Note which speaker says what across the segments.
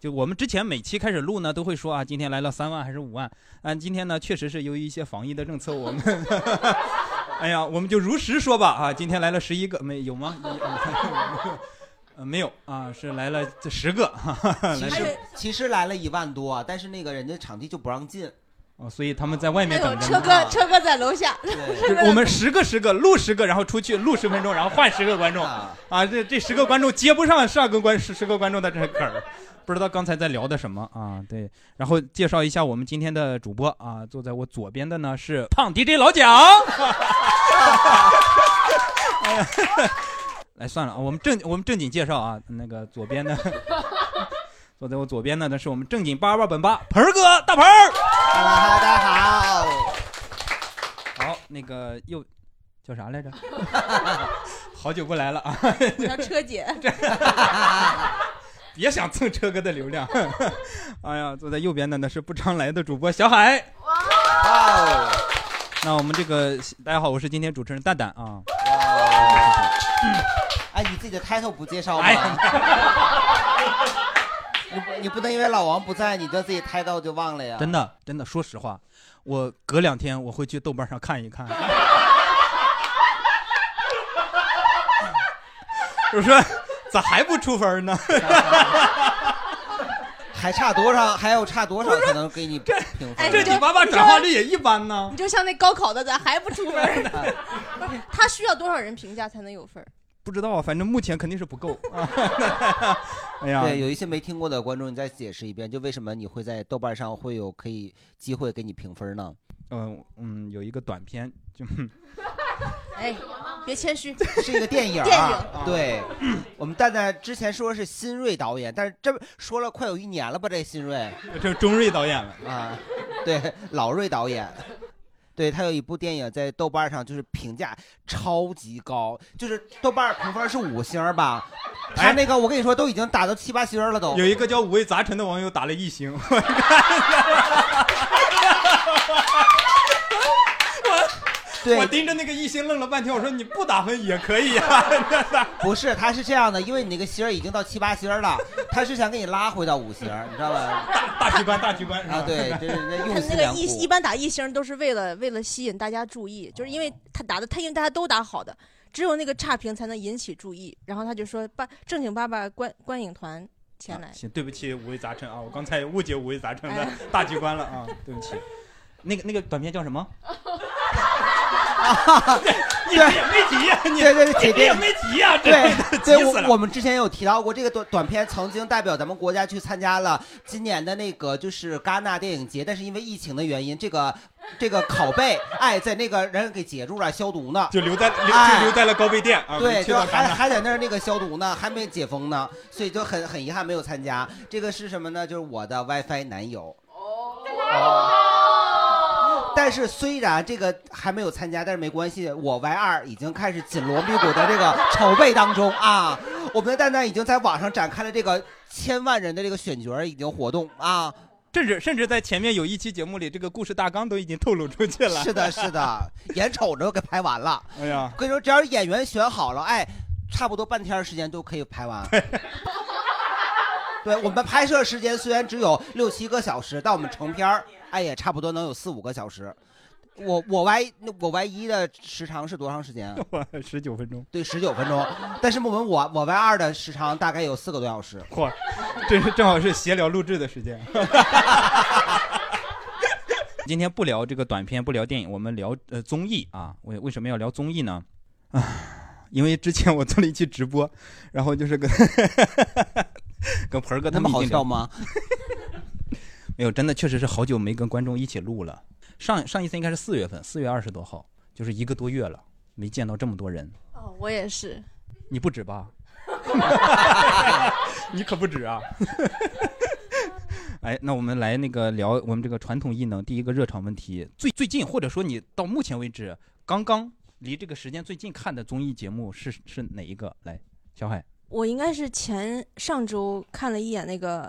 Speaker 1: 就我们之前每期开始录呢，都会说啊，今天来了三万还是五万。但今天呢，确实是由于一些防疫的政策，我们， 哎呀，我们就如实说吧啊，今天来了十一个，没有吗？一二呃没有 啊，是来了这十个，哈哈
Speaker 2: 其
Speaker 1: 来
Speaker 2: 实
Speaker 1: 了
Speaker 2: 其实来了一万多，但是那个人家场地就不让进。啊
Speaker 1: 哦，所以他们在外面
Speaker 3: 还有
Speaker 1: 等着
Speaker 3: 哎车
Speaker 1: 呢。
Speaker 3: 哥，车哥在楼下。
Speaker 2: 对，
Speaker 3: 车哥
Speaker 1: 我们十个十个录十个，然后出去录十分钟，然后换十个观众。
Speaker 2: 啊，
Speaker 1: 啊，这这十个观众接不上上个观十十个观众的这个梗儿，不知道刚才在聊的什么啊？对，然后介绍一下我们今天的主播啊，坐在我左边的呢是胖 DJ 老蒋。哎呀，来算了啊，我们正我们正经介绍啊，那个左边的， 坐在我左边的呢是我们正经八八本八盆儿哥大盆儿。
Speaker 2: 哈喽哈喽，大家好。
Speaker 1: 好，那个又叫啥来着？ 好久不来了啊。
Speaker 3: 我叫车姐，
Speaker 1: 别想蹭车哥的流量。 哎呀，坐在右边的呢是不常来的主播小海。
Speaker 2: 哇哦，
Speaker 1: 那我们这个大家好，我是今天主持人蛋蛋啊。
Speaker 2: 哎，你自己的 title 不介绍吗？
Speaker 1: 哎呀，
Speaker 2: 你不你不能因为老王不在，你就自己 title 就忘了呀？
Speaker 1: 真的真的，说实话，我隔两天我会去豆瓣上看一看。我说咋还不出分呢？
Speaker 2: 还差多少？还有差多少才能给你评
Speaker 3: 哎
Speaker 2: 分？
Speaker 1: 这
Speaker 3: 这
Speaker 1: 你爸爸转化率也一般呢
Speaker 3: 你。就像那高考的，咱还不出分儿呢。不 是，他需要多少人评价才能有分儿？
Speaker 1: 不知道啊，反正目前肯定是不够。 哎呀，
Speaker 2: 对，有一些没听过的观众，你再解释一遍，就为什么你会在豆瓣上会有可以机会给你评分呢？
Speaker 1: 嗯嗯，有一个短片，就
Speaker 3: 哎，别谦虚，
Speaker 2: 是一个电影、啊，
Speaker 3: 电影
Speaker 2: 对，我们蛋蛋之前说是新锐导演，但是这说了快有一年了吧？这新锐
Speaker 1: 这是钟瑞导演了。
Speaker 2: 啊，对，老锐导演，对他有一部电影在豆瓣上就是评价超级高，就是豆瓣评分是五星儿吧？他
Speaker 1: 哎
Speaker 2: 那个我跟你说都已经打到七八星儿了都，
Speaker 1: 有一个叫五味杂陈的网友打了一星，我我
Speaker 2: 对，
Speaker 1: 盯着那个一星愣了半天，我说你不打分也可以啊。
Speaker 2: 不是，他是这样的，因为你那个星儿已经到七八星儿了，他是想给你拉回到五星儿，你知道吧？
Speaker 1: 大大局观，大局观是吧？
Speaker 2: 啊，对，这是 人家用
Speaker 3: 那
Speaker 2: 心
Speaker 3: 个
Speaker 2: 良苦
Speaker 3: 一。一般打一星都是为了为了吸引大家注意，就是因为他打的，他因为大家都打好的，只有那个差评才能引起注意。然后他就说：“爸，正经爸爸观观影团前来
Speaker 1: 啊。行，对不起，五味杂陈啊，我刚才误解五味杂陈的
Speaker 3: 哎
Speaker 1: 大局观了啊，对不起。那个那个短片叫什么？ 你这也没提呀，你
Speaker 2: 啊对对对，姐
Speaker 1: 你这
Speaker 2: 姐
Speaker 1: 也没提呀，这
Speaker 2: 对
Speaker 1: 急
Speaker 2: 对，
Speaker 1: 死
Speaker 2: 我
Speaker 1: 了。
Speaker 2: 我们之前有提到过这个短短片，曾经代表咱们国家去参加了今年的那个就是戛纳电影节，但是因为疫情的原因，这个这个拷贝哎在那个人给截住了，消毒呢。
Speaker 1: 就留在留
Speaker 2: 哎
Speaker 1: 就留在了高碑店啊，
Speaker 2: 对，
Speaker 1: 没去
Speaker 2: 就
Speaker 1: 到戛
Speaker 2: 还
Speaker 1: 纳。
Speaker 2: 还在那儿那个消毒呢，还没解封呢，所以就很很遗憾没有参加。这个是什么呢？就是我的 WiFi 男友。哦。但是虽然这个还没有参加，但是没关系，我 Y 二已经开始紧锣密鼓的这个筹备当中啊。我们的蛋蛋已经在网上展开了这个千万人的这个选角已经活动啊。
Speaker 1: 甚至甚至在前面有一期节目里，这个故事大纲都已经透露出去了。
Speaker 2: 是的，是 的，眼瞅着给拍完了。
Speaker 1: 哎呀，
Speaker 2: 跟你说，只要演员选好了，哎，差不多半天儿时间就可以拍 完。对我们拍摄时间虽然只有六七个小时，但我们成片儿，哎，也差不多能有四五个小时。我我 Y 那我 Y 一的时长是多长时间啊？
Speaker 1: 我 十九分钟，
Speaker 2: 对，十九分钟。但是我们我我 Y 二的时长大概有四个多小时。
Speaker 1: 嚯，这是正好是闲聊录制的时间。 今天不聊这个短片，不聊电影，我们聊呃综艺啊。为为什么要聊综艺呢？啊，因为之前我做了一期直播，然后就是跟跟盆儿哥
Speaker 2: 那
Speaker 1: 他
Speaker 2: 么
Speaker 1: 们已
Speaker 2: 好
Speaker 1: 经
Speaker 2: 笑吗？
Speaker 1: 没有，真的确实是好久没跟观众一起录了。上上一次应该是四月份，四月二十多号，就是一个多月了，没见到这么多人。”
Speaker 3: 哦，我也 是。
Speaker 1: 你不止吧？你可不止啊！哎，那我们来那个聊我们这个传统艺能第一个热场问题，最最近或者说你到目前为止刚刚离这个时间最近看的综艺节目是是哪一个？来，小海，
Speaker 3: 我应该是前上周看了一眼那个《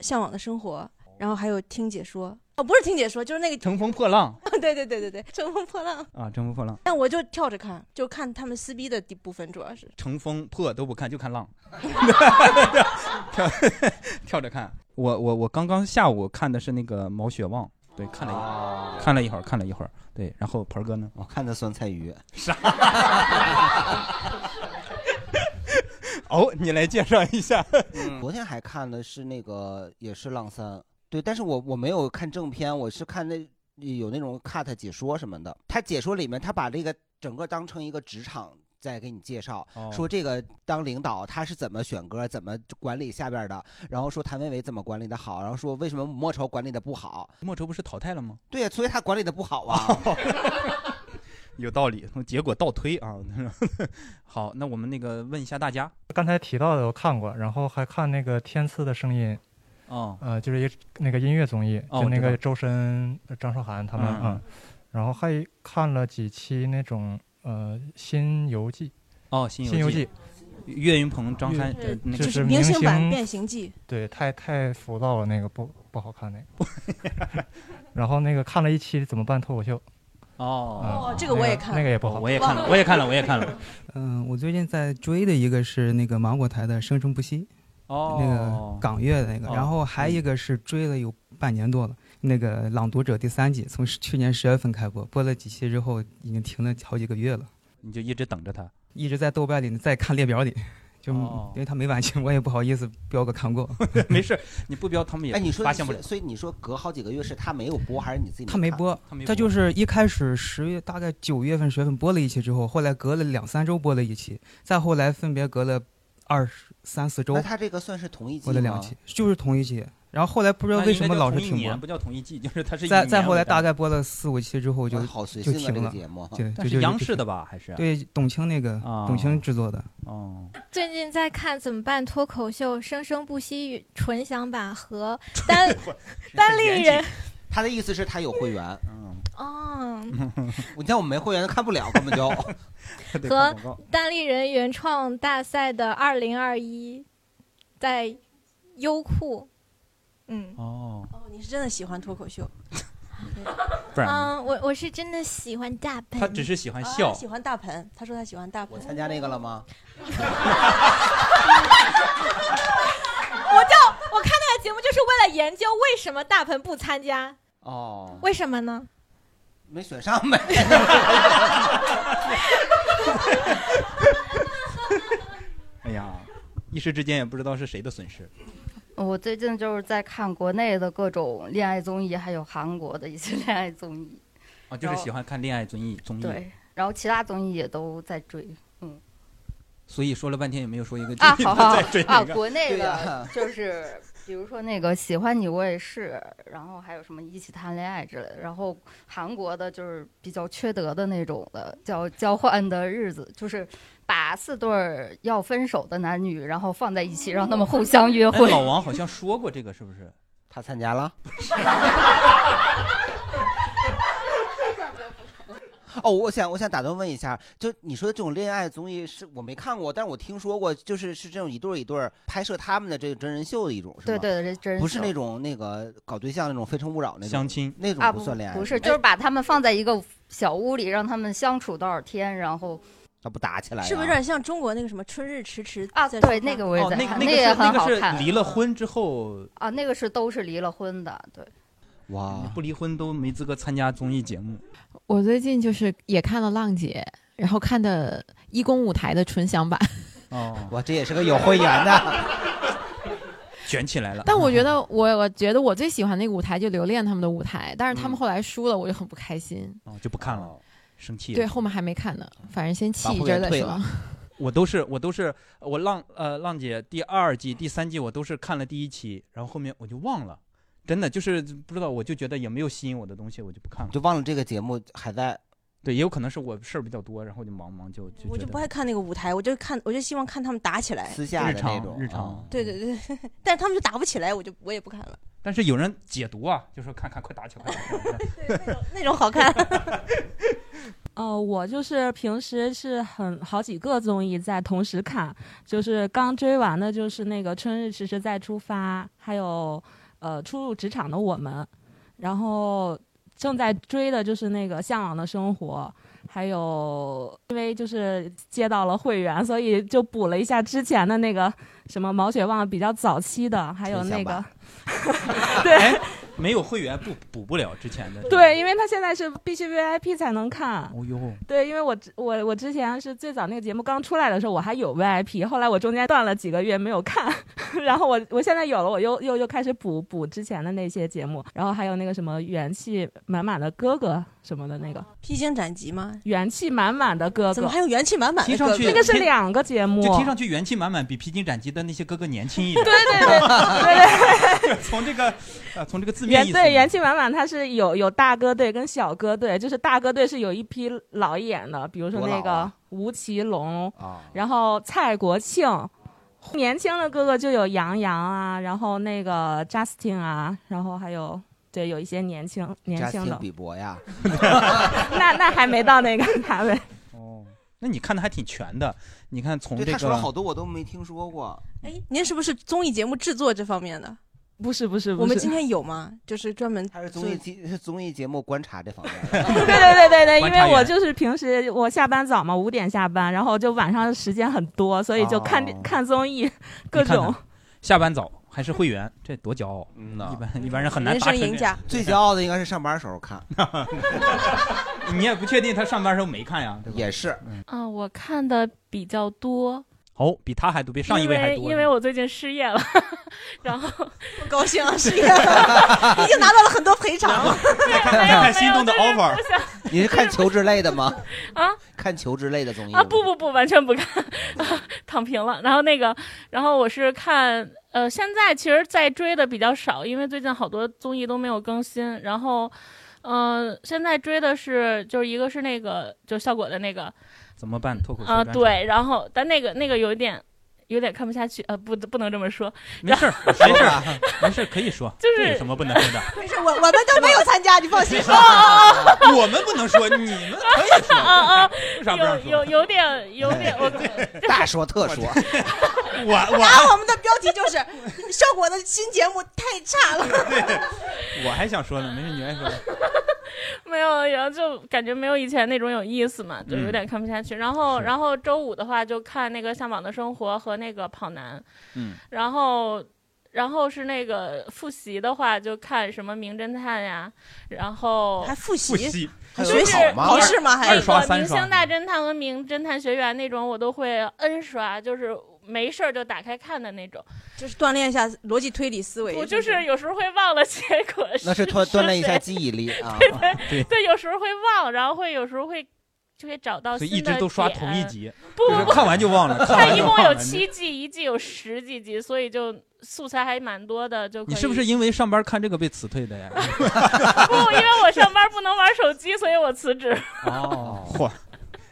Speaker 3: 向往的生活》，然后还有听解说，哦，不是听解说，就是那个
Speaker 1: 乘风破浪
Speaker 3: 对对对对对，乘风破浪。
Speaker 1: 啊，乘风破浪，
Speaker 3: 但我就跳着看，就看他们撕逼的地部分，主要是
Speaker 1: 乘风破都不看，就看浪，跳着看。我我我刚刚下午看的是那个毛血旺，对，看了一、看了一会儿，看了一会儿，对。然后盆儿哥呢？哦，
Speaker 2: 看的酸菜鱼，
Speaker 1: 啥？哦，你来介绍一下。
Speaker 2: 昨天还看的是那个也是浪三，对，但是我我没有看正片，我是看那有那种 cut 解说什么的。他解说里面他把这个整个当成一个职场在给你介绍，
Speaker 4: 哦
Speaker 2: 说这个当领导他是怎么选歌，怎么管理下边的，然后说谭维维怎么管理的好，然后说为什么莫愁管理的不好。
Speaker 1: 莫愁不是淘汰了吗？哦
Speaker 2: 对呀，所以他管理的不好啊。
Speaker 1: 有道理，从结果倒推啊。 好，那我们那个问一下大家，
Speaker 5: 刚才提到的我看过，然后还看那个《天赐的声音》，
Speaker 1: 哦
Speaker 5: 呃，就是一那个音乐综艺，
Speaker 1: 哦
Speaker 5: 就
Speaker 1: 我
Speaker 5: 那
Speaker 1: 知道
Speaker 5: 个周深、呃张韶涵他们
Speaker 1: 嗯
Speaker 5: 啊、嗯然后还看了几期那种呃《新游记》
Speaker 1: 哦，《新
Speaker 5: 新
Speaker 1: 游
Speaker 5: 游
Speaker 1: 记
Speaker 5: 记》
Speaker 1: 岳云鹏、张
Speaker 5: 岳
Speaker 1: 三，呃那
Speaker 5: 就
Speaker 1: 个
Speaker 5: 是
Speaker 3: 明星
Speaker 5: 星
Speaker 3: 版变形记，
Speaker 5: 对，太太浮躁了，那个不不好看那个。 然后那个看了一期《怎么办脱口秀》，
Speaker 1: 哦
Speaker 5: 嗯这个我也看了 那个也不好
Speaker 1: 我也看了，我也看了，我也看了。
Speaker 6: 嗯，我最近在追的一个是那个芒果台的《生生不息》，
Speaker 1: 哦
Speaker 6: 那个港乐的那个，
Speaker 1: 哦
Speaker 6: 然后还有一个是追了有半年多了，那个《朗读者》第三季，从去年十月份开播，播了几期之后已经停了好几个月了，
Speaker 1: 你就一直等着他。
Speaker 6: 一直在豆瓣里再看列表里， 就、
Speaker 1: 哦
Speaker 6: 因为他每晚上我也不好意思标个看过，
Speaker 1: 没事，你不标他们也
Speaker 2: 哎，你说
Speaker 1: 发
Speaker 2: 你
Speaker 1: 现不
Speaker 2: 是
Speaker 1: 了
Speaker 2: 所以你说隔好几个月是他没有播还是你自己
Speaker 6: 他没播
Speaker 2: 他没，
Speaker 6: 他就是一开始十月大概九月份、十月份播了一期之后，后来隔了两三周播了一期，再后来分别隔了二十三四周
Speaker 2: 那他这个算是同一季
Speaker 6: 播了两
Speaker 2: 吗
Speaker 6: 期，就是同一期。然后后来不知道
Speaker 1: 那
Speaker 6: 为
Speaker 1: 应该
Speaker 6: 什么
Speaker 1: 叫
Speaker 6: 老
Speaker 1: 同
Speaker 6: 是
Speaker 1: 一
Speaker 6: 停
Speaker 1: 年
Speaker 6: 播，
Speaker 1: 不叫同一季就是它是一
Speaker 6: 再
Speaker 1: 年
Speaker 6: 再后
Speaker 1: 为
Speaker 6: 来
Speaker 1: 单
Speaker 6: 大概播了四五期之后就
Speaker 2: 哇好随
Speaker 6: 就
Speaker 2: 性啊这
Speaker 6: 停
Speaker 2: 个
Speaker 6: 了
Speaker 2: 节目，
Speaker 6: 对，
Speaker 1: 但
Speaker 6: 就是就
Speaker 1: 央
Speaker 6: 就
Speaker 1: 视的吧还是
Speaker 6: 对董卿那个
Speaker 1: 哦
Speaker 6: 董卿制作的，
Speaker 1: 哦，
Speaker 7: 最近在看《怎么办脱口秀》《生生不息》纯享版 和单单立人。
Speaker 2: 他的意思是他有会员，
Speaker 7: 哦，
Speaker 2: 我像我们没会员看不了，根 本就
Speaker 7: 和单立人原创大赛的二零二一，在优酷，嗯，
Speaker 1: 哦，
Speaker 3: 哦，你是真的喜欢脱口秀，
Speaker 1: 不然
Speaker 7: 嗯，我我是真的喜欢大本，
Speaker 1: 他只是喜欢笑
Speaker 3: 啊喜欢大盆，他说他喜欢大盆。我
Speaker 2: 参加那个了吗？
Speaker 7: 我就我看那个节目就是为了研究为什么大鹏不参加，
Speaker 2: 哦，
Speaker 7: 为什么呢？
Speaker 2: 没选上呗。
Speaker 1: 哎呀，一时之间也不知道是谁的损失。
Speaker 8: 我最近就是在看国内的各种恋爱综艺，还有韩国的一些 恋爱综艺，
Speaker 1: 啊，就是喜欢看恋爱综艺综艺，
Speaker 8: 对，然后其他综艺也都在追，嗯
Speaker 1: 所以说了半天也没有说一个
Speaker 8: 啊，
Speaker 1: 剧
Speaker 8: 好 好
Speaker 1: 在追哪
Speaker 8: 啊，
Speaker 1: 个
Speaker 8: 国内
Speaker 1: 对
Speaker 8: 的
Speaker 1: 呀
Speaker 8: 就是比如说那个喜欢你我也是，然后还有什么一起谈恋爱之类的，然后韩国的就是比较缺德的那种的，叫交换的日子，就是把四对儿要分手的男女，然后放在一 起，让他们互相约会
Speaker 1: 哎。老王好像说过这个，是不是？
Speaker 2: 他参 加了。哦，我想我想打断问一下，就你说的这种恋爱综艺是我没看过，但是我听说过，就是是这种一对儿一对儿拍摄他们的这个真人秀的一种，是
Speaker 8: 对
Speaker 2: 吗？
Speaker 8: 对，对这真
Speaker 2: 不是
Speaker 8: 有
Speaker 2: 那种那个搞对象那种《非诚勿扰》那种
Speaker 1: 相亲
Speaker 2: 那种
Speaker 8: 啊，
Speaker 2: 不算恋爱，哎
Speaker 8: 不是，
Speaker 1: 哎
Speaker 8: 就是把他们放在一个小屋里，让他们相处多少天，然后
Speaker 2: 那不打
Speaker 1: 哎
Speaker 2: 起来、啊，
Speaker 3: 是不是有点像中国那个什么春日迟迟
Speaker 8: 啊
Speaker 3: 在
Speaker 8: 对
Speaker 3: 出
Speaker 8: 那
Speaker 3: 发
Speaker 8: 个我也
Speaker 1: 哦，
Speaker 8: 在
Speaker 1: 那
Speaker 8: 看
Speaker 1: 那
Speaker 8: 那
Speaker 1: 个
Speaker 8: 也
Speaker 1: 是
Speaker 8: 很
Speaker 1: 那
Speaker 8: 好
Speaker 1: 个
Speaker 8: 看
Speaker 1: 是离了婚之后，
Speaker 8: 啊，那个是都是离了婚的，对，
Speaker 2: 哇，
Speaker 1: 不离婚都没资格参加综艺节目。
Speaker 9: 我最近就是也看了《浪姐》，然后看的一公舞台的纯 享版，
Speaker 1: 哦，
Speaker 2: 我这也是个有会员的，
Speaker 1: 卷起来了。
Speaker 9: 但我觉得我我觉得我最喜欢那个舞台就刘恋他们的舞台，但
Speaker 1: 嗯
Speaker 9: 是他们后来输了，我就很不开心。
Speaker 1: 哦就不看了，生气了。
Speaker 9: 对，后面还没看呢，反正先气
Speaker 1: 把
Speaker 9: 一
Speaker 1: 会
Speaker 9: 阵
Speaker 1: 员
Speaker 9: 儿再
Speaker 1: 退
Speaker 9: 说
Speaker 1: 了。我都是我都是我浪呃浪姐第二季第三季我都是看了第一期，然后后面我就忘了，真的就是不知道我就觉得也没有吸引我的东西，我就不看了。
Speaker 2: 就忘了这个节目还在。
Speaker 1: 对，也有可能是我事儿比较多，然后就忙忙就就
Speaker 3: 我
Speaker 1: 觉
Speaker 3: 就
Speaker 1: 得
Speaker 3: 不爱看那个舞台，我就看，我就希望看他们打起来。
Speaker 2: 私下
Speaker 1: 日
Speaker 2: 的那
Speaker 1: 常
Speaker 2: 种哦
Speaker 1: 日常。
Speaker 3: 对对对， 但是他们就打不起来，我就我也不看了。
Speaker 1: 但是有人解读啊，就说看看快打起来，快打起来
Speaker 3: 那种好 看。
Speaker 4: 哦，我就是平时是很好几个综艺在同时看，就是刚追完的就是那个《春日迟迟再出发》，还有呃《初入职场的我们》，然后正在追的就是那个《向往的生活》，还有因为就是接到了会员，所以就补了一下之前的那个什么毛血旺比较早期的，还有
Speaker 1: 真
Speaker 4: 那
Speaker 1: 想
Speaker 4: 个
Speaker 1: 吧
Speaker 4: 对
Speaker 1: 没有会员不补不了之前的。
Speaker 4: 对，因为他现在是必须 VIP 才能看。
Speaker 1: 哦呦，
Speaker 4: 对，因为我之我我之前是最早那个节目刚出来的时候，我还有 VIP，后来我中间断了几个月没有看， 然后我我现在有了，我又又又开始补补之前的那些节目，然后还有那个什么元气满满的哥哥什么的那个
Speaker 3: 披荆斩棘吗？
Speaker 4: 元气满满的哥哥，
Speaker 3: 怎么还有元气满满的
Speaker 1: 听上
Speaker 3: 哥
Speaker 1: 去
Speaker 3: 哥
Speaker 4: 那个是两个节目，
Speaker 1: 就听上去元气满满，比披荆斩棘的那些哥哥年轻一点。
Speaker 4: 对对对
Speaker 1: 对对 从这个呃，从这个字面
Speaker 4: 元
Speaker 1: 意思，
Speaker 4: 对元气满满，它是有有大哥队跟小哥队，就是大哥队是有一批老一眼的，比如说
Speaker 1: 多
Speaker 4: 那
Speaker 1: 老
Speaker 4: 个
Speaker 1: 啊
Speaker 4: 吴奇隆，
Speaker 2: 啊
Speaker 4: 然后蔡国
Speaker 1: 哦
Speaker 4: 庆，年轻的哥哥就有杨洋啊，然后那个 Justin 啊，然后还有对有一些年轻年轻的，
Speaker 2: 比伯呀，
Speaker 4: 那那还没到那 个他们。
Speaker 1: 那你看的还挺全的。你看从
Speaker 2: 对
Speaker 1: 这个
Speaker 2: 他说了好多我都没听说过。
Speaker 3: 哎，您是不是综艺节目制作这方面的？
Speaker 4: 不是不是
Speaker 3: 我们今天有吗？就是专门
Speaker 2: 还是综艺节 综艺节目观察这方面，
Speaker 4: 对对对对对，因
Speaker 2: 观察
Speaker 4: 为我
Speaker 2: 员
Speaker 4: 就是平时我下班早嘛，五点下班，然后就晚上时间很多，所以就看、
Speaker 1: 哦
Speaker 4: 看综艺，各
Speaker 1: 你 看
Speaker 4: 种
Speaker 1: 看下班早还是会员，这多骄傲！一般一般人很难达成这样。
Speaker 2: 嗯最骄傲的应该是上班时候看，
Speaker 1: 你也不确定他上班时候没看呀，对吧？
Speaker 2: 也是。
Speaker 10: 啊，我看的比较多，
Speaker 1: 哦，比他还多，比上一
Speaker 10: 因
Speaker 1: 位还
Speaker 10: 为
Speaker 1: 多。
Speaker 10: 因为我最近失业了， 然后
Speaker 3: 不高兴啊，是已经拿到了很多赔偿。
Speaker 2: 看
Speaker 10: 没有没有
Speaker 2: 心动的 offer
Speaker 10: 不想
Speaker 2: 你是看求职类的吗？
Speaker 10: 啊，
Speaker 2: 看求职类的综艺
Speaker 10: 啊，不不不，完全不看， 躺平了。然后那个，然后我是看，呃，现在其实在追的比较少，因为最近好多综艺都没有更新。然后，嗯、现在追的是，就是一个是那个，就是效果的那个，
Speaker 1: 怎么办？脱口秀
Speaker 10: 啊、
Speaker 1: 专场
Speaker 10: 对，，然后但那个那个有一点。有点看不下去，呃，不，不能这么说。
Speaker 1: 没事儿，没事儿，没事儿，可以说，
Speaker 10: 就是
Speaker 1: 这有什么不能说 的？
Speaker 3: 没事，我我们都没有参加，你放心。
Speaker 1: 我们不能说，你们可以说，
Speaker 10: 啊啊，
Speaker 1: 为啥不让
Speaker 10: 有
Speaker 1: 说？
Speaker 10: 有点有点，我
Speaker 2: 大说特说，
Speaker 1: 我
Speaker 3: 然后
Speaker 1: 我
Speaker 3: 啊我们的标题就是“效果的新节目太差了
Speaker 1: 我还想说呢，没事，你来说。
Speaker 10: 没有，然后就感觉没有以前那种有意思嘛，就有点看不下去。然后，然后周五的话就看那个《向往的生活》和那个《跑男》，
Speaker 1: 嗯，
Speaker 10: 然后，然后是那个复习的话就看什么《名侦探》呀，然后
Speaker 3: 还复习复习还
Speaker 10: 就是
Speaker 3: 学习吗考试吗还
Speaker 10: 那
Speaker 3: 二刷
Speaker 10: 个《
Speaker 3: 三
Speaker 10: 明
Speaker 3: 刷
Speaker 10: 星大侦探》和《名侦探学员》那种我都会 N 刷，就是没事儿就打开看的那种。”，
Speaker 3: 就是锻炼一下逻辑推理思维。
Speaker 10: 我就是有时候会忘了 结果是
Speaker 2: 那是锻
Speaker 10: 是
Speaker 2: 锻炼一下
Speaker 10: 谁
Speaker 2: 记忆力 啊。
Speaker 1: 哦
Speaker 10: 对有时候会忘，然后会有时候会就会找到
Speaker 1: 所
Speaker 10: 新
Speaker 1: 以
Speaker 10: 的
Speaker 1: 一直都刷
Speaker 10: 点
Speaker 1: 同一集，
Speaker 10: 不
Speaker 1: 就是
Speaker 10: 不不
Speaker 1: 看完就忘了。看
Speaker 10: 它
Speaker 1: 完
Speaker 10: 一
Speaker 1: 就
Speaker 10: 共
Speaker 1: 忘
Speaker 10: 有
Speaker 1: 了
Speaker 10: 七季，一季有十几集，所以就素材还蛮多的。就可
Speaker 1: 你是不
Speaker 10: 以
Speaker 1: 是因为上 班看这个被辞退的呀？
Speaker 10: 不？因为我上班不能玩手机，所以我辞职。
Speaker 1: 哦，嚯，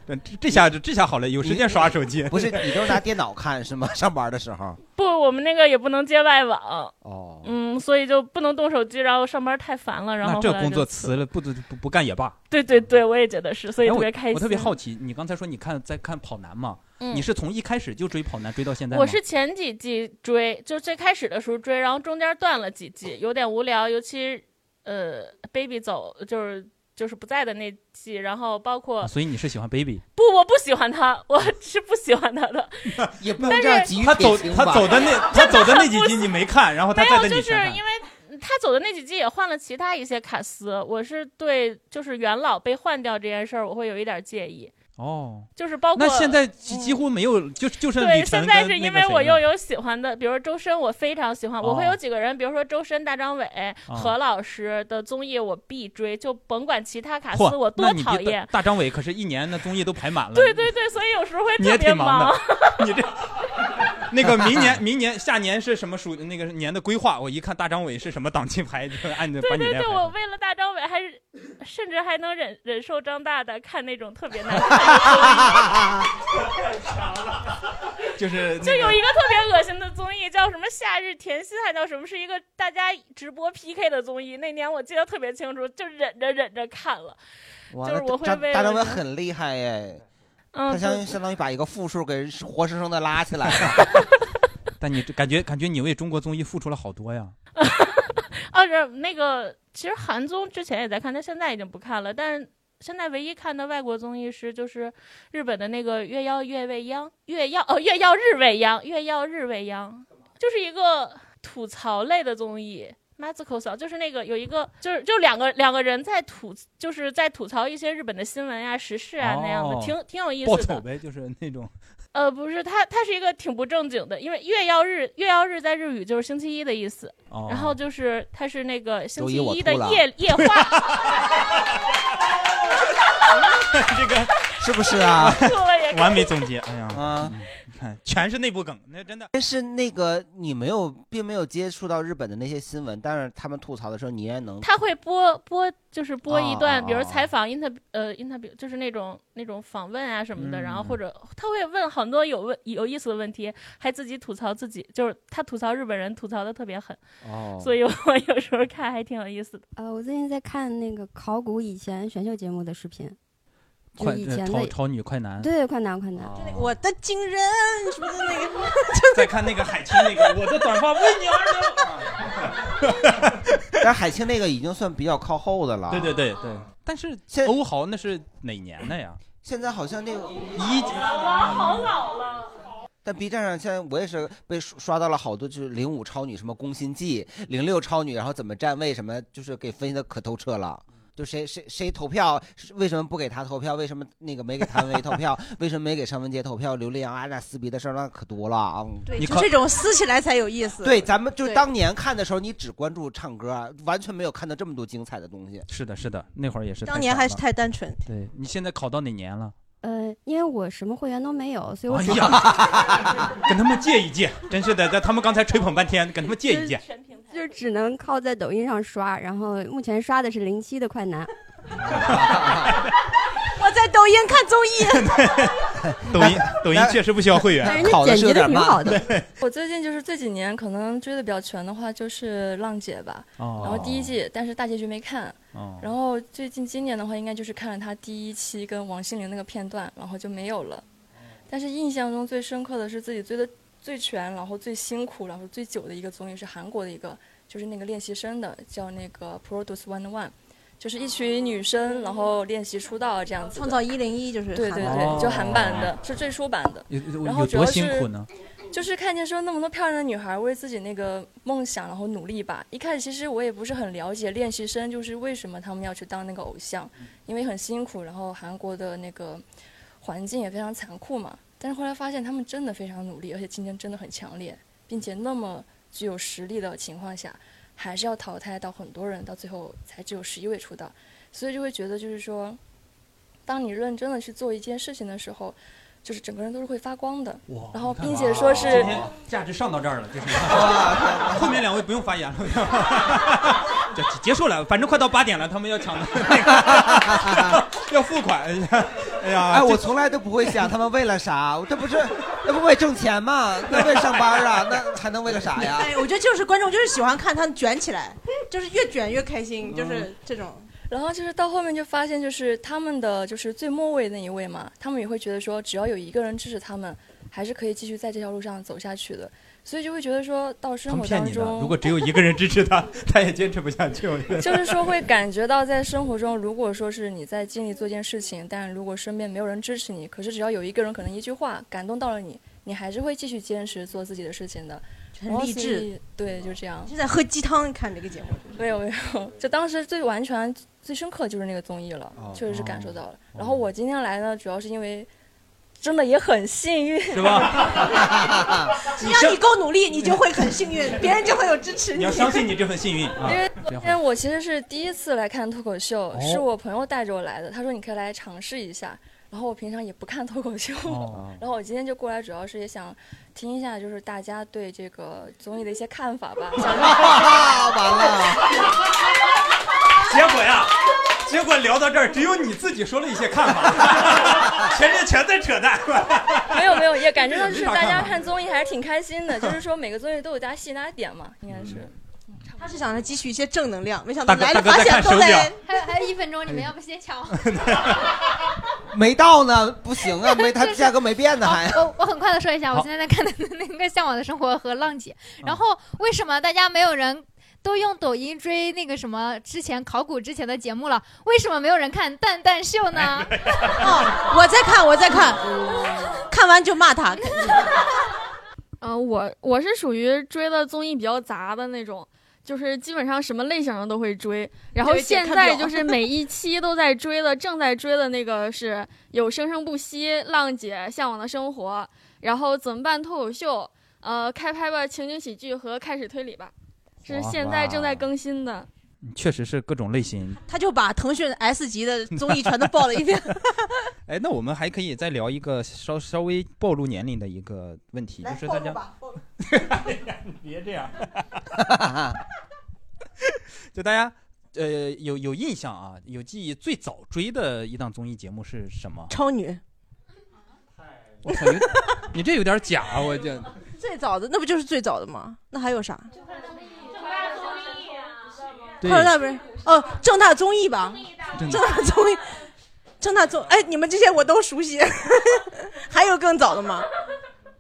Speaker 1: 那这这下这下好了，有时间刷手机。
Speaker 2: 不是，你都是拿电脑看是吗？上班的时候。
Speaker 10: 不，我们那个也不能接外网，
Speaker 2: 哦，
Speaker 10: 嗯，所以就不能动手机，然后上班太烦了，然
Speaker 1: 那
Speaker 10: 后
Speaker 1: 这
Speaker 10: 后来
Speaker 1: 工
Speaker 10: 就
Speaker 1: 作辞了，不不不干也罢。
Speaker 10: 对对对，我也觉得是，所以
Speaker 1: 哎
Speaker 10: 特
Speaker 1: 我
Speaker 10: 别开心。
Speaker 1: 我特别好奇，你刚才说你看在看跑男嘛？
Speaker 10: 嗯
Speaker 1: 你是从一开始就追跑男追到现在吗？
Speaker 10: 我是前几季追，就最开始的时候追，然后中间断了几季，有点无聊，尤其呃，baby 走就是就是不在的那季，然后包括、
Speaker 1: 啊所以你是喜欢 baby。
Speaker 10: 不，我不喜欢他，我是不喜欢他的，
Speaker 2: 也不
Speaker 10: 能但这样是
Speaker 2: 急于
Speaker 1: 他走
Speaker 2: 撇清
Speaker 1: 他
Speaker 2: 吧
Speaker 1: 走的 那他走的那几集你没看，然后他
Speaker 10: 没
Speaker 1: 在
Speaker 10: 有，
Speaker 1: 的你
Speaker 10: 就是
Speaker 1: 全看。
Speaker 10: 因为他走的那几季也换了其他一些卡司，我是对就是元老被换掉这件事儿，我会有一点介意，
Speaker 1: 哦，
Speaker 10: 就是包括嗯
Speaker 1: 那现在几几乎没有，就就剩
Speaker 10: 对，
Speaker 1: 李晨
Speaker 10: 现在
Speaker 1: 跟
Speaker 10: 是
Speaker 1: 那
Speaker 10: 因
Speaker 1: 个
Speaker 10: 为
Speaker 1: 谁
Speaker 10: 我
Speaker 1: 了
Speaker 10: 又有喜欢的，比如周深，我非常喜欢。我会
Speaker 1: 哦
Speaker 10: 有几个人，比如说周深、大张伟、何老师的综艺，我必追，就甭管其他卡
Speaker 1: 嚯
Speaker 10: 司，我
Speaker 1: 那
Speaker 10: 多
Speaker 1: 你
Speaker 10: 讨
Speaker 1: 比大
Speaker 10: 厌。
Speaker 1: 大张伟可是一年那综艺都排满了。
Speaker 10: 对对对，所以有时候会
Speaker 1: 你也
Speaker 10: 特别
Speaker 1: 挺忙
Speaker 10: 忙
Speaker 1: 的。那个明年，明年下年是什么属那个年的规划？我一看大张伟是什么档期排，就按着把
Speaker 10: 对
Speaker 1: 你
Speaker 10: 对
Speaker 1: 来
Speaker 10: 对，
Speaker 1: 排。
Speaker 10: 我为了大张伟还是甚至还能忍忍受张大大看那种特别难看 的
Speaker 1: 就是
Speaker 10: 综艺，就有一个特别恶心的综艺，叫什么《夏日甜心》，还叫什么？是一个大家直播 PK 的综艺。那年我记得特别清楚，就忍着忍着看了，
Speaker 2: 哇，
Speaker 10: 就是
Speaker 2: 那
Speaker 10: 我会
Speaker 2: 张
Speaker 10: 为
Speaker 2: 大
Speaker 10: 了
Speaker 2: 张伟很厉害耶，
Speaker 10: 嗯
Speaker 2: 他相
Speaker 10: 对
Speaker 2: 相当于把一个负数给活生生的拉起来了。
Speaker 1: 但你这感觉感觉你为中国综艺付出了好多呀。
Speaker 10: 哦，是那个，其实韩综之前也在看，但现在已经不看了。但是现在唯一看的外国综艺是就是日本的那个《月曜月未央》，月曜哦，月曜日未央，月曜日未央，就是一个吐槽类的综艺。m a z u k o 就是那个有一个就是就两个两个人在吐就是在吐槽一些日本的新闻啊、时事啊那样的，
Speaker 1: 哦
Speaker 10: 挺挺有意
Speaker 1: 爆
Speaker 10: 思的
Speaker 1: 丑。呗，就是那种
Speaker 10: 呃，不是，它它是一个挺不正经的，因为月曜日月曜日在日语就是星期一的意思，
Speaker 1: 哦
Speaker 10: 然后就是它是那个星
Speaker 1: 周一
Speaker 10: 期
Speaker 1: 我
Speaker 10: 一的
Speaker 1: 吐了
Speaker 10: 夜夜话，
Speaker 1: 这个
Speaker 2: 是不是 啊？
Speaker 10: 吐了也可以
Speaker 1: 完美总结，哎呀
Speaker 2: 啊，
Speaker 1: 你看全是内部梗，那真的。
Speaker 2: 但是那个你没有，并没有接触到日本的那些新闻，但是他们吐槽的时候，你也能。
Speaker 10: 他会播播就是播一段，
Speaker 2: 哦
Speaker 10: 比如
Speaker 2: 哦
Speaker 10: 采访 inter 呃 interview 就是那种那种访问啊什么的，
Speaker 2: 嗯
Speaker 10: 然后或者他会问很多有问有意思的问题，还自己吐槽自己，就是他吐槽日本人吐槽的特别狠，
Speaker 2: 哦
Speaker 10: 所以我有时候看还挺有意思的。
Speaker 11: 呃，我最近在看那个考古以前选秀节目的视频，就
Speaker 1: 快
Speaker 11: 以
Speaker 1: 呃
Speaker 11: 前
Speaker 1: 超
Speaker 11: 的
Speaker 1: 超女快男，哦
Speaker 11: 对，快男快男，
Speaker 3: 我的情人什么的那个，
Speaker 1: 再看那个海清那个，我的短 发为你啊而留。
Speaker 2: 但是海清那个已经算比较靠后的了。
Speaker 1: 对对对对，但是欧豪那是哪年的呀？
Speaker 2: 现在好像那个
Speaker 1: 一，
Speaker 10: 好老啊了。
Speaker 2: 但 B 站上现在我也是被刷刷到了好多，就是零五超女什么攻心计，零六超女，然后怎么站位什么，就是给分析的可透彻了。
Speaker 3: 嗯
Speaker 2: 就谁谁谁投票，是为什么不给他投票？为什么那个没给谭维投票？ 为什么没给尚雯婕投票？刘力扬啊，那撕逼的事儿那可多了啊！
Speaker 3: 对，就这种撕起来才有意思。
Speaker 2: 对，咱们就是
Speaker 3: 对
Speaker 2: 当年看的时候，你只关注唱歌，啊完全没有看到这么多精彩的东西。
Speaker 1: 是的，是的，那会儿也是。
Speaker 3: 当年还是太。单纯。
Speaker 1: 对你现在考到哪年了？
Speaker 11: 呃，因为我什么会员都没有，所以我
Speaker 1: 哎
Speaker 11: 只能、
Speaker 1: 呀，跟他们借一借，真是的，他们刚才吹捧半天，跟他们借一借。
Speaker 11: 就只能靠在抖音上刷，然后目前刷的是零七的快男，
Speaker 3: 我在抖音看综艺，
Speaker 1: 抖音，抖音确实不需要会
Speaker 12: 哎
Speaker 1: 员，
Speaker 11: 考的是有点慢
Speaker 12: 好的
Speaker 1: 对。
Speaker 12: 我最近就是这几年可能追的比较全的话，就是《浪姐》吧，
Speaker 1: 哦
Speaker 12: 然后第一季，但是大结局没看。
Speaker 1: 哦
Speaker 12: 然后最近今年的话，应该就是看了她第一期跟王心凌那个片段，然后就没有了。但是印象中最深刻的是自己追的最全，然后最辛苦，然后最久的一个综艺是韩国的一个，就是那个练习生的，叫那个 Produce One One。就是一群女生，然后练习出道这样子的。
Speaker 3: 创造101就是
Speaker 12: 对对
Speaker 3: 韩版
Speaker 12: 对，就韩版的，
Speaker 1: 哦
Speaker 12: 是最初版的。
Speaker 1: 有有
Speaker 12: 然后
Speaker 1: 有
Speaker 12: 主要
Speaker 1: 多
Speaker 12: 是
Speaker 1: 辛苦呢？
Speaker 12: 就是看见说那么多漂亮的女孩为自己那个梦想，然后努力吧。一开始其实我也不是很了解练习生，就是为什么他们要去当那个偶像，因为很辛苦，然后韩国的那个环境也非常残酷嘛。但是后来发现他们真的非常努力，而且竞争真的很强烈，并且那么具有实力的情况下，还是要淘汰到很多人，到最后才只有十一位出道，所以就会觉得就是说，当你认真的去做一件事情的时候，就是整个人都是会发光的。
Speaker 1: 哇
Speaker 12: 然后并且说是
Speaker 1: 啊今天价值上到这儿了，就是 后面两位不用发言了， 这结束了，反正快到八点了，他们要抢的， 要付款。哎呀，
Speaker 2: 哎，
Speaker 1: 这
Speaker 2: 我从来都不会想他们为了啥，我这不是那不为挣钱吗？那为上班啊，那还能为了啥呀？
Speaker 3: 哎，我觉得就是观众就是喜欢看他们卷起来，就是越卷越开心，就是这种。
Speaker 12: 嗯然后就是到后面就发现，就是他们的就是最末位那一位嘛，他们也会觉得说，只要有一个人支持他们，还是可以继续在这条路上走下去的。所以就会觉得说到
Speaker 1: 他
Speaker 12: 生
Speaker 1: 们
Speaker 12: 活
Speaker 1: 骗
Speaker 12: 当
Speaker 1: 你的，
Speaker 12: 中，
Speaker 1: 如果 只有一个人支持他，他也坚持不下去。我觉得
Speaker 12: 就是说会感觉到在生活中，如果说是你在尽力做一件事情，但如果身边没有人支持你，可是只要有一个人可能一句话感动到了你，你还是会继续坚持做自己的事情的。
Speaker 3: 很
Speaker 12: 然后
Speaker 3: 励
Speaker 12: 所
Speaker 3: 志
Speaker 12: 以，对，就这样。
Speaker 3: 是在喝鸡汤看这个节目。
Speaker 12: 没有没有，就当时最完全最深刻就是那个综艺了，
Speaker 3: 哦
Speaker 12: 确实是感受到了。
Speaker 1: 哦
Speaker 12: 然后我今天来呢，主要是因为真的也很幸运，
Speaker 1: 是 吧？
Speaker 3: 只要你够努力，你就会很幸运，别人就会有支持
Speaker 1: 你要相信你这份幸运啊！
Speaker 12: 因为
Speaker 1: 这
Speaker 12: 昨
Speaker 1: 样
Speaker 12: 天我其实是第一次来看脱口秀，
Speaker 1: 哦
Speaker 12: 是我朋友带着我来的，他说你可以来尝试一下。然后我平常也不看脱口秀，
Speaker 1: 哦
Speaker 12: 然后我今天就过来，主要是也想听一下就是大家对这个综艺的一些 看法吧。想
Speaker 2: 完了，
Speaker 1: 结果呀，结果聊到这儿，只有你自己说了一些看法， 前面全在扯淡。
Speaker 12: 没有没有，也感觉到就是
Speaker 1: 这个没法
Speaker 12: 大家
Speaker 1: 看吧
Speaker 12: 看综艺还是挺开心 的，就是说每个综艺都有大家吸引大家点嘛，应该是。
Speaker 3: 他是想着汲取一些正能量，没想
Speaker 1: 大
Speaker 3: 到
Speaker 1: 哥
Speaker 3: 来了
Speaker 1: 大哥
Speaker 3: 发
Speaker 1: 在
Speaker 3: 现
Speaker 1: 看
Speaker 3: 都
Speaker 1: 手
Speaker 3: 在
Speaker 1: 表
Speaker 8: 还有还有一分钟，你们要不先抢？
Speaker 2: 没到呢，不行啊，没它价格没变呢
Speaker 3: 哦
Speaker 2: 还。
Speaker 8: 我我很快的说一下，
Speaker 2: 哎好
Speaker 8: 我现在在看的那个《向往的生活》和《浪姐》，然后为什么大家没有人都用抖音追那个什么之前考古之前的节目了？为什么没有人看《蛋蛋秀》呢？
Speaker 1: 哎
Speaker 3: 哦， 我在看，我在看，看完就 骂他。
Speaker 10: 嗯、我我是属于追的综艺比较杂的那种，就是基本上什么类型的都会追。然后
Speaker 3: 有一点
Speaker 10: 现
Speaker 3: 看
Speaker 10: 在
Speaker 3: 表
Speaker 10: 就是每一期都在追的，正在追的那个是有《生生不息》《浪姐》《向往的生活》，然后《怎么办脱口秀》呃，《开拍吧情景喜剧》和《开始推理吧》，是
Speaker 1: 哇
Speaker 10: 现在正在更新的。
Speaker 1: 确实是各种类型。
Speaker 3: 他就把腾讯 S 级的综艺全都报了一遍。
Speaker 1: 哎，那我们还可以再聊一个稍稍微暴露年龄的一个问题，就是大家 别这样。 就大家呃有有印象啊，有记忆最早追的一档综艺节目是什么？
Speaker 3: 超女，
Speaker 1: 我感觉你这有 点假啊，我这
Speaker 3: 最早的那不就是最早的吗？那还有啥？
Speaker 1: 对
Speaker 3: 快乐大本营哦，正大综艺吧，
Speaker 1: 正
Speaker 3: 大综艺，正大综哎，你们这些我都熟悉。 还有更早的吗？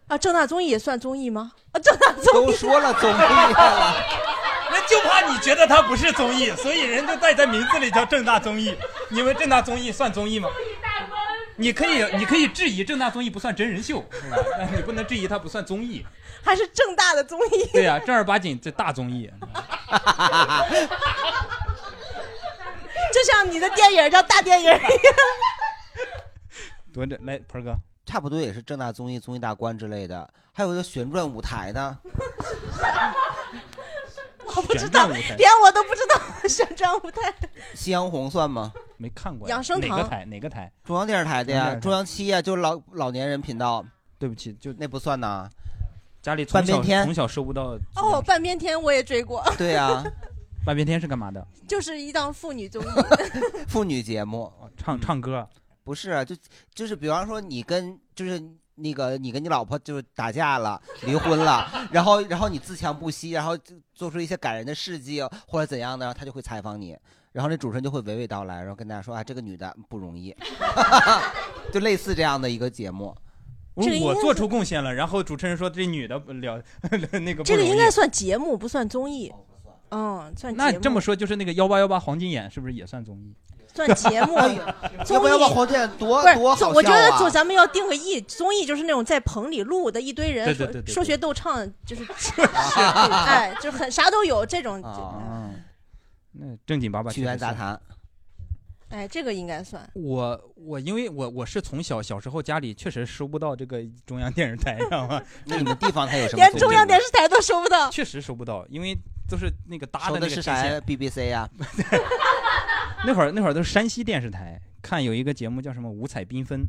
Speaker 3: 啊，正大综艺也算综艺吗？啊，正大 综艺
Speaker 2: 都说了综艺了，
Speaker 1: 那就怕你觉得它不是综艺，所以人家在在名字里叫正大综艺。你们正大综艺算综艺吗？你可以，你可以质疑正大综艺不算真人秀，是吧 但你不能质疑它不算综艺。
Speaker 3: 还是正大的综艺。
Speaker 1: 对呀、正儿八经这大综艺。
Speaker 3: 就像你的电影叫大电影一样。
Speaker 1: 多着来，鹏哥，
Speaker 2: 差不多也是正大综艺、综艺大观之类的，还有一个旋转舞台呢。
Speaker 3: 我不知
Speaker 2: 旋
Speaker 3: 道
Speaker 2: 转舞台，
Speaker 3: 连我都不知道旋转舞台。
Speaker 2: 夕阳红算吗？
Speaker 1: 没看过
Speaker 3: 呀养生堂哪个台
Speaker 1: 哪个台？
Speaker 2: 中央电视台的呀，
Speaker 1: 中
Speaker 2: 中央七呀，就是老老年人频道。
Speaker 1: 对不起，就
Speaker 2: 那不算呐。
Speaker 1: 家里从
Speaker 2: 半
Speaker 1: 小
Speaker 2: 边天
Speaker 1: 从小收不到。
Speaker 3: 哦，半边天我也追过，
Speaker 2: 对啊呀、
Speaker 1: 半边天是干嘛的？
Speaker 3: 就是一档妇 女综艺。
Speaker 2: 妇女节目，嗯
Speaker 1: 唱唱歌。
Speaker 2: 不是啊，就就是比方说你跟就是那个你跟你老婆就是打架了，离婚了，然后然后你自强不息，然后就做出一些感人的事迹或者怎样的，然后他就会采访你，然后那主持人就会娓娓道来，然后跟大家说啊，这个女的不容易， 就类似这样的一个节目。，
Speaker 1: 我说我做出贡献了，然后主持人说这女的不了 那个不
Speaker 3: 这个
Speaker 1: 容易
Speaker 3: 应该算节目，不算综艺。嗯，算
Speaker 1: 那
Speaker 3: 节目。
Speaker 1: 这么说就是那个幺八幺八黄金眼是不是也算综艺？
Speaker 3: 算节目 综艺
Speaker 2: 要不要把黄健多
Speaker 3: 不是
Speaker 2: 多好
Speaker 3: 综我觉
Speaker 2: 笑
Speaker 3: 得
Speaker 2: 啊
Speaker 3: 综咱们要定个义，综艺就是那种在棚里录的一堆人
Speaker 1: 对
Speaker 3: 说
Speaker 1: 对对对对
Speaker 3: 说学逗唱，就是 哎，就很啥都有这种，
Speaker 2: 啊，
Speaker 1: 那正经八百
Speaker 2: 屈原杂谈。
Speaker 3: 哎，这个应该算。
Speaker 1: 我我因为我我是从小小时候家里确实收不到这个中央电视台，知道吗？
Speaker 2: 那你们地方台有什么
Speaker 3: 连中央电视台都收不到，
Speaker 1: 确实收不到，因为都是那个搭
Speaker 2: 收
Speaker 1: 的那
Speaker 2: 的
Speaker 1: 个
Speaker 2: 是
Speaker 1: 天
Speaker 2: 啥
Speaker 1: 线。
Speaker 2: ？BBC 呀、
Speaker 1: 那会儿那会儿都是山西电视台，看有一个节目叫什么五彩缤纷，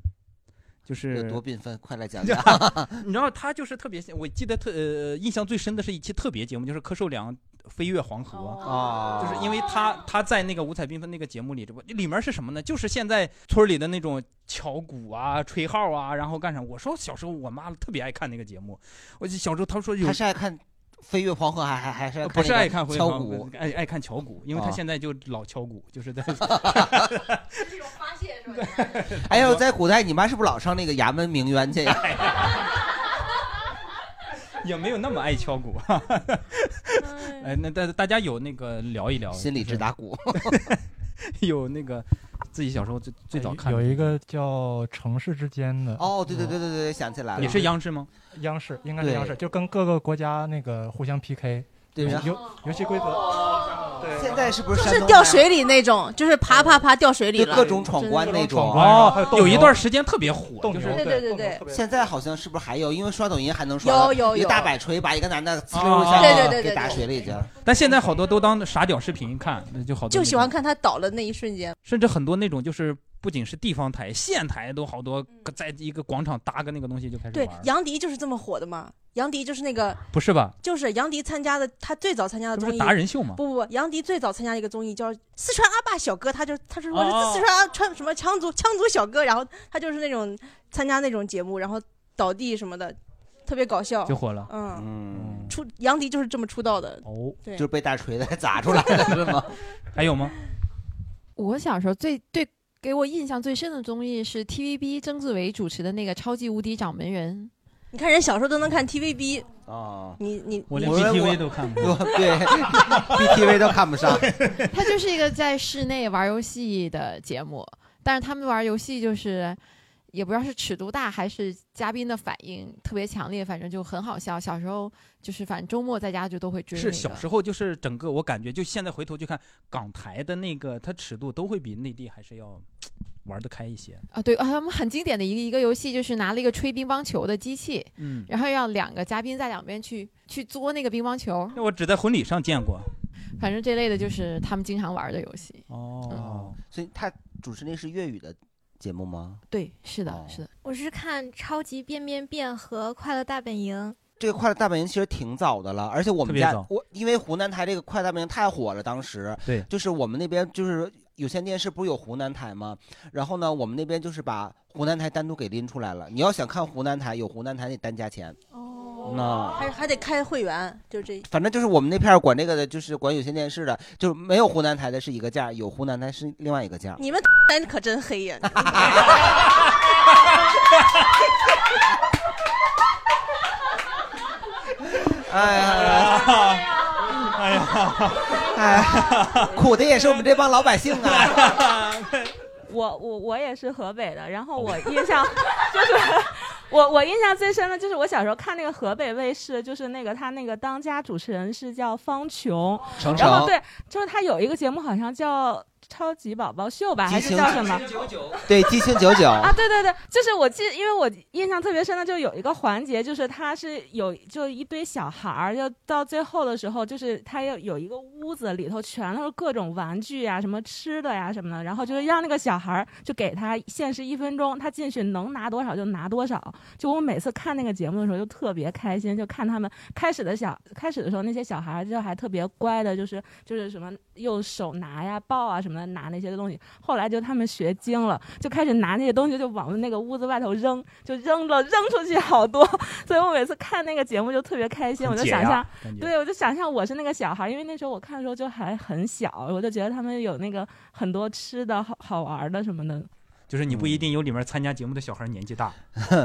Speaker 1: 就是
Speaker 2: 有多缤纷？快来讲 讲。
Speaker 1: 你知道他就是特别，我记得特呃印象最深的是一期特别节目，就是柯受良飞越黄河
Speaker 2: 啊
Speaker 1: 就是因为他他在那个五彩缤纷那个节目里，这不里面是什么呢？就是现在村里的那种敲鼓啊、吹号啊，然后干啥？我说小时候我妈特别爱看那个节目，我就 小时候她说有呃
Speaker 2: 他是爱看《飞越黄河》，还还还是爱呃看
Speaker 1: 不是
Speaker 2: 那个
Speaker 1: 爱看回
Speaker 2: 敲
Speaker 1: 放
Speaker 2: 鼓？
Speaker 1: 爱爱看敲鼓，因为他
Speaker 2: 啊
Speaker 1: 现在就老敲鼓，就是 在
Speaker 2: 哎呦，在古代你妈是不是老上那个衙门鸣冤去呀？
Speaker 1: 哎也没有那么爱敲鼓。哎，那大大家有那个聊一聊，
Speaker 2: 心里
Speaker 1: 只
Speaker 2: 打鼓，
Speaker 1: 有那个自己小时候最最早看的
Speaker 5: 哎有一个叫《城市之间》的。
Speaker 2: 哦，对对对对对，想起来了。
Speaker 1: 也是央视吗？
Speaker 5: 央视应该是
Speaker 2: 对
Speaker 5: 央视，就跟各个国家那个互相 PK，
Speaker 2: 对
Speaker 5: 游
Speaker 2: 然
Speaker 5: 游游戏规则。对，
Speaker 2: 现在是不是
Speaker 3: 就是掉水里那种，就是爬爬爬掉水里了，
Speaker 2: 啊各种闯关那种啊
Speaker 1: 哦还有斗牛有一段时间特别火，
Speaker 2: 斗
Speaker 3: 就是对对对对
Speaker 2: 现在好像是不是还有？因为刷抖音还能刷
Speaker 3: 有
Speaker 2: 到
Speaker 3: 有
Speaker 2: 一个
Speaker 3: 有哦
Speaker 2: 大摆锤把一个男的呲溜一
Speaker 1: 啊
Speaker 2: 下
Speaker 3: 对对对对
Speaker 2: 给打
Speaker 3: 对
Speaker 2: 水里去了。
Speaker 1: 但现在好多都当傻屌视频看，那就好多那种
Speaker 3: 就喜欢看他倒了那一瞬间。
Speaker 1: 甚至很多那种就是不仅是地方台，县台都好多
Speaker 9: 嗯
Speaker 1: 个在一个广场搭个那个东西就开始
Speaker 3: 对
Speaker 1: 玩儿，，
Speaker 3: 杨迪就是这么火的嘛。杨迪就是那个，
Speaker 1: 不是吧？
Speaker 3: 就是杨迪参加的，他最早参加的
Speaker 1: 这不
Speaker 3: 综
Speaker 1: 是
Speaker 3: 艺
Speaker 1: 达人秀吗
Speaker 3: 不不不，杨迪最早参加一个综艺叫《四川阿爸小哥》，他就他是说
Speaker 1: 哦哦
Speaker 3: 是四川阿川什么羌族羌族小哥，然后他就是那种参加那种节目，然后倒地什么的，特别搞笑，
Speaker 1: 就火了
Speaker 3: 嗯，
Speaker 2: 嗯，
Speaker 3: 出杨迪就是这么出道的。
Speaker 1: 哦，
Speaker 3: 对，
Speaker 2: 就是被大锤子砸出来的 是吗？
Speaker 1: 还有吗？
Speaker 9: 我小时候最对给我印象最深的综艺是 TVB 曾志伟主持的那个《超级无敌掌门人
Speaker 3: 你看人小时候都能看 TVB，
Speaker 2: 啊，
Speaker 3: 你你
Speaker 1: 我连
Speaker 2: 我
Speaker 1: BTV 都看不
Speaker 2: 我对 BTV 都看不上。》，
Speaker 9: 它就是一个在室内玩游戏的节目，但是他们玩游戏就是。也不知道是尺度大还是嘉宾的反应特别强烈，反正就很好笑。小时候就是，反正周末在家就都会追、那
Speaker 1: 是
Speaker 9: 个。
Speaker 1: 小时候就是整个我感觉，就现在回头去看港台的那个，它尺度都会比内地还是要玩得开一些。
Speaker 9: 啊，对啊，他们很经典的一个一个游戏就是拿了一个吹乒乓球的机器，
Speaker 1: 嗯
Speaker 9: 然后让两个嘉宾在两边去去作那个乒乓球，
Speaker 1: 那我只在婚礼上见过。
Speaker 9: 反正这类的就是他们经常玩的游戏。
Speaker 1: 哦，
Speaker 2: 嗯所以他主持那是粤语的节目吗？哦
Speaker 9: 对，是的，是的。
Speaker 7: 我是看《超级变变变》和《快乐大本营
Speaker 2: 这个《快乐大本营》其实挺早的了，而且我
Speaker 1: 特
Speaker 2: 们
Speaker 1: 别
Speaker 2: 家
Speaker 1: 早
Speaker 2: 我因为湖南台这个《快乐大本营》太火了，当时
Speaker 1: 对
Speaker 2: 就是我们那边就是有线电视不是有湖南台吗？然后呢，我们那边就是把湖南台单独给拎出来了。你要想看湖南台，有湖南台得单加钱。哦，那
Speaker 3: 还还得开会员，就这
Speaker 2: 反正就是我们那片儿管这个的，就是管有线电视的，就是没有湖南台的是一个价，有湖南台是另外一个
Speaker 1: 啊
Speaker 2: 价。
Speaker 3: 你们 单可真黑呀！
Speaker 2: 哎呀，
Speaker 1: 哎呀，
Speaker 2: 哎，苦的也是我们这帮老百姓啊。
Speaker 4: 我我我也是河北的，然后我印 象就是我我印象最深的就是我小时候看那个河北卫视，就是那个他那个当家主持人是叫方琼，
Speaker 2: 程
Speaker 4: 然后
Speaker 2: 程
Speaker 4: 对，就是他有一个节目好像叫《超级宝宝秀》吧，还是
Speaker 2: 激情
Speaker 4: 叫什么？
Speaker 2: 对，激情九九。
Speaker 4: 啊，对对对，就是我记，因为我印象特别深的，就有一个环节，就是他是有就一堆小孩儿，就到最后的时候，就是他要有一个屋子里头全都是各种玩具啊呀、什么吃的呀、什么的，然后就是让那个小孩儿就给他限时一分钟，他进去能拿多少就拿多少。就我每次看那个节目的时候，就特别开心，就看他们开始的小开始的时候，那些小孩儿就还特别乖的，就是就是什么用手拿呀、抱啊什么的拿那些东西。后来就他们学精了，就开始拿那些东西就往那个屋子外头扔，就扔了扔出去好多。 所以我每次看那个节目就特别开心，我
Speaker 9: 很
Speaker 4: 就
Speaker 9: 解
Speaker 4: 想
Speaker 9: 压
Speaker 4: 象
Speaker 9: 感，觉
Speaker 4: 对我就想象我是那个小孩儿，因为那时候我看的时候就还很小，我就觉得他们有那个很多吃的好好玩儿的什么的。
Speaker 1: 就是你不一
Speaker 2: 嗯
Speaker 1: 定有里面参加节目的小孩年纪 大，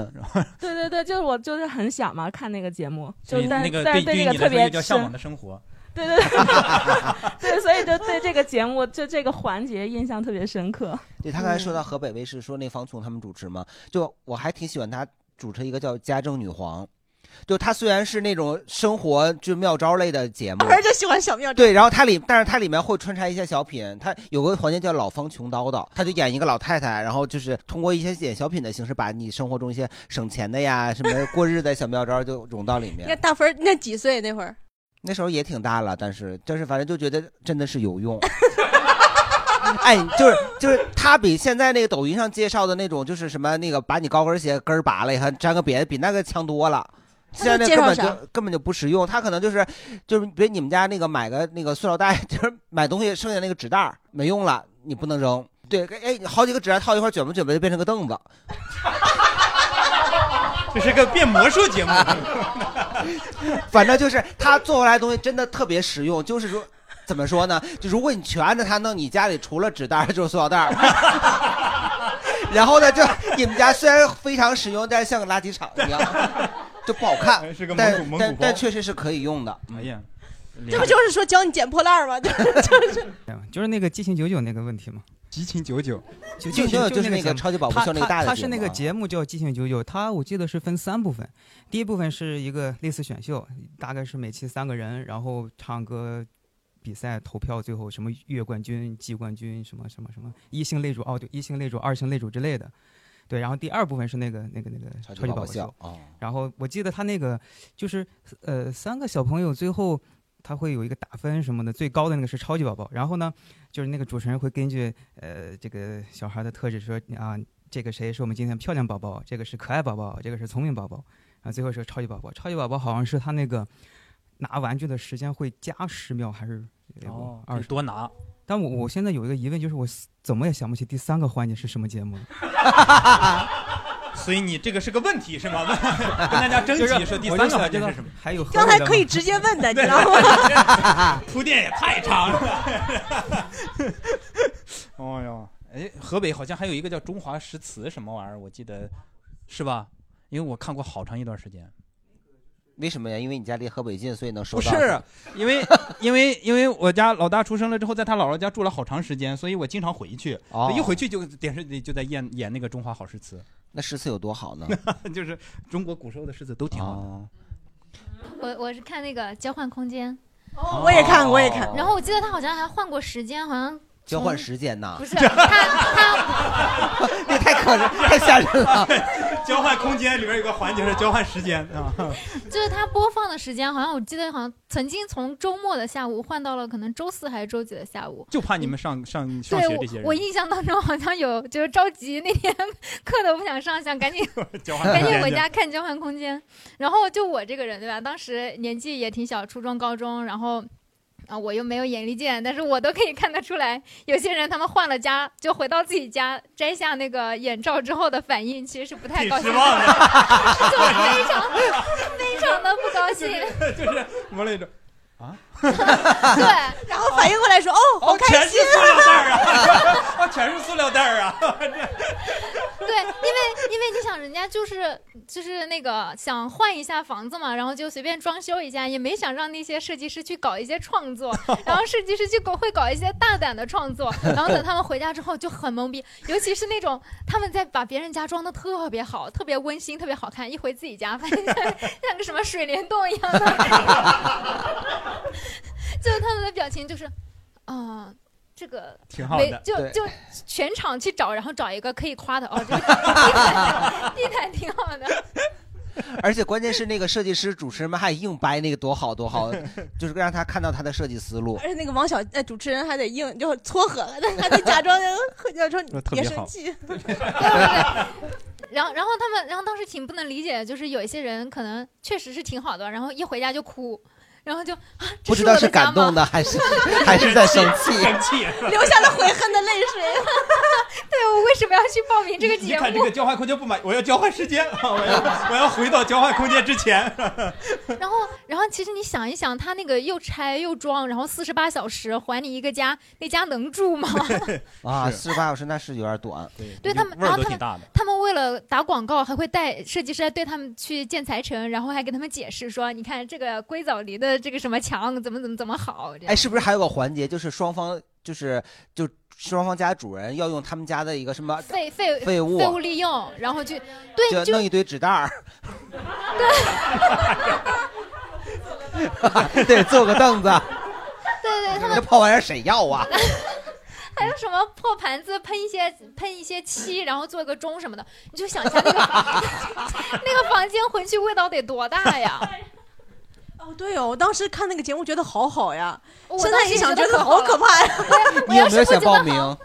Speaker 4: 对对对，就是我就是很小嘛，看那个节目，
Speaker 1: 所
Speaker 4: 就
Speaker 1: 以
Speaker 4: 但
Speaker 1: 那个
Speaker 4: 但
Speaker 1: 对
Speaker 4: 是对
Speaker 1: 于
Speaker 4: 那
Speaker 1: 你
Speaker 4: 个
Speaker 1: 来
Speaker 4: 特
Speaker 1: 说就
Speaker 4: 别
Speaker 1: 叫向往的生活。
Speaker 4: 对对对 对，所以就对这个节目就这个环节印象特别深刻。嗯
Speaker 2: 对他刚才说到河北卫视，说那方琼他们主持嘛，就我还挺喜欢他主持一个叫《家政女皇》，就他虽然是那种生活就妙招类的节目，
Speaker 3: 我儿就喜欢小妙
Speaker 2: 对，然后它里，但是它里面会穿插一些小品，它有个环节叫“老方穷叨叨”，他就演一个老太太，然后就是通过一些演小品的形式，把你生活中一些省钱的呀、什么过日子的小妙招就融到里
Speaker 3: 你看
Speaker 2: 面。
Speaker 3: 大分儿那几岁那会儿，
Speaker 2: 那时候也挺大了，但是就是反正就觉得真的是有用。 哎，就是就是，它比现在那个抖音上介绍的那种，就是什么那个把你高跟鞋跟儿拔了一下，粘个别的，比那个强多了。现在
Speaker 3: 它都
Speaker 2: 那根本
Speaker 3: 介绍
Speaker 2: 就根本就不实用，它可能就是就是，比如你们家那个买个那个塑料袋， 就是买东西剩下那个纸袋儿没用了，你不能扔。对，哎，好几个纸袋套一块儿，卷吧卷吧就变成个凳子。
Speaker 1: 这是个变魔术节目，
Speaker 2: 反正就是他做出来的东西真的特别实用，就是说。怎么说呢？就如果你全按照他弄，你家里除了纸袋儿就是塑料袋儿。 然后呢，就你们家虽然非常实用，但是像个垃圾场一样，就不好看。
Speaker 1: 哎是个蒙古
Speaker 2: 但
Speaker 1: 蒙古
Speaker 2: 但
Speaker 1: 包
Speaker 2: 但确实是可以用的。
Speaker 1: 哎呀，
Speaker 3: 这不就是说教你捡破烂儿吗？ 就是就是
Speaker 6: 就是那个激情九九那个问题嘛。
Speaker 1: 激情九九，
Speaker 6: 就
Speaker 2: 激情99就是那
Speaker 6: 那
Speaker 2: 个超级宝
Speaker 6: 他
Speaker 2: 宝秀那个大的
Speaker 6: 他
Speaker 2: 节
Speaker 6: 是那
Speaker 2: 目
Speaker 6: 个
Speaker 2: 啊
Speaker 6: 节目叫激情九九，它我记得是分三部分，第一部分是一个类似选秀，大概是每期三个人，然后唱歌。比赛投票，最后什么月冠军、季冠军，什么什么什么一星擂主哦，对，一星擂主、二星擂主之类的，对。然后第二部分是那个那个那个
Speaker 2: 超级
Speaker 6: 超
Speaker 2: 嗯
Speaker 6: 级
Speaker 2: 宝
Speaker 6: 宝
Speaker 2: 宝秀
Speaker 6: 宝秀
Speaker 2: 哦
Speaker 6: 然后我记得他那个就是呃三个小朋友最后它会有一个打分什么的，最高的那个是超级宝宝。然后呢，就是那个主持人会根据呃这个小孩的特质说啊，这个谁是我们今天漂亮宝宝，这个是可爱宝宝，这个是聪明宝宝，然后最后是超级宝宝。超级宝宝好像是他那个拿玩具的时间会加十秒还是呃
Speaker 1: 哦
Speaker 6: 二
Speaker 1: 就多拿？
Speaker 6: 但我我现在有一个疑问，就是我怎么也想不起第三个环节是什么节目了。
Speaker 1: 所以你这个是个问题是吗？ 问跟大家征集说第三个环节是什么？
Speaker 6: 还有
Speaker 3: 刚才 可以直接问的，你知道吗？
Speaker 1: 铺垫也太哎长了。哦哟，哎，河北好像还有一个叫中华诗词什么玩意儿，我记得是吧？因为我看过好长一段时间。
Speaker 2: 为什么呀？因为你家离河北近，所以能收
Speaker 1: 不
Speaker 2: 到。
Speaker 1: 是，因 为因为因为我家老大出生了之后，在他姥姥家住了好长时间，所以我经常回去。
Speaker 2: 哦
Speaker 1: 一回去就电视里就在演演那个《中华好诗词
Speaker 2: 那诗词有多好呢？》，
Speaker 1: 就是中国古时候的诗词都挺好的。
Speaker 13: 我我是看那个交换空间，
Speaker 2: 哦我也看我也看
Speaker 13: 然后我记得他好像还换过时间，好像
Speaker 2: 交换时间呐？
Speaker 13: 不是他
Speaker 2: 那 太可人，太吓人了。
Speaker 1: 交换空间里面有个环节是交换时间啊。
Speaker 13: 就是他播放的时间，好像我记得好像曾经从周末的下午换到了可能周四还是周几的下午。
Speaker 1: 就怕你们上上上
Speaker 13: 对
Speaker 1: 学这些
Speaker 13: 我，
Speaker 1: 人。
Speaker 13: 我印象当中好像有，就是着急那天课都不想上，想赶紧
Speaker 1: 交换空
Speaker 13: 赶紧
Speaker 1: 间
Speaker 13: 回
Speaker 1: 去
Speaker 13: 家看《交换空间》。然后就我这个人，对吧？当时年纪也挺小，初中、高中，然后啊，我又没有眼力见，但是我都可以看得出来，有些人他们换了家，就回到自己家摘下那个眼罩之后的反应，其实是不太
Speaker 1: 挺
Speaker 13: 高兴
Speaker 1: 失望的
Speaker 13: 就非常非常的不高兴。
Speaker 1: 就是我那种啊，
Speaker 13: 对，
Speaker 3: 然后反应过来说：“哦，好
Speaker 1: 全
Speaker 3: 开
Speaker 1: 是
Speaker 3: 心
Speaker 1: 塑料袋儿啊， 啊，全是塑料袋儿啊。
Speaker 13: 对，因为因为你想，人家就是就是那个想换一下房子嘛，然后就随便装修一下，也没想让那些设计师去搞一些创作，然后设计师去搞会搞一些大胆的创作，然后等他们回家之后就很懵逼，尤其是那种他们在把别人家装的特别好、特别温馨、特别好看，一回自己家发现像像个什么水帘洞一样的，就是他们的表情就是，嗯、这个
Speaker 1: 挺好
Speaker 13: 没
Speaker 1: 的
Speaker 13: 就
Speaker 1: 对
Speaker 13: 就全场去找，然后找一个可以夸的哦，这个地毯地毯挺好的。
Speaker 2: 而且关键是那个设计师、主持人们还硬掰那个多好多好， 就是让他看到他的设计思路
Speaker 3: 而。且那个王小呃主持人还得硬就撮合了，但他得假装假装
Speaker 2: 那特
Speaker 3: 别
Speaker 2: 别
Speaker 3: 生
Speaker 2: 好
Speaker 3: 气。
Speaker 13: 然后，然后他们，然后当时挺不能理解的，就是有一些人可能确实是挺好的，然后一回家就哭，然后就啊，这
Speaker 2: 不知
Speaker 13: 是我
Speaker 2: 道
Speaker 13: 的
Speaker 2: 是
Speaker 13: 家
Speaker 2: 感
Speaker 13: 吗
Speaker 2: 动的还是 还是在生 气，
Speaker 1: 生 气
Speaker 13: 流下了悔恨的泪水。 对我为什么要去报名这个
Speaker 1: 你
Speaker 13: 节
Speaker 1: 看这
Speaker 13: 目
Speaker 1: 个？交换空间不满，我要交换时间 啊！我要我要回到交换空间之 前。
Speaker 13: 然后，然后其实你想一想，他那个又拆又装，然后四十八小时还你一个家，那家能住吗？
Speaker 2: 啊，四十八小时那是有点短。
Speaker 13: 对他们，
Speaker 2: 味
Speaker 13: 然
Speaker 2: 儿
Speaker 13: 后
Speaker 2: 都
Speaker 13: 他
Speaker 2: 挺
Speaker 13: 们
Speaker 2: 大的
Speaker 13: 他们为了打广告，还会带设计师还对他们去建材城，然后还给他们解释说，你看这个硅藻离的这个什么墙怎么怎么怎么好。这样
Speaker 2: 哎，是不是还有个环节，就是双方就是就双方家主人要用他们家的一个什么，
Speaker 13: 废废
Speaker 2: 废物啊
Speaker 13: 废物利用，然后去对
Speaker 2: 就弄一堆纸袋儿， 对，对，做个凳子，
Speaker 13: 对对，
Speaker 2: 这
Speaker 13: 他们
Speaker 2: 破玩意儿谁要 啊？
Speaker 13: 还有什么破盘子喷一些喷一些漆，然后做个钟什么的，你就想一下那个 那个房间回去味道得多大呀！
Speaker 3: 哦，对哦，我当时看那个节目觉得好好呀，
Speaker 13: 我
Speaker 3: 现
Speaker 13: 当
Speaker 3: 在
Speaker 13: 时
Speaker 3: 一
Speaker 13: 也
Speaker 3: 想
Speaker 13: 觉得
Speaker 3: 觉得
Speaker 13: 可
Speaker 3: 好
Speaker 13: 好
Speaker 3: 可怕呀。
Speaker 2: 你有没有想报名？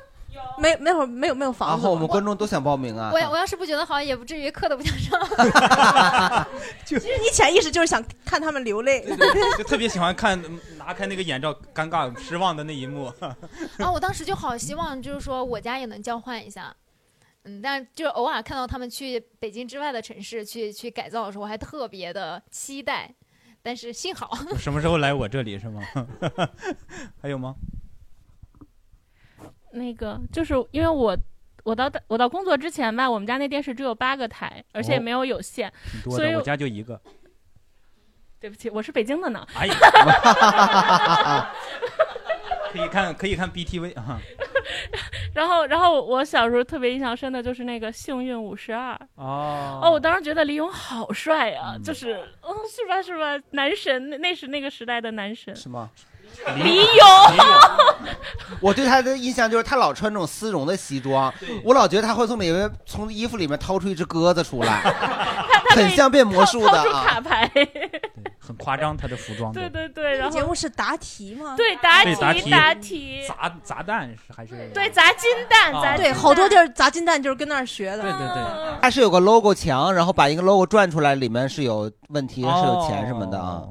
Speaker 3: 没那会儿没有没有
Speaker 2: 然
Speaker 3: 房子
Speaker 2: 后我们
Speaker 3: 嘛，
Speaker 2: 观众都想报名啊
Speaker 13: 我。要我要是不觉得好，也不至于课都不想上。
Speaker 3: 其实你潜意识就是想看他们流泪。
Speaker 1: 就特别喜欢看嗯拿开那个眼罩，尴尬失望的那一幕。
Speaker 13: 啊，我当时就好希望，就是说我家也能交换一下。嗯，但就是偶尔看到他们去北京之外的城市去去改造的时候，我还特别的期待。但是幸好，
Speaker 1: 什 么时候来我这里是吗？ 还有吗？
Speaker 10: 那个就是因为我我到我到工作之前吧，我们家那电视只有八个台，而且也没有有线，
Speaker 1: 挺多
Speaker 10: 所以
Speaker 1: 的，我家就一个。
Speaker 10: 对不起，我是北京的呢。
Speaker 1: 哎呀，可以看可以看 BTV 啊
Speaker 10: 然后，然后我小时候特别印象深的就是那个《幸运五十二》
Speaker 1: 哦
Speaker 10: 哦，我当时觉得李咏好帅呀、就是嗯，是吧是吧，男神，那那是那个时代的男神。
Speaker 2: 是吗？
Speaker 10: 李 咏，
Speaker 2: 我对他的印象就是他老穿那种丝绒的西装，我老觉得他会从里面从衣服里面掏出一只鸽子出来，很像变魔术的
Speaker 10: 掏出
Speaker 2: 啊。哦
Speaker 10: 卡牌，
Speaker 1: 很夸张他的服装
Speaker 10: 对
Speaker 1: 的，
Speaker 10: 对对，然后
Speaker 3: 节目是答题吗？
Speaker 10: 对答
Speaker 1: 对答
Speaker 10: 题
Speaker 1: 题
Speaker 10: 答题，
Speaker 1: 砸砸蛋是还是
Speaker 10: 对砸金蛋
Speaker 1: 啊
Speaker 10: 砸
Speaker 3: 对，
Speaker 10: 金
Speaker 3: 好多
Speaker 10: 蛋
Speaker 3: 地儿砸金蛋就是跟那儿学的。
Speaker 1: 对对对，
Speaker 2: 它是有个 logo 墙，然后把一个 logo 转出来，里面是有问题，是有钱什么的啊。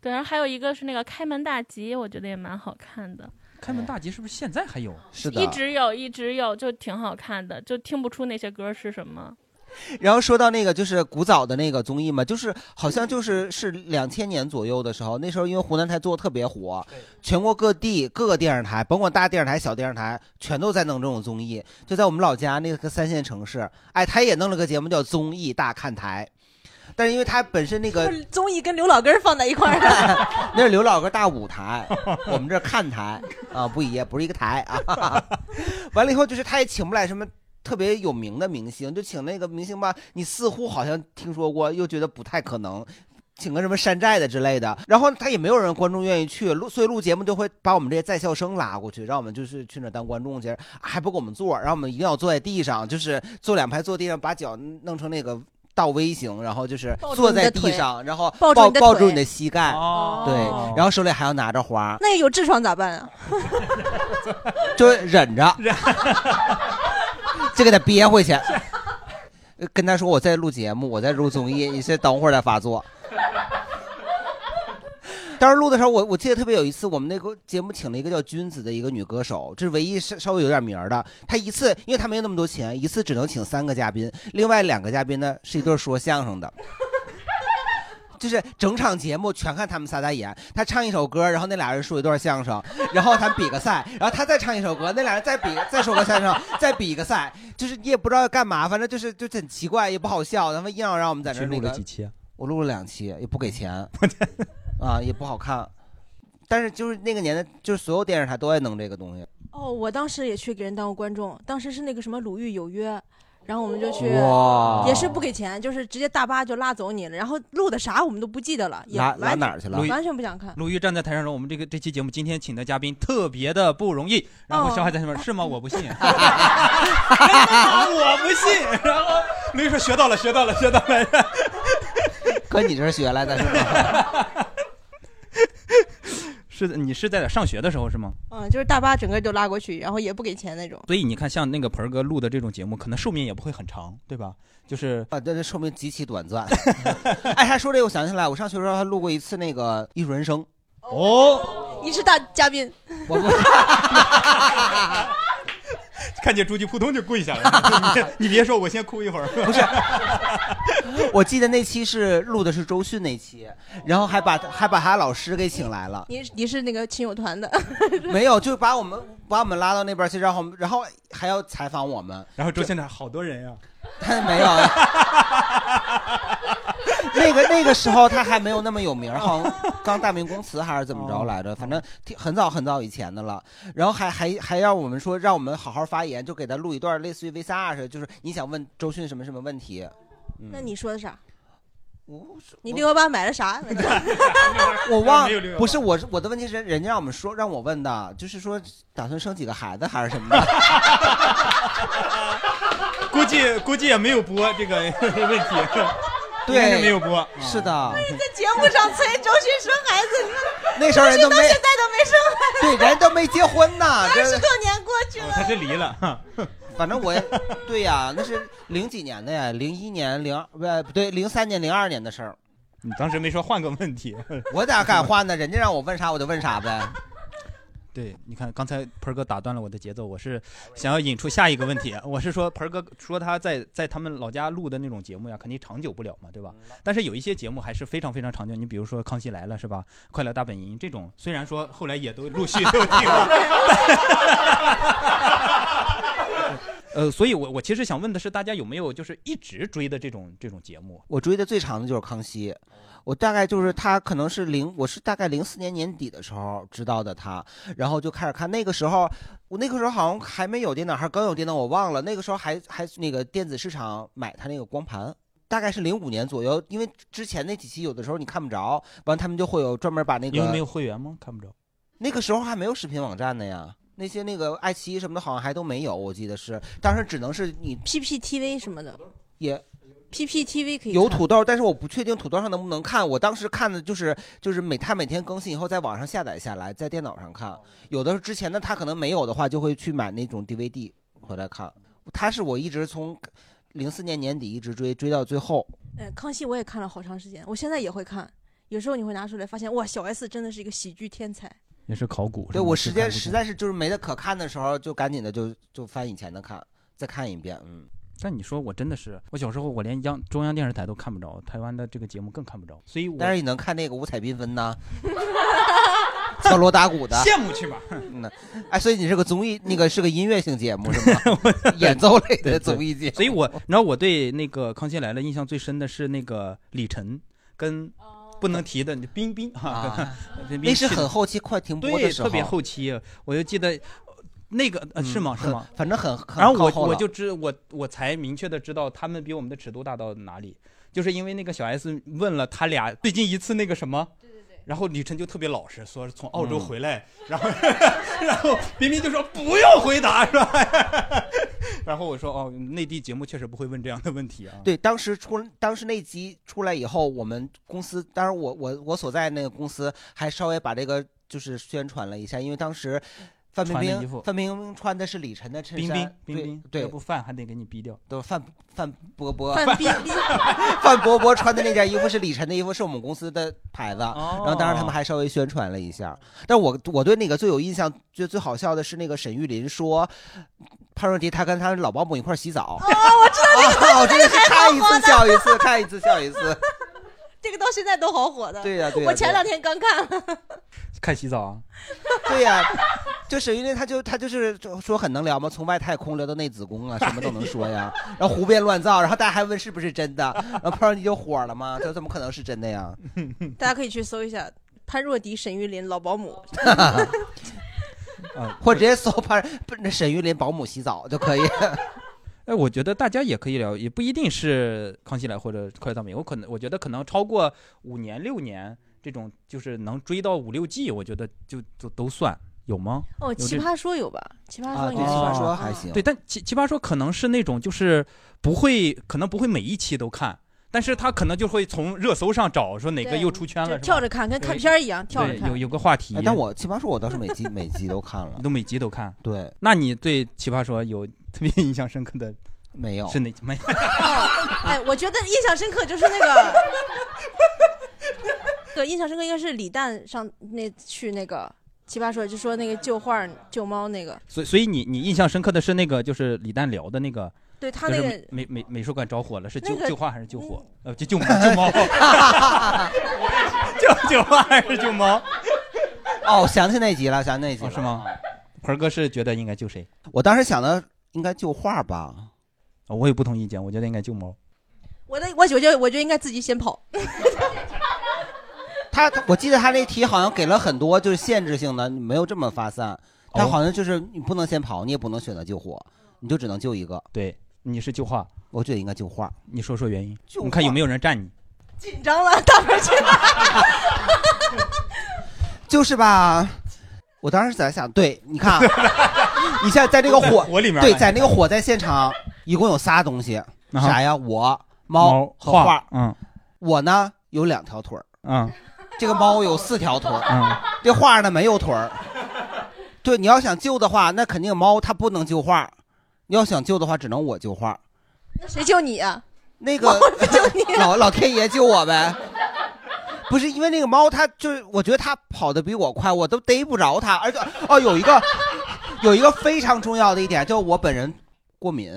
Speaker 10: 对，然后还有一个是那个开门大吉，我觉得也蛮好看的。
Speaker 1: 开门大吉是不是现在还有？
Speaker 2: 是
Speaker 10: 一直有，一直有，就挺好看的，就听不出那些歌是什么。
Speaker 2: 然后说到那个就是古早的那个综艺嘛，就是好像就是是两千年左右的时候，那时候因为湖南台做的特别火，全国各地各个电视台，甭管大电视台、小电视台，全都在弄这种综艺。就在我们老家那个三线城市，哎，他也弄了个节目叫《综艺大看台》。但是因为他本身那个
Speaker 3: 综艺跟刘老根儿放在一块儿了，
Speaker 2: 那是刘老根大舞台，我们这儿看台啊，不一样，不是一个台啊。 完了以后，就是他也请不来什么特别有名的明星，就请那个明星吧，你似乎好像听说过，又觉得不太可能。请个什么山寨的之类的，然后他也没有人观众愿意去录，所以录节目就会把我们这些在校生拉过去，让我们就是去那儿当观众去，啊还不给我们座，让我们一定要坐在地上，就是坐两排坐地上，把脚弄成那个倒 V 型，然后就是
Speaker 3: 抱住
Speaker 2: 坐
Speaker 3: 你的
Speaker 2: 在地
Speaker 3: 腿
Speaker 2: 上，然后
Speaker 3: 抱住
Speaker 2: 抱
Speaker 3: 你的
Speaker 2: 抱住
Speaker 3: 腿
Speaker 2: 你的膝盖，对，然后手里还要拿着花，
Speaker 3: 那有痔疮咋办啊？
Speaker 2: 就忍着，就给他憋回去，跟他说我在录节目，我在录综艺，你先等会儿再发作。当时录的时候，我我记得特别有一次，我们那个节目请了一个叫君子的一个女歌手，这是唯一稍稍微有点名儿的。她一次，因为她没有那么多钱，一次只能请三个嘉宾，另外两个嘉宾呢是一对儿说相声的。 就是整场节目全看他们仨在演，他唱一首歌，然后那俩人说一段相声，然后他们比个赛，然后他再唱一首歌，那俩人再比再说个相声，再比个赛，就是你也不知道要干嘛，反正就是就很奇怪，也不好笑，然后硬要让我们在那
Speaker 1: 去
Speaker 2: 儿
Speaker 1: 录
Speaker 2: 那个
Speaker 1: 了几期啊？
Speaker 2: 我录了两期，也不给钱，啊，也不好看。但是就是那个年代，就是所有电视台都爱弄这个东西。
Speaker 3: 哦，我当时也去给人当过观众，当时是那个什么《鲁豫有约》，然后我们就去
Speaker 2: 哇，
Speaker 3: 也是不给钱，就是直接大巴就拉走你了，然后录的啥我们都不记得了，也
Speaker 1: 拉
Speaker 3: 完
Speaker 1: 拉哪儿去了
Speaker 3: 完全不想看。
Speaker 1: 鲁豫站在台上说：“我们这个这期节目今天请的嘉宾特别的不容易。”然后小海在下面：“是吗？我不信。”我不信。然后鲁豫说：“学到了，学到了，学到了。
Speaker 2: 跟你这儿学来的是吗？”
Speaker 1: 是的，你是在上学的时候是吗？
Speaker 3: 嗯，就是大巴整个就拉过去，然后也不给钱那种。
Speaker 1: 所以你看，像那个盆儿哥录的这种节目，可能寿命也 不会很长，对吧？就是
Speaker 2: 啊，这这寿命极其短暂。 哎，他说这个我想起来，我上学的时候还录过一次那个《艺术人生》。哦，
Speaker 3: 你是大嘉宾，
Speaker 2: 我不
Speaker 1: 看见朱姬扑通就跪下了。你别说，我先哭一会儿。
Speaker 2: 不是，我记得那期是录的是周迅那期，然后还把还把他老师给请来了。
Speaker 3: 你你是那个亲友团的，
Speaker 2: 没有，就把我们把我们拉到那边去，然后我们然后还要采访我们。
Speaker 1: 然后周现场好多人啊呀、
Speaker 2: 他没有。那个那个时候他还没有那么有名儿，好像 刚大明宫词还是怎么着来着，反正挺很早很早以前的了。然后还还还让我们说让我们好好发言，就给他录一段类似于 VCR 似的，就是你想问周迅什么什么问题。嗯
Speaker 3: 那你说的啥？
Speaker 2: 我
Speaker 3: 你六幺八买了啥？
Speaker 2: 我忘
Speaker 3: 没有没有
Speaker 2: 不是我是我的问题是人家让我们说让我问的，就是说打算生几个孩子还是什么 的。
Speaker 1: 估计估计也没有播这个问题，
Speaker 2: 对
Speaker 1: 应该是没有播。
Speaker 2: 是的，
Speaker 3: 在节目上催周迅生孩子，你看
Speaker 2: 那时候人都
Speaker 3: 周迅到
Speaker 2: 没
Speaker 3: 现在都没生孩子，
Speaker 2: 对，人都没结婚呢，
Speaker 3: 二
Speaker 2: 真
Speaker 3: 十
Speaker 2: 的
Speaker 3: 多年过去了。
Speaker 1: 他是离了。
Speaker 2: 反正我也对呀，那是零几年的呀，零一年、零二不不对，零三年、零二年的事儿。
Speaker 1: 你当时没说换个问题，
Speaker 2: 我咋敢换呢？人家让我问啥我就问 啥呗。
Speaker 1: 对，你看刚才盆儿哥打断了我的节奏，我是想要引出下一个问题。啊我是说，盆儿哥说他在在他们老家录的那种节目呀，肯定长久不了嘛，对吧？但是有一些节目还是非常非常长久，你比如说《康熙来了》是吧，《快乐大本营》这种，虽然说后来也都陆续都 停了。呃，所以我我其实想问的是，大家有没有就是一直追的这种这种节目？
Speaker 2: 我追的最长的就是康熙，我大概就是他可能是零，我是大概零四年年底的时候知道的他，然后就开始看。那个时候，我那个时候好像还没有电脑，还是刚有电脑，我忘了。那个时候还还那个电子市场买他那个光盘。大概是零五年左右，因为之前那几期有的时候你看不着，完他们就会有专门把那个
Speaker 1: 因为没有会员吗？看不着。
Speaker 2: 那个时候还没有视频网站的呀，那些那个爱奇艺什么的，好像还都没有，我记得是，当时只能是你
Speaker 3: PPTV 什么的，
Speaker 2: 也。
Speaker 3: PPTV 可以
Speaker 2: 有
Speaker 3: 看
Speaker 2: 土豆，但是我不确定土豆上能不能看。我当时看的就是就是每它每天更新以后，在网上下载下来，在电脑上看。有的是之前的它可能没有的话，就会去买那种 DVD 回来看。它是我一直从零四年年底一直追追到最后。
Speaker 3: 呃，康熙我也看了好长时间，我现在也会看。有时候你会拿出来，发现哇，小 S 真的是一个喜剧天才。
Speaker 1: 也是考古。
Speaker 2: 对我时间实
Speaker 1: 是。
Speaker 2: 在是就是没得可看的时候，就赶紧的就就翻以前的看，再看一遍。嗯，
Speaker 1: 但你说我真的是，我小时候我连央中央电视台都看不着，台湾的这个节目更看不着，所以我
Speaker 2: 但是你能看那个五彩缤纷呐， 敲锣打鼓的，
Speaker 1: 羡慕去吧。
Speaker 2: 嗯，哎，所以你是个综艺，那个是个音乐性节目是 吗？演奏类的综艺节目。
Speaker 1: 所以我，你知道我对那个《康熙来了》印象最深的是那个李晨跟不能提的冰冰哈
Speaker 2: 啊，
Speaker 1: 冰冰
Speaker 2: 那是
Speaker 1: 去的
Speaker 2: 很后期快停播
Speaker 1: 对
Speaker 2: 的时候，
Speaker 1: 特别后期，我就记得。那个、呃、是吗？是吗？
Speaker 2: 反正很很
Speaker 1: 然后我
Speaker 2: 靠后了
Speaker 1: 我就知我我才明确的知道他们比我们的尺度大到哪里，就是因为那个小 S 问了他俩最近一次那个什么，然后李晨就特别老实，说是从澳洲
Speaker 2: 嗯
Speaker 1: 回来，然后 然后冰冰就说不要回答是吧？ 然后我说哦，内地节目确实不会问这样的问题啊。
Speaker 2: 对，当时出当时那集出来以后，我们公司，当然我我我所在那个公司还稍微把这个就是宣传了一下，因为当时范冰
Speaker 1: 穿的衣服
Speaker 2: 冰范冰冰穿的是李晨的衬
Speaker 1: 冰冰
Speaker 2: 衫，
Speaker 1: 冰冰，
Speaker 2: 对
Speaker 1: 要
Speaker 2: 对
Speaker 1: 不，饭还得给你逼掉。
Speaker 2: 都是范范伯伯
Speaker 1: 范冰冰
Speaker 2: 范伯伯穿的那件衣服是李晨的衣服，是我们公司的牌子。
Speaker 1: 哦
Speaker 2: 然后当时他们还稍微宣传了一下，但我我对那个最有印象、最最好笑的是那个沈玉琳说，潘若迪她跟她老保姆一块儿洗澡。
Speaker 1: 哦
Speaker 3: 啊我知道这个，
Speaker 2: 哦，真的是看一
Speaker 3: 火
Speaker 2: 次
Speaker 3: 的
Speaker 2: 笑一 次，看一次笑一次。
Speaker 3: 这个到现在都好火的。
Speaker 2: 对呀对呀
Speaker 3: 我前两天刚看了。
Speaker 1: 看洗澡啊？
Speaker 2: 对呀、就沈玉琳，她就她就是说很能聊嘛，从外太空聊到内子宫啊，什么都能 说呀。然后胡编乱造，然后大家还问是不是真的，然后潘若迪就火了嘛，这怎么可能是真 的呀？
Speaker 1: 嗯
Speaker 3: 大家可以去搜一下潘若迪、沈玉琳、老保 姆。
Speaker 2: 或者直接搜潘不是沈玉琳保姆洗澡就可以。
Speaker 1: 哎，我觉得大家也可以聊，也不一定是《康熙来》或者《快乐大本营》，我可能我觉得可能超过五年六年这种，就是能追到五六季，我觉得就就都算有吗？
Speaker 3: 哦，
Speaker 1: 有这
Speaker 3: 奇葩说有吧？奇葩说
Speaker 2: 啊
Speaker 3: 应
Speaker 2: 对
Speaker 3: 该
Speaker 2: 奇葩
Speaker 3: 有
Speaker 2: 说
Speaker 3: 吧
Speaker 2: 还行
Speaker 1: 对，但奇奇葩说可能是那种就是不会，可能不会每一期都看，但是他可能就会从热搜上找说哪个
Speaker 3: 对
Speaker 1: 又出圈了，
Speaker 3: 就是
Speaker 1: 吧
Speaker 3: 跳着看跟看片儿一样
Speaker 1: 对
Speaker 3: 跳着看
Speaker 1: 有有个话题
Speaker 2: 哎，但我奇葩说我倒是每集每集都看了
Speaker 1: 你，都每集都看。
Speaker 2: 对，
Speaker 1: 那你对奇葩说有特别印象深刻的
Speaker 2: 没有
Speaker 1: 是哪没有？
Speaker 3: 哎，我觉得印象深刻就是那个，对，印象深刻应该是李诞上那去那个奇葩说，就说那个救画儿救猫那个，
Speaker 1: 所以所以你你印象深刻的是那个就是李诞聊的那个，
Speaker 3: 对他
Speaker 1: 就是
Speaker 3: 那
Speaker 1: 美
Speaker 3: 个
Speaker 1: 美美美术馆着火了，是救
Speaker 3: 那个嗯
Speaker 1: 救花还是救火？呃，就救 猫救猫， 救救花还是救猫？
Speaker 2: 哦，想起那集了，想起那集了，
Speaker 1: 是吗？盆儿哥是觉得应该救谁？
Speaker 2: 我当时想的应该就画吧，
Speaker 1: 哦我有不同意见，我觉得应该救猫。
Speaker 3: 我的我觉得我就应该自己先跑，
Speaker 2: 他我记得他那题好像给了很多就是限制性的，你没有这么发
Speaker 1: 哦
Speaker 2: 散。他好像就是你不能先跑，你也不能选择救火，你就只能救一个。
Speaker 1: 对，你是救画，
Speaker 2: 我觉得应该救画。
Speaker 1: 你说说原因，
Speaker 2: 救
Speaker 1: 你看有没有人站你？
Speaker 3: 紧张了，大门去
Speaker 2: 就是吧，我当时在想，对，你看啊，你现在在这个火
Speaker 1: 在火里面
Speaker 2: 对，
Speaker 1: 哎
Speaker 2: 在那个火灾现场，一共有仨东西，
Speaker 1: 啊
Speaker 2: 啥呀？我猫和
Speaker 1: 画
Speaker 2: 画。
Speaker 1: 嗯
Speaker 2: 我呢有两条腿儿，
Speaker 1: 嗯
Speaker 2: 这个猫有四条腿儿，
Speaker 1: 嗯，
Speaker 2: 这画呢没有腿儿。对，你要想救的话，那肯定猫它不能救画，你要想救的话，只能我救画。
Speaker 3: 那 谁救你啊？
Speaker 2: 那个 老老天爷救我呗。
Speaker 3: 哎
Speaker 2: 不是因为那个猫，它就是我觉得它跑得比我快，我都逮不着它。而且哦，有一个有一个非常重要的一点，就是我本人过敏，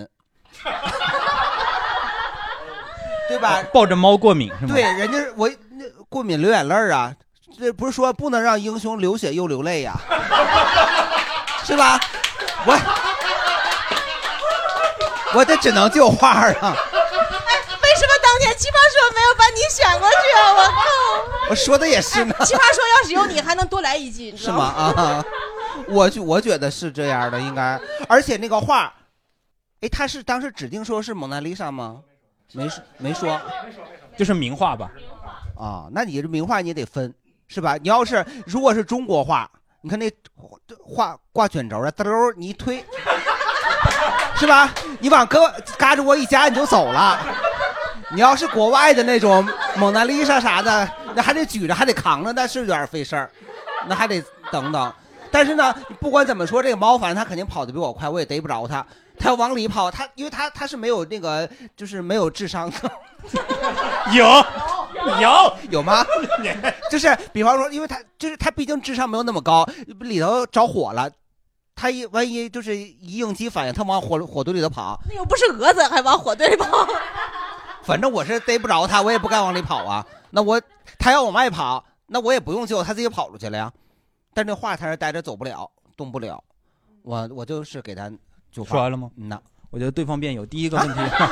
Speaker 2: 对吧？
Speaker 1: 哦抱着猫过敏是吗？
Speaker 2: 对，人家我那过敏流眼泪儿啊，这不是说不能让英雄流血又流泪呀、 是吧？我我这只能救花儿啊。
Speaker 3: 为什么当年奇葩说没有把你选过去啊？我靠！
Speaker 2: 我说的也是呢。
Speaker 3: 奇葩说要是有你，还能多来一季，你知
Speaker 2: 是
Speaker 3: 道
Speaker 2: 吗？？啊， 我觉我觉得是这样的，应该。而且那个画，哎，他是当时指定说是蒙娜丽莎吗？没说没说
Speaker 1: 就是名画吧？
Speaker 2: 啊，那你这名画你也得分是吧？你要是如果是中国画，你看那画挂卷轴的，嘚儿你一推，是吧？你往胳膊嘎吱窝一夹你就走了。你要是国外的那种蒙娜丽莎啥的，那还得举着，还得扛着，那是有点费事儿，那还得等等。但是呢，不管怎么说，这个猫反正它肯定跑得比我快，我也逮不着它。它要往里跑，它因为它它是没有那个，就是没有智商的。
Speaker 1: 有有
Speaker 2: 有吗？ 就是比方说，因为它就是它毕竟智商没有那么高，里头着火了，它一万一就是一应激反应，它往火火堆里头跑，
Speaker 3: 那又不是蛾子，还往火堆里跑。
Speaker 2: 反正我是逮不着它，我也不敢往里跑啊。那我它要往外跑，那我也不用救，它自己跑出去了呀。但这画它是待着走不了，动不了。我我就是给它就
Speaker 1: 说完了吗？
Speaker 2: 嗯呐，
Speaker 1: 我觉得对方辩友第一个问题，啊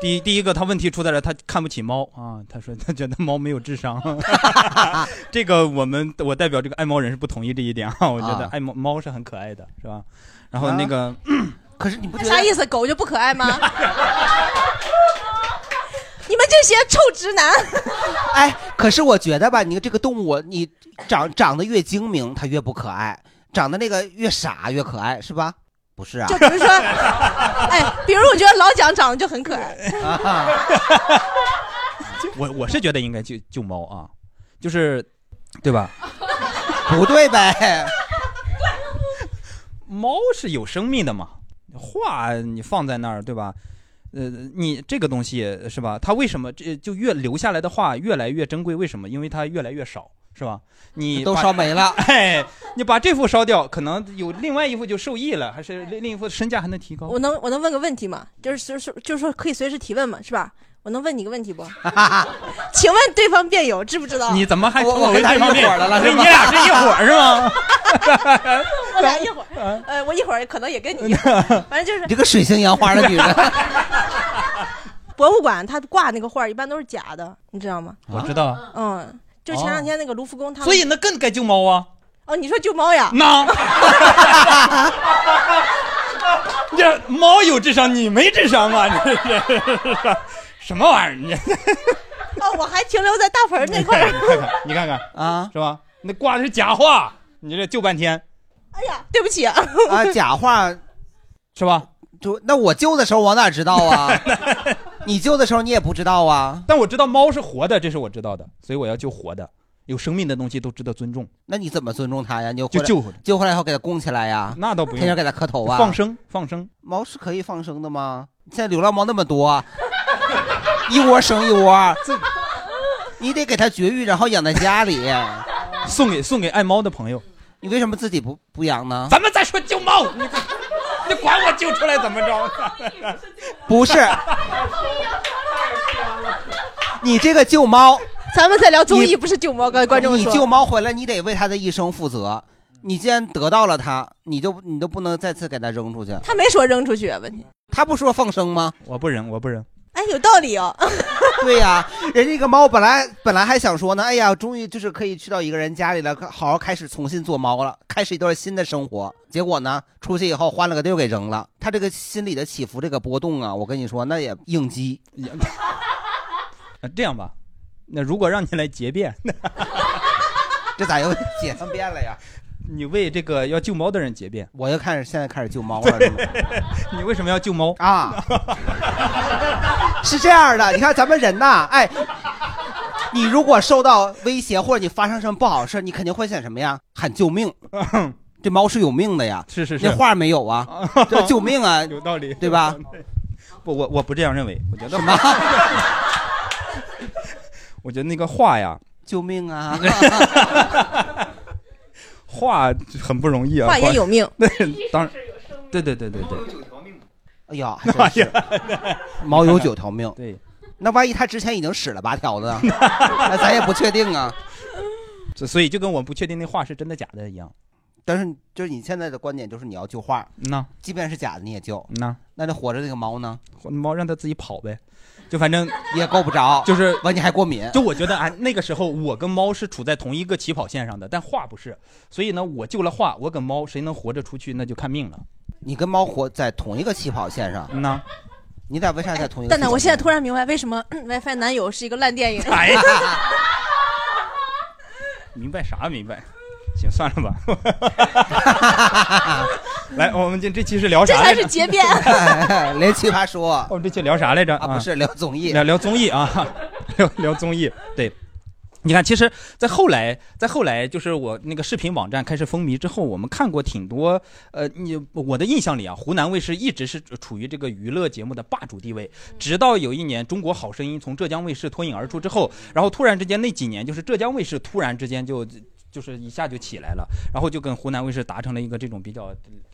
Speaker 1: 第一第一个他问题出在这儿，他看不起猫啊，他说 他觉得猫没有智商， 这个我们我代表这个爱猫人是不同意这一点啊，我觉得
Speaker 14: 啊
Speaker 1: 爱猫猫是很可爱的，是吧？然后那个，
Speaker 2: 可是你不
Speaker 3: 那啥意思？狗就不可爱 吗？你们这些臭直男！
Speaker 2: 哎，可是我觉得吧，你这个动物，你长长得越精明，它越不可爱；长得那个越傻越可爱，是吧？不是啊，
Speaker 3: 就比如说，哎，比如我觉得老蒋长得就很可爱，
Speaker 2: 啊
Speaker 1: 我我是觉得应该救救猫啊，就是对吧？
Speaker 2: 不对呗？
Speaker 1: 猫是有生命的嘛，话你放在那儿，对吧？呃，你这个东西是吧？它为什么这就越留下来的话越来越珍贵？为什么？因为它越来越少，是吧？你
Speaker 2: 都
Speaker 1: 把
Speaker 2: 烧没了
Speaker 1: 哎，你把这副烧掉，可能有另外一副就受益了，还是另另一副身价还能提高。
Speaker 3: 我能我能问个问题吗？就是就是就是说可以随时提问嘛，是吧？我能问你个问题不？请问对方辩友知不知道？
Speaker 1: 你怎么还
Speaker 3: 我
Speaker 1: 称
Speaker 3: 跟
Speaker 1: 为
Speaker 3: 他
Speaker 1: 对方
Speaker 3: 一伙
Speaker 1: 面
Speaker 3: 儿的了
Speaker 1: 所以
Speaker 3: 是
Speaker 1: 你
Speaker 3: 吧
Speaker 1: 俩是一伙儿是吗？
Speaker 3: 我俩一会儿，呃，我一会儿可能也跟你一会儿，反正就是
Speaker 2: 你这个水性杨花的女人，
Speaker 3: 博物馆他挂那个画儿一般都是假的，你知道吗？
Speaker 1: 我知道啊
Speaker 3: 嗯，就前两天那个卢浮宫他们，
Speaker 1: 哦所以那更该救猫啊！
Speaker 3: 哦，你说救猫
Speaker 2: 啊
Speaker 3: 呀？
Speaker 1: 那这猫有智商，你没智商啊！你这是 什么玩意儿？你
Speaker 3: 哦，我还停留在大盆儿那块儿，
Speaker 1: 你看看， 你看看
Speaker 2: 啊，
Speaker 1: 是吧？那挂的是假话，你这救半天
Speaker 3: 对不起啊，
Speaker 2: 啊，假话
Speaker 1: 是吧？
Speaker 2: 就那我救的时候，我哪知道 啊？你救的时候你也不知道啊？
Speaker 1: 但我知道猫是活的，这是我知道的，所以我要救活的。有生命的东西都值得尊重，
Speaker 2: 那你怎么尊重它呀？你就
Speaker 1: 就救回
Speaker 2: 来，救回来以后给它供起来呀？
Speaker 1: 那倒不用
Speaker 2: 天天给它磕头啊？
Speaker 1: 放生，放生。
Speaker 2: 猫是可以放生的吗？现在流浪猫那么多，一窝生 一窝，你得给它绝育，然后养在家里。
Speaker 1: 送给送给爱猫的朋友，
Speaker 2: 你为什么自己不不养呢？
Speaker 1: 咱们再说救猫，你你管我救出来怎么 着？
Speaker 2: 不是，你这个救猫，
Speaker 3: 咱们在聊
Speaker 2: 综艺，
Speaker 3: 不是救猫，跟观众说
Speaker 2: 你救猫回来，你得为它的一生负责。你既然得到了它，你就你都不能再次给它扔出去。
Speaker 3: 他没说扔出去，啊问题，
Speaker 2: 他不说放生吗？
Speaker 1: 我不扔，我不扔。
Speaker 3: 哎，有道理哦。
Speaker 2: 对呀、人家一个猫本来本来还想说呢，哎呀，终于就是可以去到一个人家里了，可好好开始重新做猫了，开始一段新的生活。结果呢，出去以后换了个地儿给扔了，他这个心理的起伏，这个波动啊，我跟你说，那也应 激。
Speaker 1: 呃这样吧，那如果让你来结辩，
Speaker 2: 这咋又解他变了呀？
Speaker 1: 你为这个要救猫的人结辩，
Speaker 2: 我又开始现在开始救猫了，是吗
Speaker 1: 你为什么要救猫
Speaker 2: 啊？是这样的，你看咱们人呐，哎，你如果受到威胁或者你发生什么不好事，你肯定会想什么呀？喊 救命！这猫是有命的呀，
Speaker 1: 是是是，
Speaker 2: 那话没有啊 这救命啊，
Speaker 1: 有道理，
Speaker 2: 对吧？
Speaker 1: 不，我我不这样认为，我觉得
Speaker 2: 什么？
Speaker 1: 我觉得那个话呀，
Speaker 2: 救命啊！
Speaker 1: 话很不容易啊，
Speaker 3: 话也有命
Speaker 1: 对，当然，对对对对对，
Speaker 2: 哎呀，还真是 猫有九条命，
Speaker 1: 对，
Speaker 2: 那万一它之前已经使了八条呢？ 那咱也不确定啊。
Speaker 1: 所所以就跟我不确定那话是真的假的一样。
Speaker 2: 但是就是你现在的观点就是你要救画，
Speaker 1: 那
Speaker 2: 即便是假的你也救，
Speaker 1: 那
Speaker 2: 那这活着那个猫呢？
Speaker 1: 猫让它自己跑呗，就反正
Speaker 2: 也够不着，
Speaker 1: 就是
Speaker 2: 完你还过敏。
Speaker 1: 就我觉得啊，那个时候我跟猫是处在同一个起跑线上的，但画不是，所以呢，我救了画，我跟猫谁能活着出去，那就看命了。
Speaker 2: 你跟猫活在同一个起跑线上，
Speaker 1: 那
Speaker 2: 你俩为啥在同一个？
Speaker 3: 蛋蛋，我现在突然明白为什么嗯 WiFi 男友是一个烂电影。
Speaker 1: 哎 呀明白啥？明白。行，算了吧。 来，我们这这期是聊啥
Speaker 3: 这
Speaker 1: 来
Speaker 3: 才
Speaker 1: 着？
Speaker 3: 是结辩。
Speaker 1: 连奇葩说。我们这期聊啥来着？啊，不是
Speaker 2: 聊综艺，
Speaker 1: 聊聊综艺啊， 聊聊综艺。对，你看，其实，在后来，在后来，就是我那个视频网站开始风靡之后，我们看过挺多。呃，你我的印象里啊，湖南卫视一直是处于这个娱乐节目的霸主地位，直到有一年《中国好声音》从浙江卫视脱颖而出之后，然后突然之间那几年，就是浙江卫视突然之间就就是一下就起来了，然后就跟湖南卫视达成了一个这种比较呃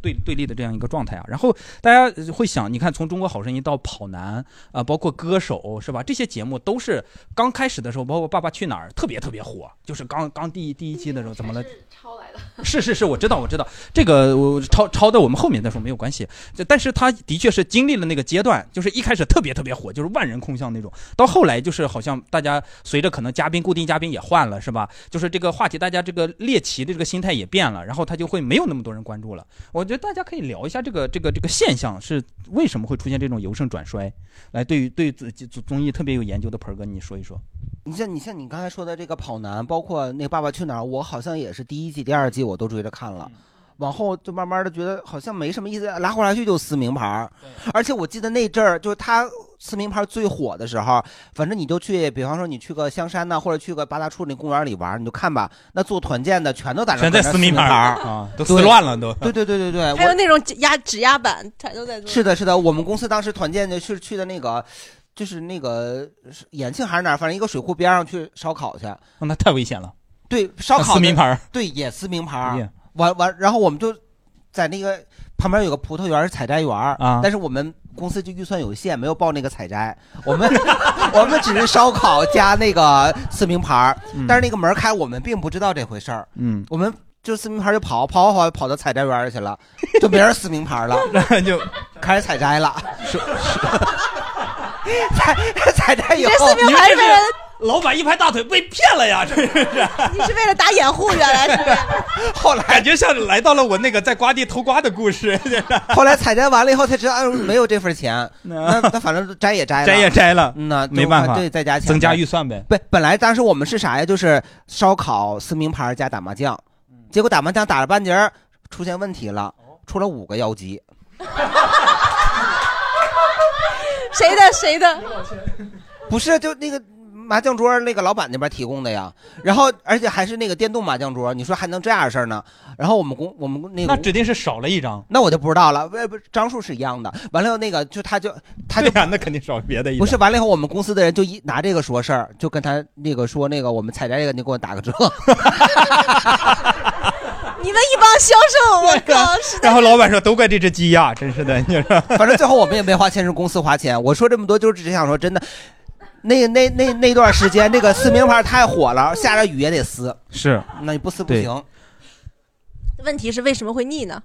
Speaker 1: 对对立的这样一个状态啊。然后大家呃会想，你看从《中国好声音》到《跑男》啊、包括《歌手》是吧？这些节目都是刚开始的时候，包括《爸爸去哪儿》特别特别火，就是刚刚第一第一期的时候怎么了？
Speaker 9: 抄来的。
Speaker 1: 是是是，我知道我知道，这个我抄抄的我们后面再说没有关系。这但是他的确是经历了那个阶段，就是一开始特别特别火，就是万人空巷那种，到后来就是好像大家随着可能嘉宾固定嘉宾也换了是吧？就是这个话题大家这个猎奇的这个心态也变了，然后他就会没有那么多人关注了。我觉得大家可以聊一下这个这个这个现象是为什么会出现这种由盛转衰。来，对于对综综艺特别有研究的盆儿哥，你说一说。
Speaker 2: 你像你像你刚才说的这个跑男，包括那个爸爸去哪儿，我好像也是第一季、第二季我都追着看了。
Speaker 1: 嗯
Speaker 2: 往后就慢慢的觉得好像没什么意思，拉回来去就撕名牌儿而且我记得那阵儿就是他撕名牌儿最火的时候，反正你就去，比方说你去个香山呐、或者去个八大处那公园里玩儿，你就看吧，那做团建的全都在那
Speaker 1: 全在撕名
Speaker 2: 名
Speaker 1: 牌儿
Speaker 2: 儿
Speaker 1: 啊都撕乱了都
Speaker 2: 对对对对对，
Speaker 3: 还有
Speaker 2: 我
Speaker 3: 那种压指压板，全都在做。
Speaker 2: 是的，是的，我们公司当时团建的是去的那个，就是那个是延庆还是哪儿，反正一个水库边上去烧烤去。
Speaker 1: 哦那太危险了。
Speaker 2: 对，烧烤
Speaker 1: 啊撕
Speaker 2: 的
Speaker 1: 名牌儿
Speaker 2: 对，也撕名牌
Speaker 1: 哎呀
Speaker 2: 儿。完完，然后我们就在那个旁边有个葡萄园是采摘园儿
Speaker 1: 啊
Speaker 2: 但是我们公司就预算有限，没有报那个采摘，我们 我们只是烧烤加那个撕名牌儿
Speaker 1: 嗯
Speaker 2: 但是那个门儿开，我们并不知道这回事儿。
Speaker 1: 嗯，
Speaker 2: 我们就撕名牌儿就跑跑跑跑到采摘园儿 去了，就没人撕名牌儿了，
Speaker 1: 就
Speaker 2: 开始采摘了。
Speaker 1: 是
Speaker 2: 采 采
Speaker 1: 哎
Speaker 2: 摘以
Speaker 3: 你这
Speaker 2: 后，
Speaker 3: 撕名牌是为了
Speaker 1: 老板一拍大腿，被骗了呀！这是
Speaker 3: 你是为了打掩护，原来是。
Speaker 2: 后来
Speaker 1: 感觉像是来到了我那个在瓜地偷瓜的 故事。
Speaker 2: 后来采摘完了以后才知道，哎呦没有这份钱，那那反正摘也摘了，
Speaker 1: 摘也摘了，
Speaker 2: 嗯呐，就
Speaker 1: 没办法，
Speaker 2: 对，再加钱，
Speaker 1: 增加预算呗。
Speaker 2: 不，本来当时我们是啥呀？就是烧烤、撕名牌加打麻将，结果打麻将打了半截儿出现问题了，出了五个幺鸡，
Speaker 3: 谁的 谁的？
Speaker 2: 不是就那个麻将桌那个老板那边提供的呀。然后而且还是那个电动麻将桌，你说还能这样的事儿呢？然后我们公我们那个
Speaker 1: 那指定是少了一张。
Speaker 2: 那我就不知道了，不不张数是一 样的。完了以后那个就他就他就、
Speaker 1: 那肯定少别的一张。
Speaker 2: 不是完了以后我们公司的人就一拿这个说事儿，就跟他那个说那个我们采摘这个你给我打个折。
Speaker 3: 你们一帮销售， 我靠！是
Speaker 1: 啊然后老板说：“都怪这只鸡呀，真是的。”你说，
Speaker 2: 反正最后我们也没花钱，是公司花钱。我说这么多，就是只想说，真的，那那那那段时间，这个撕名牌太火了，下着雨也得撕，
Speaker 1: 是
Speaker 2: 那你不撕不
Speaker 1: 对
Speaker 2: 行，
Speaker 3: 问题是为什么会腻呢？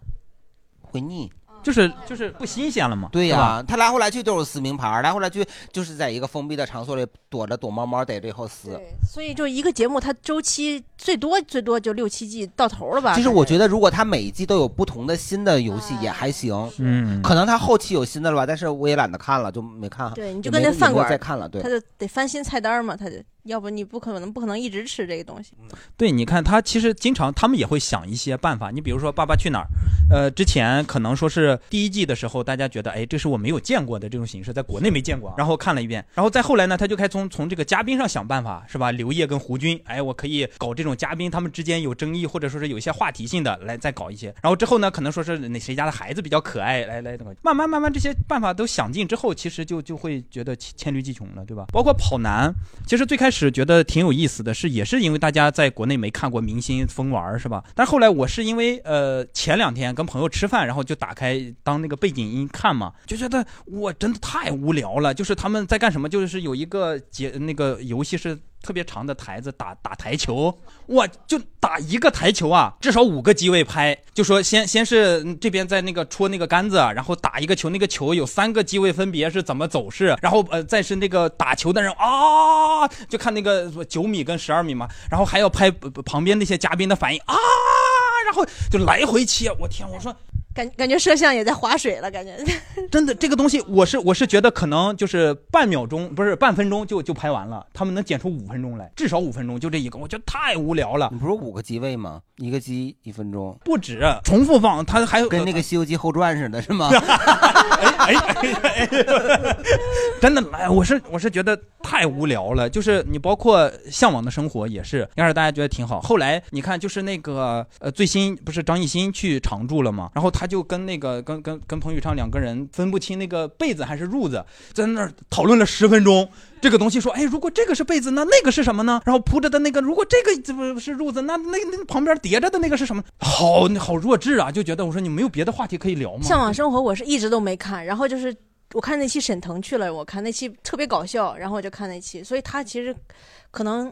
Speaker 2: 会腻。
Speaker 1: 就是就是不新鲜了嘛。
Speaker 2: 对呀、
Speaker 1: 是吧
Speaker 2: 他来回来去就是撕名牌，来回来去就是在一个封闭的场所里躲着躲猫猫，逮着以后撕。
Speaker 3: 所以就一个节目，它周期最多最多就六七季到头了吧？
Speaker 2: 其实我觉得，如果他每一季都有不同的新的游戏，也还行。
Speaker 1: 嗯，
Speaker 2: 可能他后期有新的了吧，但是我也懒得看了，就没看。
Speaker 3: 对，你就
Speaker 2: 啊也
Speaker 3: 跟
Speaker 2: 没
Speaker 3: 那
Speaker 2: 有
Speaker 3: 饭馆
Speaker 2: 也没有再看了，对
Speaker 3: 他。就得翻新菜单嘛，他得，要不你不可能不可能一直吃这个东西。
Speaker 2: 啊
Speaker 1: 对，你看他其实经常他们也会想一些办法。你比如说《爸爸去哪儿》，呃，之前可能说是第一季的时候，大家觉得哎，这是我没有见过的这种形式，在国内没见过，然后看了一遍，然后再后来呢，他就开始从从这个嘉宾上想办法，是吧？刘烨跟胡军，哎，我可以搞这种嘉宾他们之间有争议，或者说是有一些话题性的来再搞一些。然后之后呢，可能说是哪谁家的孩子比较可爱，来来慢慢慢慢这些办法都想尽之后，其实就就会觉得千千虑俱穷了，对吧？包括跑男，其实最开始觉得挺有意思的是，也是因为大家在国内没看过明星疯玩儿，是吧？但后来我是因为呃前两天跟朋友吃饭，然后就打开当那个背景音看嘛，就觉得我真的太无聊了。就是他们在干什么？就是有一个节那个游戏是。特别长的台子打打台球，哇，就打一个台球啊，至少五个机位拍。就说先先是嗯这边在那个戳那个杆子，然后打一个球，那个球有三个机位分别是怎么走势，然后呃再是那个打球的人啊，就看那个九米跟十二米嘛，然后还要拍呃旁边那些嘉宾的反应啊，然后就来回切，我天，我说
Speaker 3: 感感觉摄像也在划水了，感觉。
Speaker 1: 真的，这个东西我是我是觉得可能就是半秒钟，不是半分钟就就拍完了，他们能剪出五分钟来，至少五分钟，就这一个，我觉得太无聊了。
Speaker 2: 你不是五个机位吗？一个机一分钟，
Speaker 1: 不止啊重复放，它还有呃
Speaker 2: 跟那个《西游记后传》似的，是 吗？
Speaker 1: 真的，哎，我是我是觉得太无聊了。就是你包括《向往的生活》也是，一开始大家觉得挺好，后来你看就是那个呃最新不是张艺兴去常驻了嘛，然后他就跟那个跟跟跟彭昱畅两个人分不清那个被子还是褥子，在那儿讨论了十分钟。这个东西说，哎，如果这个是被子，那那个是什么呢？然后铺着的那个，如果这个这不是褥子，那那那旁边叠着的那个是什么？好好弱智啊！就觉得我说你没有别的话题可以聊吗？
Speaker 3: 向往生活我是一直都没看，然后就是我看那期沈腾去了，我看那期特别搞笑，然后我就看那期，所以他其实可能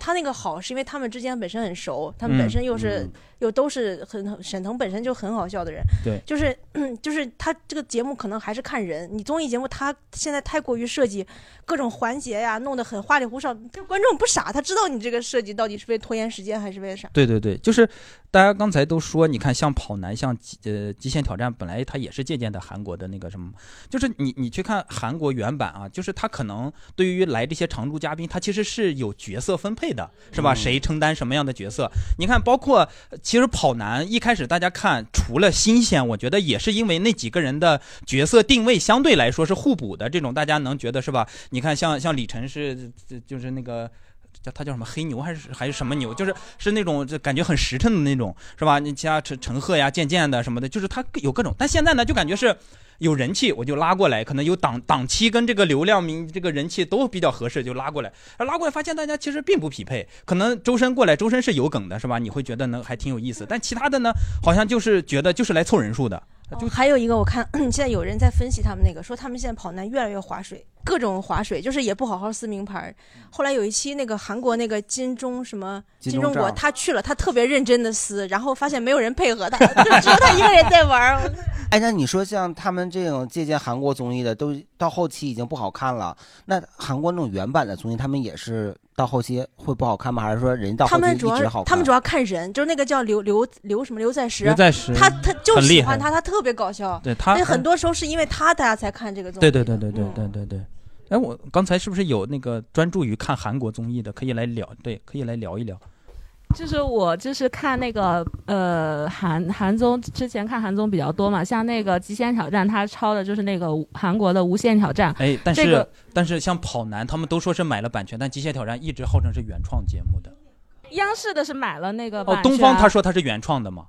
Speaker 3: 他那个好是因为他们之间本身很熟，他们本身又是、
Speaker 1: 嗯嗯
Speaker 3: 又都是很沈腾本身就很好笑的人，
Speaker 1: 对
Speaker 3: 就是 就是他这个节目可能还是看人，你综艺节目他现在太过于设计各种环节呀，弄得很花里胡哨，这观众不傻，他知道你这个设计到底是为拖延时间还是为了啥。
Speaker 1: 对对对，就是大家刚才都说，你看像跑男，像极呃极限挑战，本来它也是借鉴的韩国的那个什么，就是你你去看韩国原版啊，就是他可能对于来这些常驻嘉宾，他其实是有角色分配的，是吧？
Speaker 6: 嗯
Speaker 1: 谁承担什么样的角色？你看，包括呃其实跑男一开始大家看，除了新鲜，我觉得也是因为那几个人的角色定位相对来说是互补的，这种大家能觉得是吧？你看像像李晨是呃就是那个。叫他叫什么黑牛还是还是什么牛，就是是那种就感觉很实诚的那种，是吧？你像陈陈赫呀、渐渐的什么的，就是他各有各种。但现在呢，就感觉是有人气，我就拉过来，可能有档档期跟这个流量名这个人气都比较合适，就拉过来。而拉过来发现大家其实并不匹配，可能周深过来，周深是有梗的，是吧？你会觉得呢还挺有意思，但其他的呢，好像就是觉得就是来凑人数的。
Speaker 3: 哦、还有一个，我看 现在有人在分析他们那个，说他们现在跑男越来越划水，各种划水，就是也不好好撕名牌儿。
Speaker 1: 嗯
Speaker 3: 后来有一期那个韩国那个金钟什么
Speaker 2: 金
Speaker 3: 金
Speaker 2: 钟
Speaker 3: 钟国，
Speaker 2: 罩
Speaker 3: 他去了，他特别认真的撕， 然后发现没有人配合他，就只有他一个人在玩儿。我
Speaker 2: 哎，那你说像他们这种借鉴韩国综艺的，都到后期已经不好看了。那韩国那种原版的综艺，他们也是到后期会不好看吗？还是说人到后
Speaker 3: 他
Speaker 2: 期
Speaker 3: 们
Speaker 2: 一
Speaker 3: 主
Speaker 2: 直
Speaker 3: 要
Speaker 2: 好看？
Speaker 3: 他们主要看人，就是那个叫刘刘刘什么刘在石，啊
Speaker 1: 刘在石
Speaker 3: 他他就
Speaker 1: 很厉
Speaker 3: 喜欢
Speaker 1: 害
Speaker 3: 他，他特别搞笑。
Speaker 1: 对他
Speaker 3: 所以很多时候是因为他大家才看这个综艺。
Speaker 1: 对对对对对对对对。哎，我刚才是不是有那个专注于看韩国综艺的，可以来聊？对，可以来聊一聊。
Speaker 4: 就是我就是看那个呃韩韩综，之前看韩综比较多嘛，像那个《极限挑战》，它抄的就是那个无韩国的《无限挑战》。
Speaker 1: 哎，但是、
Speaker 4: 这个
Speaker 1: 但是像跑男，他们都说是买了版权，但《极限挑战》一直号称是原创节目的。
Speaker 4: 央视的是买了那个版
Speaker 1: 哦
Speaker 4: 权，，
Speaker 1: 东方他说他是原创的嘛？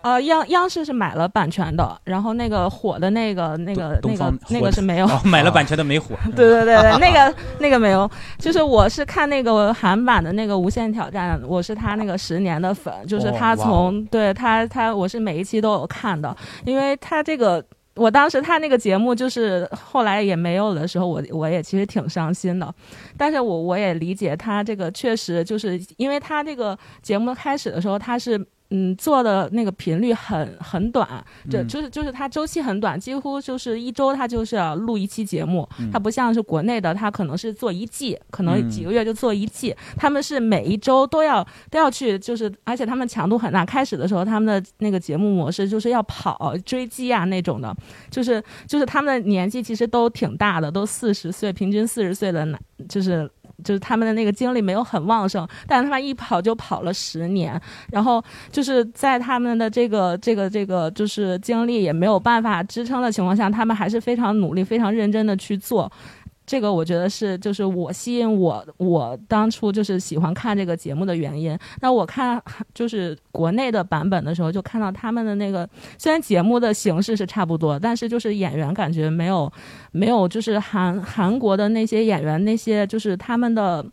Speaker 4: 呃央央视是买了版权的，然后那个火的那个那个
Speaker 1: 东
Speaker 4: 那
Speaker 1: 方
Speaker 4: 个那
Speaker 1: 火
Speaker 4: 个
Speaker 1: 的
Speaker 4: 是没有、
Speaker 1: 哦买了版权的没火。
Speaker 4: 对对对对，那个 那个没有，就是我是看那个韩版的那个《无限挑战》，我是他那个十年的粉，就是
Speaker 15: 哦
Speaker 4: 他
Speaker 15: 哇哦
Speaker 4: 从、对他他我是每一期都有看的，因为他这个。我当时他那个节目就是后来也没有的时候，我我也其实挺伤心的，但是我我也理解他这个确实就是因为他这个节目开始的时候他是嗯做的那个频率很很短，这
Speaker 15: 嗯
Speaker 4: 就是。就是就是它周期很短，几乎就是一周它就是要录一期节目，
Speaker 15: 嗯
Speaker 4: 它不像是国内的，它可能是做一季，可能
Speaker 15: 嗯
Speaker 4: 几个月就做一季，他们是每一周都要都要去，就是而且他们强度很大。开始的时候，他们的那个节目模式就是要跑追击啊那种的，就是就是他们的年纪其实都挺大的，都四十岁，平均四十岁的男，就是就是他们的那个精力没有很旺盛，但是他们一跑就跑了十年，然后就是在他们的这个这个这个就是精力也没有办法支撑的情况下，他们还是非常努力、非常认真的去做。这个我觉得是，就是我吸引我我当初就是喜欢看这个节目的原因。那我看就是国内的版本的时候，就看到他们的那个，虽然节目的形式是差不多，但是就是演员感觉没有没有就是韩韩国的那些演员那些就是他们的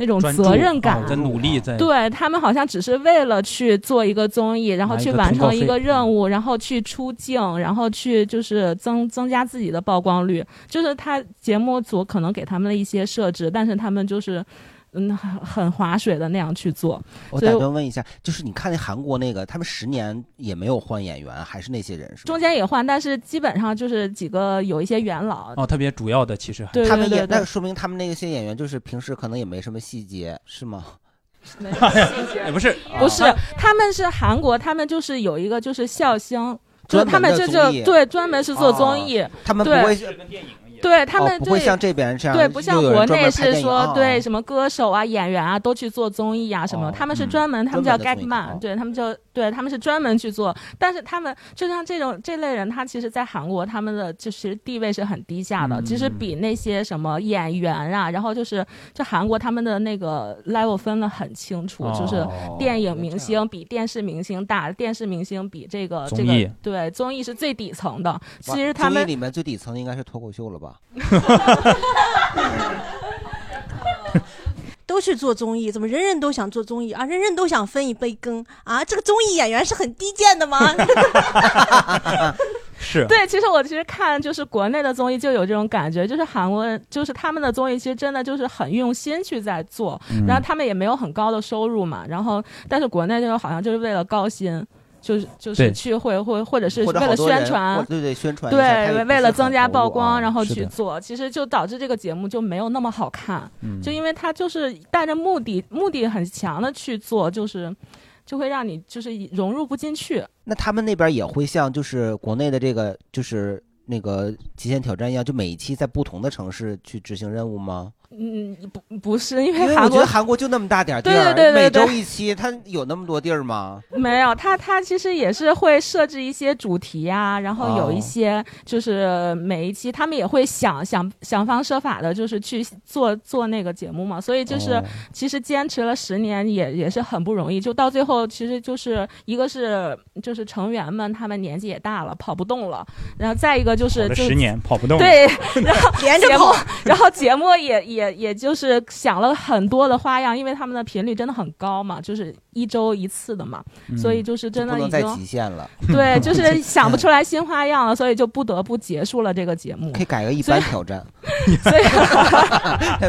Speaker 4: 那种
Speaker 1: 专注
Speaker 4: 责任感
Speaker 1: 啊，在努力在。
Speaker 4: 对他们好像只是为了去做一个综艺，然后
Speaker 1: 拿一
Speaker 4: 去
Speaker 1: 个
Speaker 4: 完
Speaker 1: 通告
Speaker 4: 成一
Speaker 1: 费嗯
Speaker 4: 个任务，然后去出镜，然后去就是增增加自己的曝光率。就是他节目组可能给他们了一些设置，但是他们就是嗯很很划水的那样去做。
Speaker 2: 我
Speaker 4: 所
Speaker 2: 打
Speaker 4: 以
Speaker 2: 算问一下，就是你看那韩国那个，他们十年也没有换演员，还是那些人是吧？
Speaker 4: 中间也换，但是基本上就是几个有一些元老。
Speaker 1: 哦，特别主要的其实还
Speaker 4: 对
Speaker 2: 他们
Speaker 4: 对
Speaker 2: 也
Speaker 4: 对
Speaker 2: 那说明他们那些演员就是平时可能也没什么细节，是吗？
Speaker 1: 哎
Speaker 2: 啊
Speaker 1: 也不是 啊
Speaker 4: 不是，他们是韩国，他们就是有一个就是笑星。就是他们
Speaker 2: 专门
Speaker 4: 就
Speaker 2: 的综艺啊
Speaker 4: 就对专门是做综艺，
Speaker 2: 他们不
Speaker 4: 对
Speaker 2: 会
Speaker 4: 对他
Speaker 2: 哦
Speaker 4: 们
Speaker 2: 不
Speaker 4: 对
Speaker 2: 会像这边这样
Speaker 4: 对，不像
Speaker 2: 又有人
Speaker 4: 国
Speaker 2: 专门
Speaker 4: 内
Speaker 2: 拍电
Speaker 4: 是
Speaker 2: 影
Speaker 4: 说、
Speaker 2: 啊
Speaker 4: 对什么歌手啊、演员啊都去做综艺啊什么，他们是专门，他们叫
Speaker 2: 哦嗯
Speaker 4: get
Speaker 2: 专门的综艺
Speaker 4: man，、
Speaker 2: 哦
Speaker 4: 对他们就对他们是专门去做，但是他们就像这种这类人，他其实在韩国他们的就其实地位是很低下的，其
Speaker 1: 嗯
Speaker 4: 实比那些什么演员啊，然后就是就韩国他们的那个 level 分的很清楚，就是
Speaker 1: 哦
Speaker 4: 电影明星比电视明星大，电视明星比这个这
Speaker 1: 综艺
Speaker 4: 个对综艺是最底层的，其
Speaker 2: 哇
Speaker 4: 实他
Speaker 2: 综艺
Speaker 4: 们
Speaker 2: 里面最底层的应该是脱口秀了吧？
Speaker 3: 都去做综艺，怎么人人都想做综艺啊？人人都想分一杯羹啊？这个综艺演员是很低贱的吗？
Speaker 1: 是
Speaker 4: 对，其实我其实看就是国内的综艺就有这种感觉，就是韩国人就是他们的综艺其实真的就是很用心去在做，
Speaker 15: 嗯
Speaker 4: 然后他们也没有很高的收入嘛，然后但是国内就是好像就是为了高薪。就是就是
Speaker 2: 对
Speaker 4: 去会会或者是
Speaker 2: 或者
Speaker 4: 为了
Speaker 2: 好多人
Speaker 4: 宣传
Speaker 2: 或，对对宣传一下它也
Speaker 4: 对，
Speaker 2: 不
Speaker 4: 为
Speaker 2: 是
Speaker 4: 为了
Speaker 2: 很
Speaker 4: 增加
Speaker 2: 投入
Speaker 4: 曝
Speaker 2: 啊
Speaker 4: 光，然后
Speaker 2: 是
Speaker 4: 去
Speaker 2: 的
Speaker 4: 做，其实就导致这个节目就没有那么好看，
Speaker 2: 嗯
Speaker 4: 就因为它就是带着目的目的很强的去做，就是就会让你就是融入不进去。
Speaker 2: 那他们那边也会像就是国内的这个就是那个极限挑战一样，就每一期在不同的城市去执行任务吗？
Speaker 4: 嗯，不不是，因
Speaker 2: 因为
Speaker 4: 为
Speaker 2: 我
Speaker 4: 韩
Speaker 2: 觉
Speaker 4: 国
Speaker 2: 得韩国就那么大点儿地
Speaker 4: 对
Speaker 2: 儿，
Speaker 4: 对对对
Speaker 2: 每
Speaker 4: 对
Speaker 2: 周一期，它有那么多地儿吗？
Speaker 4: 没有，它它其实也是会设置一些主题呀、然后有一
Speaker 2: 哦
Speaker 4: 些就是每一期他们也会想想想方设法的，就是去做做那个节目嘛。所以就是、
Speaker 15: 哦
Speaker 4: 其实坚持了十年也也是很不容易，就到最后其实就是一个是就是成员们他们年纪也大了，跑不动了，然后再一个就是
Speaker 1: 跑了
Speaker 4: 就
Speaker 1: 10年跑不动了
Speaker 4: 对， 然后
Speaker 3: 连着
Speaker 4: 节目
Speaker 3: 跑
Speaker 4: 然后节目也 也也就是想了很多的花样，因为他们的频率真的很高嘛，就是一周一次的嘛，
Speaker 2: 嗯
Speaker 4: 所以就是真
Speaker 2: 不
Speaker 4: 的已
Speaker 2: 能再极
Speaker 4: 经
Speaker 2: 限 了。
Speaker 4: 对， 就是想不出来新花样了，所以就不得不结束了这个节 目。
Speaker 2: 可以改个一
Speaker 4: 所以
Speaker 2: 般挑 战，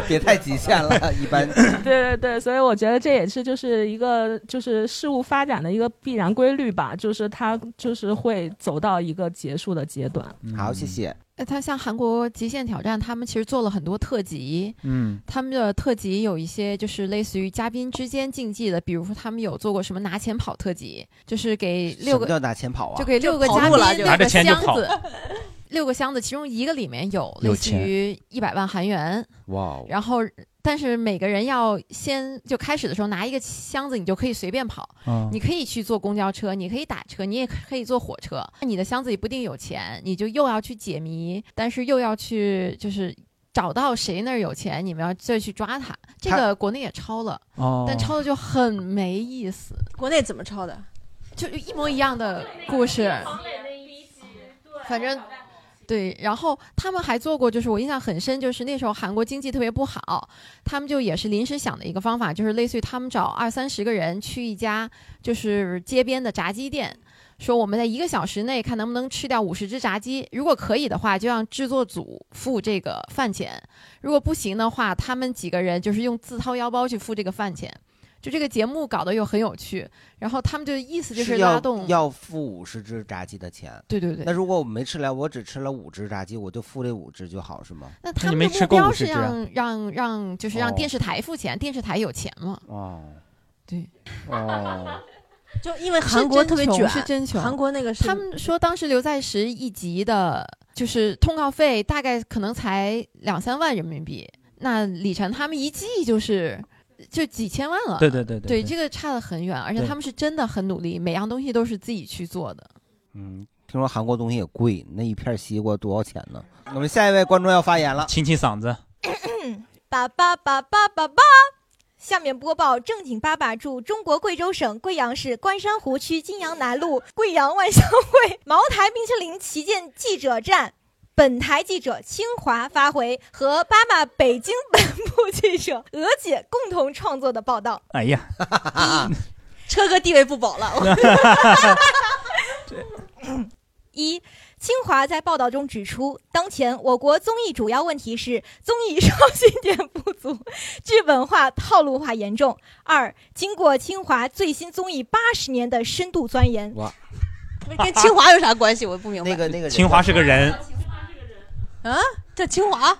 Speaker 2: 别太极限了，一般。
Speaker 4: 对对对，所以我觉得这也是就是一个就是事物发展的一个必然规律吧，就是它就是会走到一个结束的阶段。
Speaker 2: 好，谢谢。
Speaker 9: 呃，他像韩国《极限挑战》，他们其实做了很多特辑，
Speaker 1: 嗯，
Speaker 9: 他们的特辑有一些就是类似于嘉宾之间竞技的，比如说他们有做过什么拿钱跑特辑，就是给
Speaker 2: 什
Speaker 9: 六
Speaker 2: 么
Speaker 9: 个
Speaker 2: 叫拿钱跑啊？
Speaker 9: 就给六个嘉宾六
Speaker 2: 拿
Speaker 9: 个
Speaker 2: 着钱就
Speaker 9: 箱
Speaker 2: 跑。
Speaker 9: 子， 六个箱子，其中一个里面有
Speaker 2: 有
Speaker 9: 类似
Speaker 2: 钱
Speaker 9: 于一百万韩元，
Speaker 2: 哇哦！
Speaker 9: 然后但是每个人要先就开始的时候拿一个箱子，你就可以随便跑，
Speaker 15: 嗯
Speaker 9: 你可以去坐公交车，你可以打车，你也可以坐火车。你的箱子里不一定有钱，你就又要去解谜，但是又要去就是。找到谁那儿有钱，你们要再去抓他。这
Speaker 3: 他
Speaker 9: 个国内也抄了，
Speaker 1: 哦
Speaker 9: 但抄的就很没意思。
Speaker 3: 国内怎么抄的？
Speaker 9: 就一模一样的故事。反正对，然后他们还做过，就是我印象很深，就是那时候韩国经济特别不好，他们就也是临时想的一个方法，就是类似于他们找二三十个人去一家就是街边的炸鸡店。说我们在一个小时内看能不能吃掉五十只炸鸡，如果可以的话，就让制作组付这个饭钱；如果不行的话，他们几个人就是用自掏腰包去付这个饭钱。就这个节目搞得又很有趣，然后他们就意思就是拉
Speaker 2: 要
Speaker 9: 动
Speaker 2: 要付五十只炸鸡的钱。
Speaker 9: 对对对
Speaker 2: 那如果我没吃了，我只吃了五只炸鸡，我就付这五只就好，是吗？
Speaker 9: 那他们的目标是
Speaker 2: 啊
Speaker 9: 让让让，就是让电视台付钱，电视台有钱嘛？
Speaker 2: 哦，
Speaker 9: 对，
Speaker 2: 哦，
Speaker 3: 就因为韩国特别卷，
Speaker 9: 是真穷。
Speaker 3: 韩国那个是
Speaker 9: 他们说当时刘在石一集的，就是通告费大概可能才两三万人民币，那李晨他们一季就是就几千万了。
Speaker 1: 对对对对对
Speaker 9: 这个差得很远，而且
Speaker 2: 对
Speaker 9: 他们是真的很努力，每样东西都是自己去做的。
Speaker 2: 嗯，听说韩国东西也贵，那一片西瓜多少钱呢？我们下一位观众要发言了，
Speaker 1: 亲亲嗓子，
Speaker 16: 爸爸爸爸爸爸。下面播报正经八百驻中国贵州省贵阳市关山湖区金阳南路贵阳万象汇茅台冰淇淋旗舰记者站。本台记者清华发回和巴马北京本部记者娥姐共同创作的报道。
Speaker 1: 哎 呀，
Speaker 3: 车哥地位不保了。
Speaker 16: 一，清华在报道中指出，当前我国综艺主要问题是综艺创新点不足，剧本化、套路化严重。二，经过清华最新综艺八十年的深度钻研，
Speaker 2: 哇，
Speaker 3: 跟清华有啥关系？我不明白。那
Speaker 2: 个那个
Speaker 1: 清华是个人，
Speaker 3: 啊，在清华。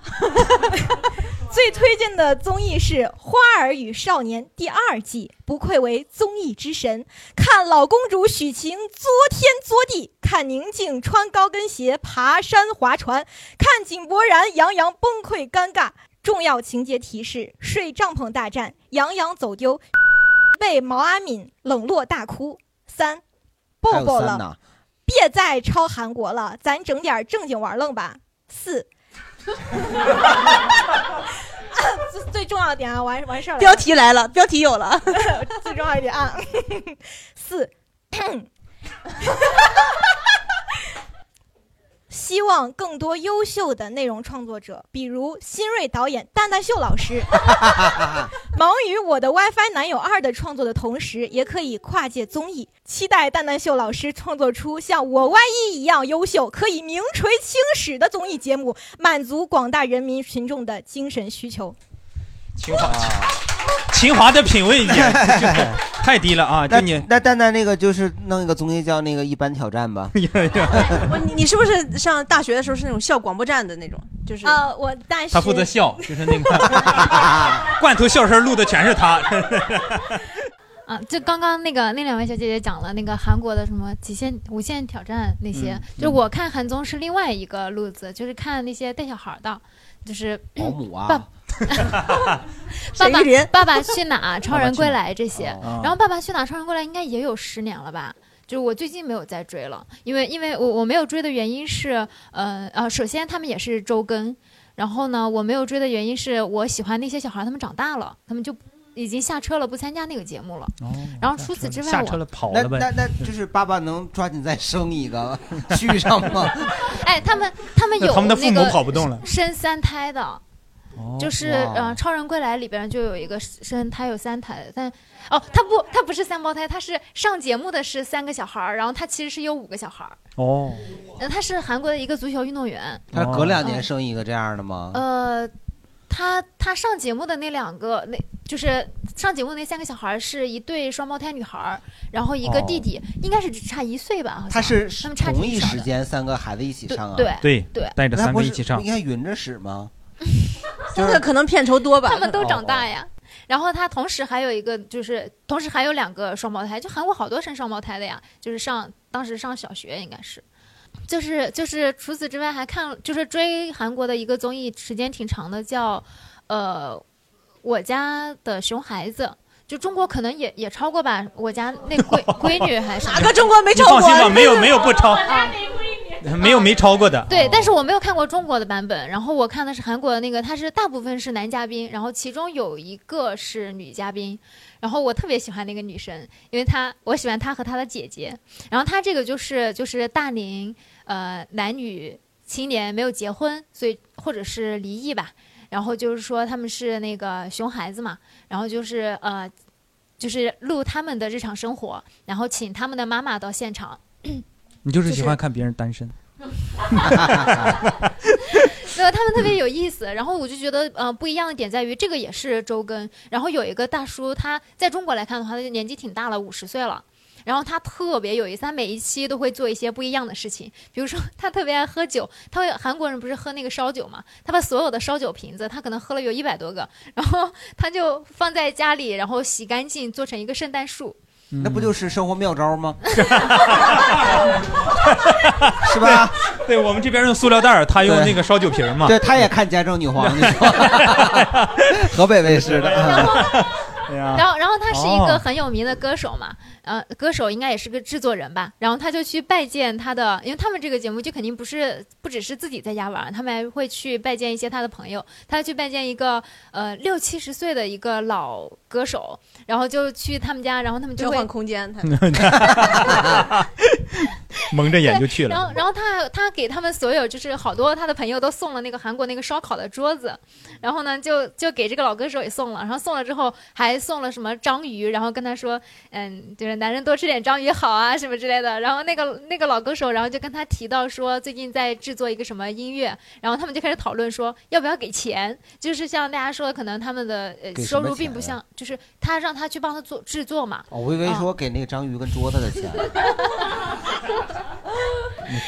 Speaker 16: 最推荐的综艺是《花儿与少年》第二季，不愧为综艺之神。看老公主许晴作天作地，看宁静穿高跟鞋爬山划船，看井柏然杨洋崩溃尴尬。重要情节提示：睡帐篷大战，杨洋走丢，被毛阿敏冷落大哭。三，抱抱了。别再抄韩国了，咱整点正经玩愣吧。四， 最最重要一点啊，完完事儿了。
Speaker 3: 标题来了，标题有了。
Speaker 16: 最重要一点啊， 四， 希望更多优秀的内容创作者，比如新锐导演蛋蛋秀老师， 忙于《我的 WiFi 男友二》的创作的同时，也可以跨界综艺，期待蛋蛋秀老师创作出像《我 Y 一》一样优秀，可以名垂青史的综艺节目，满足广大人民群众的精神需求。
Speaker 1: 清华，清华的品味也 就是太低了啊！
Speaker 2: 那
Speaker 1: 就你
Speaker 2: 那蛋蛋那个就是弄一个综艺叫那个一般挑 战吧。
Speaker 3: 我你你是不是上大学的时候是那种校广播站的那种？就是
Speaker 16: 呃，我大
Speaker 1: 他负责笑，就是 那个罐头笑声录的全是他。
Speaker 13: 啊，就刚刚那个那两位小姐姐讲了那个韩国的什么极限、无限挑战那些，
Speaker 8: 嗯
Speaker 13: 就是我看韩综是另外一个路子，就是看那些带小孩儿的，就是
Speaker 8: 保姆啊
Speaker 13: 爸爸
Speaker 8: 沈
Speaker 13: 爸
Speaker 8: 玉琳
Speaker 13: 爸爸去哪儿、超人归来这些。
Speaker 8: 爸爸去哪儿
Speaker 13: 然后爸爸去哪儿、超人归来应该也有十年了吧？就是我最近没有再追了，因为因为我我没有追的原因是，呃呃，首先他们也是周更，然后呢，我没有追的原因是我喜欢那些小孩儿，他们长大了，他们就已经下车了，不参加那个节目了。然后除此之外，我
Speaker 2: 那那那就是爸爸能抓紧再生一个续上 吗？
Speaker 13: 哎，他们他们
Speaker 2: 那
Speaker 13: 有
Speaker 2: 他们的父
Speaker 13: 那个
Speaker 2: 母跑不动了
Speaker 13: 生三胎的，
Speaker 1: 哦
Speaker 13: 就是
Speaker 2: 哦哇
Speaker 13: 呃，《超人归来》里边就有一个生他有三胎，但哦，他不他不是三胞胎，他是上节目的是三个小孩儿，然后他其实是有五个小孩儿，
Speaker 1: 哦，
Speaker 13: 呃，他是韩国的一个足球运动员，
Speaker 2: 他
Speaker 13: 嗯
Speaker 2: 隔两年生一个这样的吗？
Speaker 13: 呃，他他上节目的那两个，那就是上节目那三个小孩儿是一对双胞胎女孩儿，然后一个弟弟，应该是只差一岁吧，好像
Speaker 2: 哦他是
Speaker 13: 他们差
Speaker 2: 同
Speaker 13: 挺
Speaker 2: 一
Speaker 13: 少的
Speaker 2: 时间三个孩子一起上啊？
Speaker 13: 对对对对带着
Speaker 2: 那
Speaker 1: 三个
Speaker 2: 不
Speaker 1: 一
Speaker 2: 是
Speaker 1: 起上
Speaker 2: 不应该匀着使吗？
Speaker 3: 三个可能片酬多吧？
Speaker 13: 他们都长大
Speaker 1: 哦
Speaker 13: 呀。然后他同时还有一个，就是同时还有两个双胞胎，就韩国好多生双胞胎的呀，就是上当时上小学应该是，就是就是除此之外还看就是追韩国的一个综艺，时间挺长的，叫呃我家的熊孩子。就中国可能也也超过吧，我家那 闺闺女还是
Speaker 3: 哪个中国没
Speaker 1: 你
Speaker 3: 超
Speaker 1: 放
Speaker 3: 过？啊
Speaker 1: 心吧，没 有没有不超，
Speaker 13: 啊
Speaker 1: 没有没超过的。
Speaker 13: 对，但是我没有看过中国的版本，然后我看的是韩国的那个，它是大部分是男嘉宾，然后其中有一个是女嘉宾，然后我特别喜欢那个女生，因为她我喜欢她和她的姐姐，然后她这个就是就是大龄呃男女青年没有结婚，所以或者是离异吧，然后就是说他们是那个熊孩子嘛，然后就是呃就是录他们的日常生活，然后请他们的妈妈到现场。
Speaker 1: 你就是喜欢看别人单身。
Speaker 13: 没有，他们特别有意思。然后我就觉得，呃，不一样的点在于，这个也是周更。然后有一个大叔，他在中国来看的话，他年纪挺大了，五十岁了。然后他特别有意思，他每一期都会做一些不一样的事情，比如说他特别爱喝酒，他会韩国人不是喝那个烧酒嘛，他把所有的烧酒瓶子，他可能喝了有一百多个，然后他就放在家里，然后洗干净，做成一个圣诞树。
Speaker 2: 那不就是生活妙招 吗？是吧？
Speaker 1: 对我们这边用塑料袋儿，他用那个烧酒瓶儿嘛。
Speaker 2: 对，他也看《家政女皇》， 你说河北卫视的。
Speaker 1: 对呀
Speaker 13: 然后，然后他是一个
Speaker 1: 哦
Speaker 13: 很有名的歌手嘛，呃，歌手应该也是个制作人吧。然后他就去拜见他的，因为他们这个节目就肯定不是不只是自己在家玩，他们还会去拜见一些他的朋友。他去拜见一个呃六七十岁的一个老歌手，然后就去他们家，然后他们就
Speaker 3: 交
Speaker 13: 会
Speaker 3: 换空间，他
Speaker 1: 蒙着眼就去
Speaker 13: 然
Speaker 1: 了。
Speaker 13: 后，然后他还他给他们所有就是好多他的朋友都送了那个韩国那个烧烤的桌子，然后呢就就给这个老歌手也送了，然后送了之后还送了什么章鱼，然后跟他说，嗯，就是男人多吃点章鱼好啊什么之类的。然后那个那个老歌手，然后就跟他提到说最近在制作一个什么音乐，然后他们就开始讨论说要不要给钱，就是像大家说的，可能他们的
Speaker 2: 给
Speaker 13: 呃
Speaker 2: 什么
Speaker 13: 收入并
Speaker 2: 钱
Speaker 13: 不
Speaker 2: 啊
Speaker 13: 像，就是他让他去帮他做制作嘛。
Speaker 2: 哦，我以为说给那个章鱼跟桌子的 钱，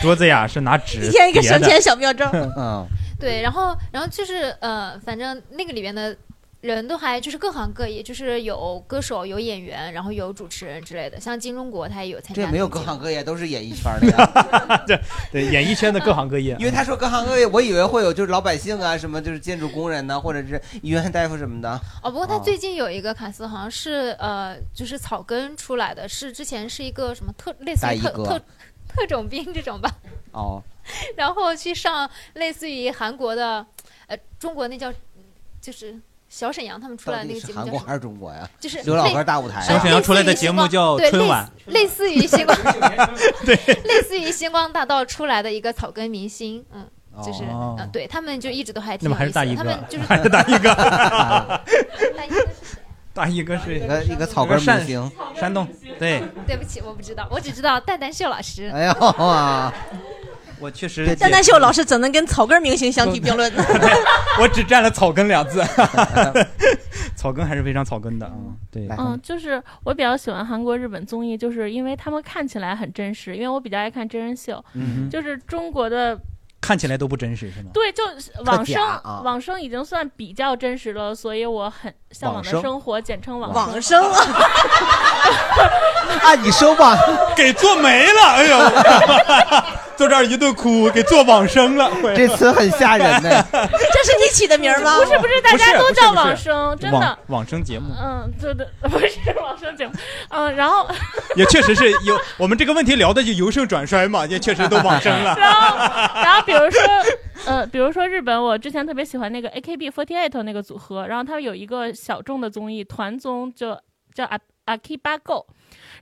Speaker 1: 桌子呀是拿纸
Speaker 3: 一天一个省
Speaker 1: 叠的
Speaker 3: 钱小妙招
Speaker 2: 嗯，
Speaker 13: 对，然后然后就是呃，反正那个里边的人都还就是各行各业，就是有歌手、有演员，然后有主持人之类的。像金钟国他也有参加，
Speaker 2: 这没有各行各业，都是演艺圈的呀。
Speaker 1: 对，演艺圈的各行各业。
Speaker 2: 因为他说各行各业，我以为会有就是老百姓啊，什么就是建筑工人呐、或者是医院大夫什么的。
Speaker 13: 哦，不过他最近有一个卡斯，好像是呃，就是草根出来的，是之前是一个什么特类似
Speaker 2: 大
Speaker 13: 于
Speaker 2: 衣
Speaker 13: 特
Speaker 2: 哥
Speaker 13: 特特种兵这种吧，
Speaker 8: 呃
Speaker 2: 哦，
Speaker 13: 然后去上类似于韩国的，呃，中国那叫就是小沈阳他们出
Speaker 2: 到
Speaker 13: 来那
Speaker 2: 底
Speaker 13: 个
Speaker 2: 是
Speaker 13: 节目
Speaker 2: 韩
Speaker 13: 叫
Speaker 2: 国
Speaker 13: 什
Speaker 2: 还
Speaker 13: 么？
Speaker 2: 是中国呀？
Speaker 13: 就是
Speaker 2: 刘老
Speaker 13: 类
Speaker 2: 根大舞台啊。
Speaker 13: 呃
Speaker 1: 沈阳出来的节目叫
Speaker 13: 对，
Speaker 1: 春晚，
Speaker 13: 类似类似于星光，对， 类似于星光大道出来的一个草根明星，嗯，就是、
Speaker 1: 哦
Speaker 13: 呃，对他们就一直都还挺
Speaker 1: 那
Speaker 13: 有
Speaker 1: 么
Speaker 13: 意
Speaker 1: 还是
Speaker 13: 思
Speaker 1: 大
Speaker 13: 的，
Speaker 1: 衣
Speaker 13: 他
Speaker 1: 哥
Speaker 13: 们就是，
Speaker 1: 还是大衣哥，
Speaker 13: 大衣哥是谁
Speaker 1: 大衣哥是
Speaker 2: 一个一个草根
Speaker 1: 山
Speaker 2: 明星
Speaker 1: 山东对。
Speaker 13: 对不起，我不知道，我只知道蛋蛋秀老师。
Speaker 2: 哎呦啊！
Speaker 1: 我确实
Speaker 3: 蛋蛋秀老师怎能跟草根明星相提并论呢？
Speaker 1: 我只占了草根两字，草根还是非常草根的啊。对，
Speaker 10: 嗯，就是我比较喜欢韩国、日本综艺，就是因为他们看起来很真实，因为我比较爱看真人秀。
Speaker 1: 嗯哼
Speaker 10: 就是中国的，
Speaker 1: 看起来都不真实是吗？
Speaker 10: 对，就是网
Speaker 1: 假
Speaker 10: 生，
Speaker 1: 啊
Speaker 10: 网生已经算比较真实了，所以我很向往的
Speaker 2: 网生
Speaker 10: 生活，简称网
Speaker 2: 网
Speaker 10: 生。
Speaker 2: 啊，你说吧，
Speaker 1: 给做没了，哎呦，坐这儿一顿哭，给做往生了。
Speaker 2: 这词很吓人呢。
Speaker 3: 这是你起的名儿吗？
Speaker 10: 不是不是，大家
Speaker 1: 不
Speaker 10: 都
Speaker 1: 是
Speaker 10: 叫
Speaker 1: 不是
Speaker 10: 网生，真的
Speaker 1: 网。网生节目
Speaker 10: 嗯，对对，不是网生节目，嗯，然后
Speaker 1: 也确实是有， 我们这个问题聊的就由盛转衰嘛，也确实都往生了。
Speaker 10: 然后比如说， 呃，比如说日本，我之前特别喜欢那个 AKB48 那个组合，然后他们有一个小众的综艺团综就，叫阿阿 k i b a Go，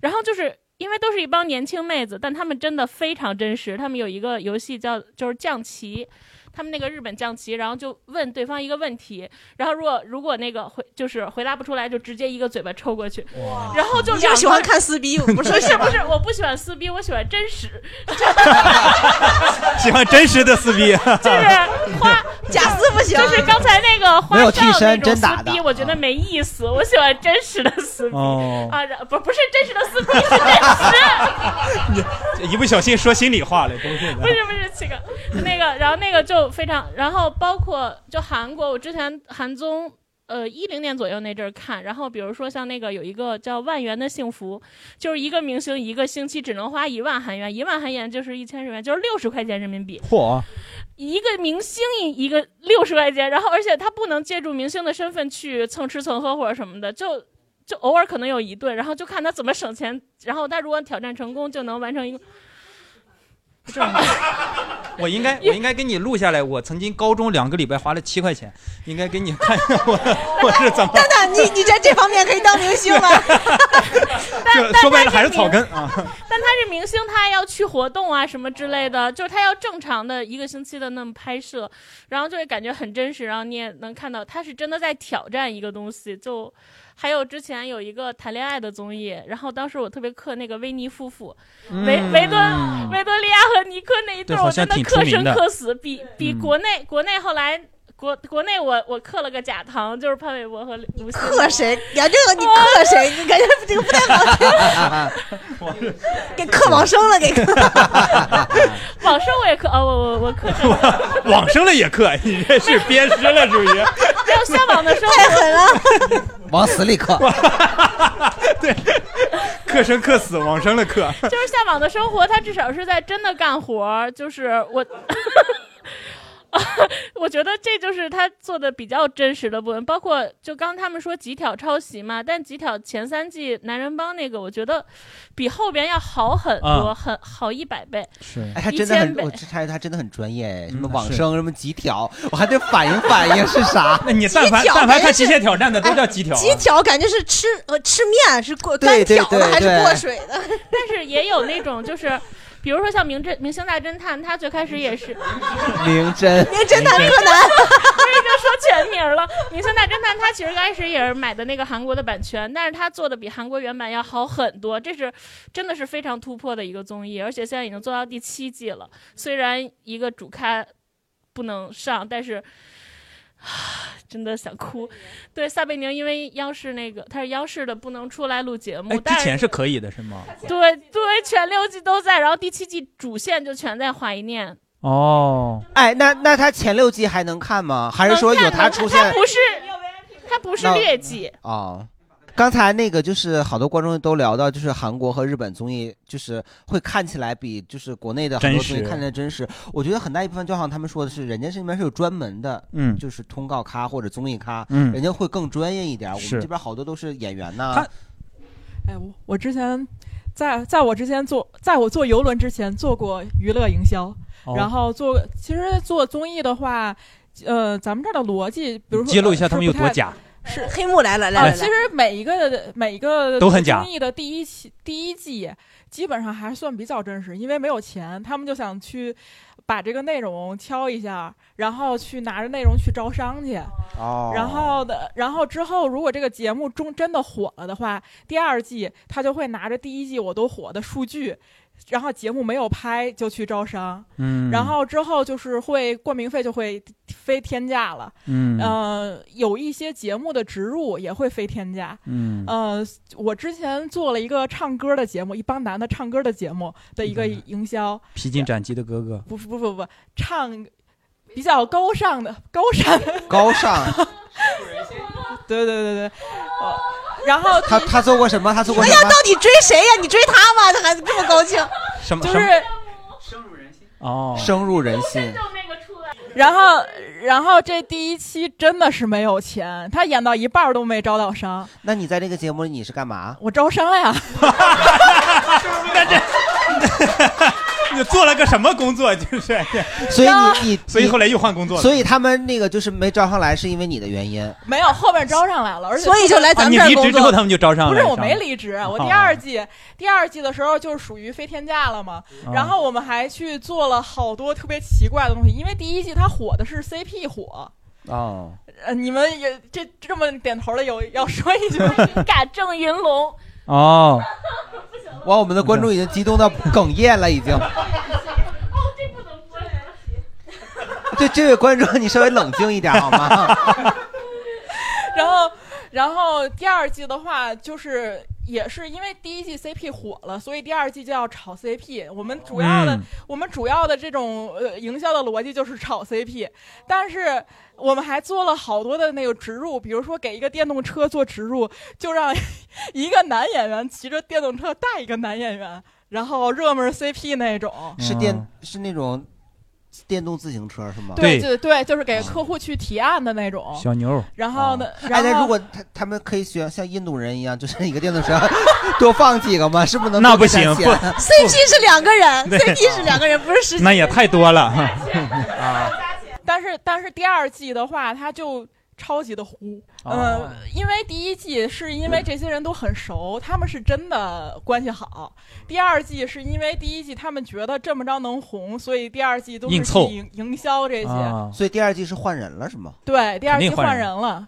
Speaker 10: 然后就是。因为都是一帮年轻妹子，但她们真的非常真实。她们有一个游戏叫就是降旗，他们那个日本降旗，然后就问对方一个问题，然后如果如果那个回就是回答不出来，就直接一个嘴巴抽过去，然后就
Speaker 3: 你就
Speaker 10: 两
Speaker 3: 喜
Speaker 10: 个
Speaker 3: 欢
Speaker 10: 人
Speaker 3: 看撕逼，
Speaker 10: 不
Speaker 3: 不
Speaker 10: 是
Speaker 3: 是
Speaker 10: 不是不是，我不喜欢撕逼，我喜欢真实，
Speaker 1: 喜欢真实的撕 逼，
Speaker 10: 就是 花
Speaker 3: 假撕不行
Speaker 10: 就是刚才那个花
Speaker 1: 没有
Speaker 10: 哨
Speaker 1: 替身
Speaker 10: 那种
Speaker 1: 真打
Speaker 10: 撕
Speaker 1: 的啊
Speaker 10: 逼，我觉得没意思，我喜欢真实的撕逼
Speaker 1: 哦
Speaker 10: 啊，然不不是真实的撕逼，是真实。
Speaker 1: 一不小心说心里话了，真是的
Speaker 10: 不。是不是，这个那个，然后那个就非常，然后包括就韩国，我之前韩综。呃，一零年左右那阵儿看，然后比如说像那个有一个叫《万元的幸福》，就是一个明星一个星期只能花一万韩元，一万韩元就是一千日元，就是六十块钱人民币。
Speaker 1: 嚯，
Speaker 10: 一个明星一个六十块钱，然后而且他不能借助明星的身份去蹭吃蹭喝或者什么的，就就偶尔可能有一顿，然后就看他怎么省钱，然后他如果挑战成功，就能完 成一个。
Speaker 1: 我应该我应该给你录下来，我曾经高中两个礼拜花了七块钱，应该给你看 一下我我是怎么。
Speaker 3: 蛋蛋，你你在这方面可以当 明星 了。
Speaker 1: 就说白了还是草根啊。
Speaker 10: 但他是明星，他还要去活动啊什么之类的，就是他要正常的一个星期的那么拍摄，然后就会感觉很真实，然后你也能看到他是真的在挑战一个东西。就还有之前有一个谈恋爱的综艺，然后当时我特别磕那个维尼夫妇，维
Speaker 1: 嗯
Speaker 10: 维多维多利亚和尼克那一对
Speaker 1: 对
Speaker 10: 儿，
Speaker 1: 好
Speaker 10: 我
Speaker 1: 像
Speaker 10: 真
Speaker 1: 挺出
Speaker 10: 磕
Speaker 1: 名
Speaker 10: 生
Speaker 1: 的
Speaker 10: 磕死，比比
Speaker 1: 嗯
Speaker 10: 国内国内后来。国国内我我磕了个假糖，就是潘玮柏和吴昕。
Speaker 3: 克谁？呀，这个你克谁？你感觉这个不太好听，给克往生了，给 克。
Speaker 10: 网生我也磕，哦，我我我磕这
Speaker 1: 往生了也克， 你这是鞭尸了属于。
Speaker 10: 没有向往的生活，太
Speaker 3: 狠了。
Speaker 2: 往死 里磕，
Speaker 1: 克生克死，往生了克。
Speaker 10: 就是向往的生活，他至少是在真的干活儿。就是我， 我觉得这就是他做的比较真实的部分。包括就刚他们说极挑抄袭嘛，但极挑前三季男人帮那个，我觉得比后边要好很多，
Speaker 2: 啊
Speaker 10: 很好一百倍。
Speaker 1: 是
Speaker 2: 哎，他
Speaker 10: 一
Speaker 2: 真的
Speaker 10: 千
Speaker 2: 很，
Speaker 10: 倍
Speaker 2: 我。猜他真的很专业，什么
Speaker 1: 嗯
Speaker 2: 网
Speaker 1: 是？
Speaker 2: 生，什么极挑，我还得反应反应是啥
Speaker 1: 那你但凡但凡看极限 挑战的
Speaker 3: 哎
Speaker 1: 都叫极挑啊。
Speaker 3: 鸡条感觉是吃呃吃面是过干
Speaker 2: 对对
Speaker 3: 挑的
Speaker 2: 对
Speaker 3: 还是
Speaker 2: 对
Speaker 3: 过水的？
Speaker 10: 但是也有那种就是。比如说像名侦明星大侦探，他最开始也是，
Speaker 2: 明真，
Speaker 3: 名侦探柯
Speaker 10: 我已
Speaker 3: 南
Speaker 1: 哎
Speaker 10: 经说全名了，《明星大侦探》他其实刚开始也是买的那个韩国的版权，但是他做的比韩国原版要好很多，这是真的是非常突破的一个综艺，而且现在已经做到第七季了。虽然一个主咖不能上，但是。啊真的想哭，对撒贝宁，因为央视那个他是央视的，不能出来录节目。
Speaker 1: 哎，
Speaker 10: 但
Speaker 1: 之前是可以的是吗？
Speaker 10: 对对，全六季都在，然后第七季主线就全在华谊念，
Speaker 1: 哦，
Speaker 2: 哎，那那他前六季还能看吗？还是说有他出现
Speaker 10: 他不是，他不是
Speaker 2: 那
Speaker 10: 劣迹，
Speaker 2: 哦，刚才那个就是好多观众都聊到，就是韩国和日本综艺，就是会看起来比就是国内的很多
Speaker 1: 真
Speaker 2: 综艺
Speaker 1: 实
Speaker 2: 看起来真实。我觉得很大一部分就好像他们说的是，人家这边是有专门的，
Speaker 1: 嗯
Speaker 2: 就是通告咖或者综艺咖，
Speaker 1: 嗯
Speaker 2: 人家会更专业一点。我们
Speaker 1: 是
Speaker 2: 这边好多都是演员呐、
Speaker 15: 哎，我我之前在在我之前做，在我做游轮之前做过娱乐营销，
Speaker 1: 哦
Speaker 15: 然后做其实做综艺的话，呃，咱们这儿的逻辑，比如说呃
Speaker 1: 揭露一下他们有多假。。
Speaker 15: 是
Speaker 3: 黑幕来了来
Speaker 15: 啊
Speaker 3: 来来
Speaker 15: 其实每一个的每一个
Speaker 1: 都很假
Speaker 15: 综艺的第一期第一季基本上还算比较真实，因为没有钱，他们就想去把这个内容敲一下，然后去拿着内容去招商去。
Speaker 2: 哦
Speaker 15: 然后的，然后之后，如果这个节目中真的火了的话，第二季他就会拿着第一季我都火的数据，然后节目没有拍就去招商，
Speaker 1: 嗯
Speaker 15: 然后之后就是会冠名费就会飞天价了，
Speaker 1: 嗯
Speaker 15: 呃，有一些节目的植入也会飞天价，
Speaker 1: 嗯
Speaker 15: 呃，我之前做了一个唱歌的节目，一帮男的唱歌的节目的一个营销，
Speaker 1: 披荆斩棘的哥哥，
Speaker 15: 不不不不，唱比较高尚的高尚 的。
Speaker 2: 高尚，
Speaker 15: 对对对对，呃然后
Speaker 2: 他他做过什么？他做过
Speaker 3: 哎
Speaker 2: 什
Speaker 3: 呀，
Speaker 2: 么？
Speaker 3: 到底追谁呀？你追他吗？他还这么高兴。
Speaker 1: 什么
Speaker 15: 就
Speaker 1: 什么
Speaker 15: 是，
Speaker 1: 哦，
Speaker 2: 深入人心。
Speaker 15: 然后然后这第一期真的是没有钱，他演到一半儿都没招到商，
Speaker 2: 那你在这个节目里你是干嘛？
Speaker 15: 我招商了呀。
Speaker 1: 你做了个什么工作？就是，
Speaker 2: 所以你你
Speaker 1: 所以后来又换工作了，
Speaker 2: 所以他们那个就是没招上来，是因为你的原因。
Speaker 15: 没有，后面招上来了，而且
Speaker 3: 所以就来
Speaker 1: 啊
Speaker 3: 咱们
Speaker 2: 这儿工作
Speaker 1: 们就招
Speaker 15: 不
Speaker 1: 来
Speaker 15: 是我
Speaker 1: 上
Speaker 15: 没
Speaker 1: 了
Speaker 15: 离职，我
Speaker 1: 哦
Speaker 15: 第二季、第二季的时候就是属于飞天价了嘛。
Speaker 1: 哦
Speaker 15: 然后我们还去做了好多特别奇怪的东西，因为第一季它火的是 CP 火，
Speaker 2: 哦，
Speaker 15: 呃，你们也这这么点头的有要说一句 吗？
Speaker 10: 敢郑云龙，
Speaker 1: 哦，
Speaker 2: 哇，我们的观众已经激动到哽咽了，已经。
Speaker 17: 哦
Speaker 2: 对这位观众，你稍微冷静一点好吗？
Speaker 15: 然后，然后第二季的话，就是也是因为第一季 CP 火了，所以第二季就要炒 CP。我们主要的，
Speaker 17: 嗯
Speaker 15: 我们主要的这种呃营销的逻辑就是炒 CP，但是我们还做了好多的那个植入，比如说给一个电动车做植入，就让 一个男演员骑着电动车带一个男演员，然后热门 CP 那种。
Speaker 2: 嗯是电是那种电动自行车是吗？
Speaker 15: 对对对，就是给客户去提案的那种。
Speaker 1: 小牛。
Speaker 15: 然后呢？
Speaker 2: 哎，
Speaker 15: 然
Speaker 2: 那
Speaker 15: 后
Speaker 2: 如果他他们可以学像印度人一样，就是一个电动车多放几个吗？是不是能
Speaker 1: 那
Speaker 2: 多
Speaker 1: 不
Speaker 2: 给咱
Speaker 1: 行
Speaker 2: 钱
Speaker 1: 不
Speaker 3: CP 是两个人
Speaker 1: 对
Speaker 3: ，CP 是两个人，不是十几
Speaker 1: 那也太多了
Speaker 15: 啊！但是但是第二季的话，他就超级的糊，
Speaker 1: 哦
Speaker 15: 呃，因为第一季是因为这些人都很熟，他们是真的关系好。第二季是因为第一季他们觉得这么着能红，所以第二季都是
Speaker 2: 硬
Speaker 15: 去
Speaker 2: 凑
Speaker 15: 营营销这些。
Speaker 1: 啊
Speaker 2: 所以第二季是换人了是吗？
Speaker 15: 对，第二
Speaker 2: 肯
Speaker 15: 季
Speaker 2: 定换
Speaker 15: 换
Speaker 2: 人
Speaker 15: 人了，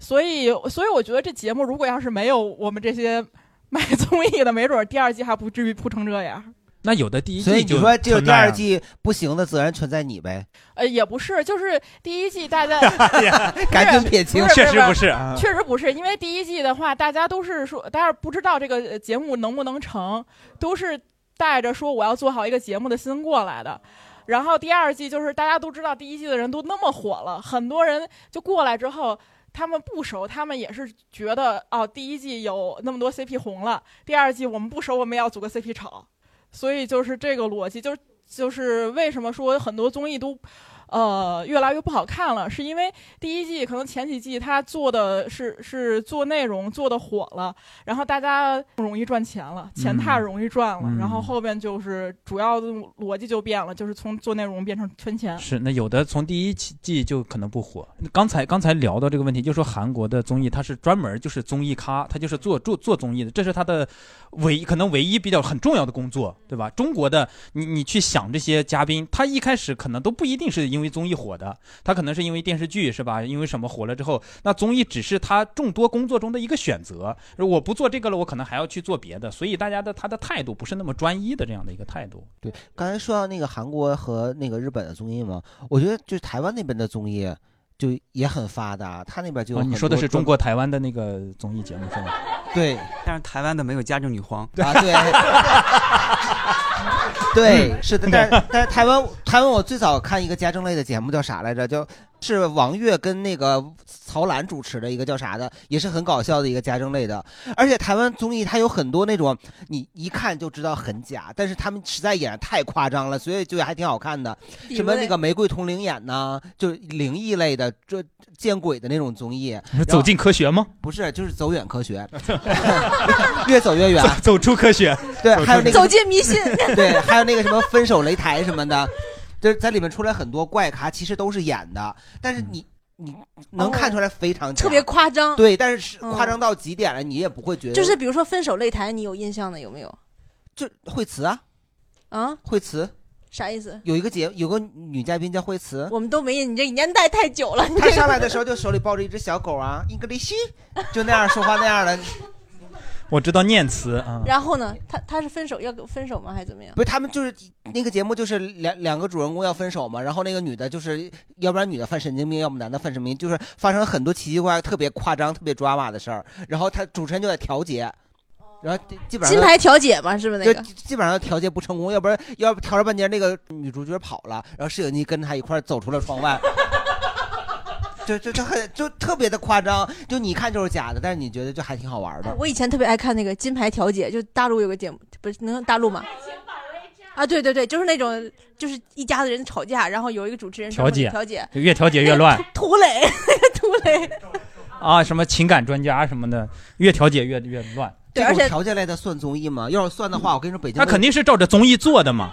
Speaker 15: 所以所以我觉得这节目如果要是没有我们这些卖综艺的，没准儿第二季还不至于扑成这样。
Speaker 1: 那有的第一
Speaker 2: 所以
Speaker 1: 季
Speaker 2: 你
Speaker 1: 就
Speaker 2: 说这个
Speaker 1: 存
Speaker 2: 第
Speaker 1: 在啊
Speaker 2: 二季不行的责任全在你呗？
Speaker 15: 呃，也不是，就是第一季 大家
Speaker 2: 哎赶紧撇清
Speaker 15: 不是
Speaker 2: 确实
Speaker 15: 不
Speaker 2: 不是
Speaker 15: 是
Speaker 2: 啊，
Speaker 15: 确实不是，因为第一季的话，大家都是说，大家不知道这个呃节目能不能成，都是带着说我要做好一个节目的心过来的。然后第二季就是大家都知道第一季的人都那么火了，很多人就过来之后。他们不熟，他们也是觉得哦，第一季有那么多 CP 红了，第二季我们不熟，我们也要组个 CP 炒，所以就是这个逻辑，就是就是为什么说很多综艺都，呃，越来越不好看了，是因为第一季可能前几季他做的是是做内容做的火了，然后大家容易赚钱了，钱太容易赚了，
Speaker 1: 嗯
Speaker 15: 然后后边就是主要的逻辑就变了，就是从做内容变成圈钱。
Speaker 1: 是，那有的从第一期季就可能不火。刚才刚才聊到这个问题，就说韩国的综艺，它是专门就是综艺咖，它就是做做做综艺的，这是它的唯一可能唯一比较很重要的工作，对吧？中国的你你去想这些嘉宾，他一开始可能都不一定是因为综艺火的，他可能是因为电视剧是吧？因为什么火了之后，那综艺只是他众多工作中的一个选择。如果我不做这个了，我可能还要去做别的，所以大家的他的态度不是那么专一的这样的一个态度。
Speaker 2: 对，刚才说到那个韩国和那个日本的综艺嘛，我觉得就是台湾那边的综艺就也很发达，他那边就
Speaker 1: 哦，
Speaker 2: 有很
Speaker 1: 你
Speaker 2: 多、
Speaker 1: 说的是中国台湾的那个综艺节目是吗？
Speaker 2: 对，
Speaker 6: 但是台湾的没有家
Speaker 2: 啊
Speaker 6: 政女皇
Speaker 1: 嗯
Speaker 2: 嗯啊，对，对，是的，但是但是台湾他们我最早看一个家政类的节目叫啥来着？叫是王悦跟那个曹澜主持的一个叫啥的，也是很搞笑的一个家政类的。而且台湾综艺它有很多那种你一看就知道很假，但是他们实在演得太夸张了，所以就还挺好看的。
Speaker 3: 比如
Speaker 2: 什么
Speaker 3: 嘞
Speaker 2: 那个玫瑰同龄演呐，就是灵异类的，这见鬼的那种综艺。
Speaker 1: 走进科学吗？
Speaker 2: 不是，就是走远科 学， 越走越远，
Speaker 1: 走出科学。
Speaker 2: 对
Speaker 1: 走，出
Speaker 2: 还有那个
Speaker 3: 走进迷信
Speaker 2: 对，还有那个什么分手擂台什么的，就是在里面出来很多怪咖，其实都是演的， 但是你你能看出来非常
Speaker 3: 哦
Speaker 2: 假
Speaker 3: 特别夸张。
Speaker 2: 对，但是是
Speaker 3: 嗯
Speaker 2: 夸张到极点了，你也不会觉得
Speaker 3: 就是比如说分手擂台，你有印象的有没有？
Speaker 2: 就惠慈啊，
Speaker 3: 啊，
Speaker 2: 惠慈
Speaker 3: 啥意思？
Speaker 2: 有一个节有个女嘉宾叫惠慈，
Speaker 3: 我们都没印，你这年代太久了。你
Speaker 2: 她
Speaker 3: 这
Speaker 2: 上来的时候就手里抱着一只小狗啊，English，就那样说话那样的，
Speaker 1: 我知道念慈啊，
Speaker 3: 然后呢？他他是分手要分手吗？还是怎么样？
Speaker 2: 不是他们就是那个节目，就是两两个主人公要分手嘛，然后那个女的就是要不然女的犯神经病，要么男的犯神经病，就是发生很多奇奇怪怪、特别夸张、特别抓马的事儿，然后他主持人就得调解。然后基本上
Speaker 3: 金牌调解嘛，是不是那
Speaker 2: 就
Speaker 3: 个？
Speaker 2: 基本上调解不成功，要不然要不调了半天，那个女主角跑了，然后摄影机跟着她一块儿走出了窗外， 就就就很就特别的夸张，就你一看就是假的，但是你觉得就还挺好玩的。
Speaker 3: 啊我以前特别爱看那个金牌调解，就大陆有个节目，不是能大陆吗？啊，对对对，就是那种，就是一家子人吵架，然后有一个主持人
Speaker 1: 调解
Speaker 3: 调解，
Speaker 1: 就越调解 越乱
Speaker 3: 涂磊，涂磊，
Speaker 1: 啊，什么情感专家什么的，越调解越越乱。
Speaker 2: 这种调解类的算综艺吗？要是算的话，我跟你说，北京
Speaker 1: 那肯定是照着综艺做的嘛。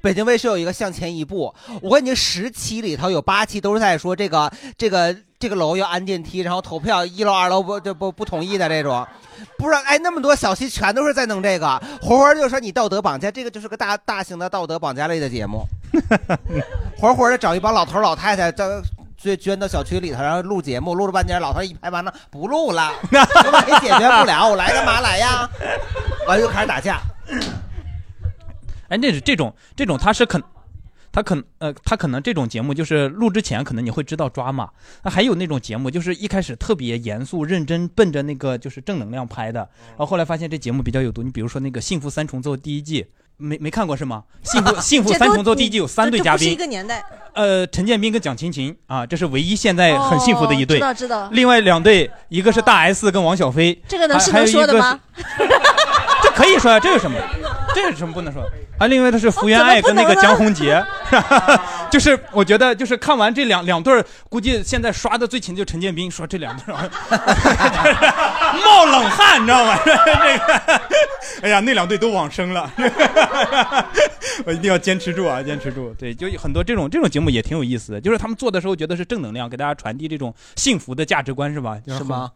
Speaker 2: 北京卫视有一个向前一步，我跟你十期里头有八期都是在说这个这个这个楼要安电梯，然后投票一楼二楼不这不不同意的这种，不知道哎那么多小期全都是在弄这个，活活就说你道德绑架，这个就是个大大型的道德绑架类的节目，活活的找一帮老头儿老太太这。捐捐到小区里头，然后录节目，录了半天，老头儿一拍巴掌，不录了，根本也解决不了，我来干嘛来呀？完了就开始打架，
Speaker 1: 哎，那是这种这种，他是肯，他肯呃，他可能这种节目就是录之前，可能你会知道抓马。那还有那种节目，就是一开始特别严肃认真，奔着那个就是正能量拍
Speaker 2: 哦
Speaker 1: 的，然后后来发现这节目比较有毒。你比如说那个《幸福三重奏》第一季，没没看过是吗？《 幸福幸福
Speaker 3: 这
Speaker 1: 三
Speaker 3: 都
Speaker 1: 重奏》第一季有三
Speaker 3: 这
Speaker 1: 对
Speaker 3: 这
Speaker 1: 嘉
Speaker 3: 不是
Speaker 1: 宾
Speaker 3: 一个，年代。
Speaker 1: 呃，陈建斌跟蒋勤勤啊，这是唯一现在很幸福的一对。
Speaker 3: 哦知道知道
Speaker 1: 另外两对，一个是大 S 跟王小飞，
Speaker 3: 这个能
Speaker 1: 还
Speaker 3: 是
Speaker 1: 还有
Speaker 3: 能
Speaker 1: 一
Speaker 3: 说的
Speaker 1: 个
Speaker 3: 吗？
Speaker 1: 是这可以说呀，这有什么？这有什么不能说
Speaker 3: 哦
Speaker 1: 的？啊，另外的是福
Speaker 14: 哦
Speaker 1: 原爱跟那个江 宏杰，就是我觉得就是看完这两两对儿，估计现在刷的最勤就陈建斌说这两对儿啊 冒冷汗，你知道吗？ 这个，哎呀，那两对都往生了，我一定要坚持住啊，坚持住。对，就有很多这种这种节目也挺有意思的，就是他们做的时候觉得是正能量，给大家传递这种幸福的价值观，是吧？就是
Speaker 2: 吗？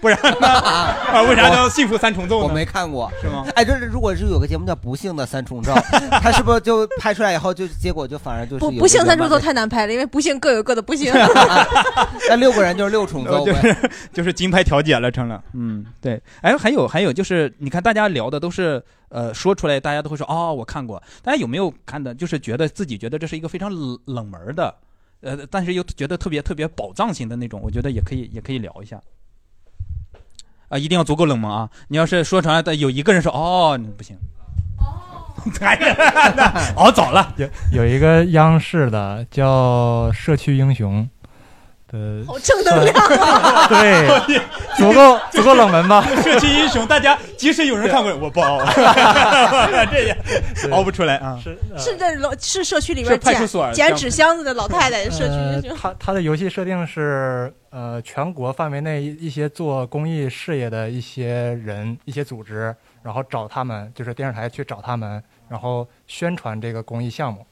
Speaker 1: 不然 呢？ 啊，为啥叫幸福三重奏呢？
Speaker 2: 我没看过，
Speaker 1: 是吗？
Speaker 2: 哎，就是如果是有个节目叫《不幸的三重奏》， 他是不是就拍出来以后就结果就反而就是
Speaker 3: 不
Speaker 2: 有
Speaker 3: 不幸
Speaker 2: 这个
Speaker 3: 三重奏
Speaker 2: 慢
Speaker 3: 太难拍了，因为不幸各有各的不 幸。
Speaker 2: 慢 那哎六个人就是六重
Speaker 1: 呃
Speaker 2: 奏
Speaker 1: 就
Speaker 2: 呗，
Speaker 1: 是就是金牌调解了，成了，嗯，对，哎，还有还有就是，你看大家聊的都是，呃，说出来大家都会说，哦，我看过，大家有没有看的，就是觉得自己觉得这是一个非常冷冷门的，呃，但是又觉得特别特别宝藏型的那种，我觉得也可以也可以聊一下，啊、一定要足够冷门啊，你要是说出来的有一个人说，哦，不行， 哎哦，熬早了，
Speaker 5: 有一个央视的叫《社区英雄》的，
Speaker 3: 好正能量
Speaker 5: 啊 对足 够足够冷门 吧
Speaker 1: 社区英雄，大家即使有人看过，我不 熬，这也熬不出来啊。
Speaker 5: 是
Speaker 3: 是在楼是社区里边
Speaker 5: 是派出
Speaker 3: 捡
Speaker 5: 所儿
Speaker 3: 捡
Speaker 5: 像
Speaker 3: 纸箱子的老太
Speaker 1: 嗯
Speaker 3: 太，社区
Speaker 5: 呃
Speaker 3: 英雄。
Speaker 5: 它它的游戏设定是，呃，全国范围内一些做公益事业的一些人、一些组织，然后找他们，就是电视台去找他们，然后宣传这个公益项目。
Speaker 3: 嗯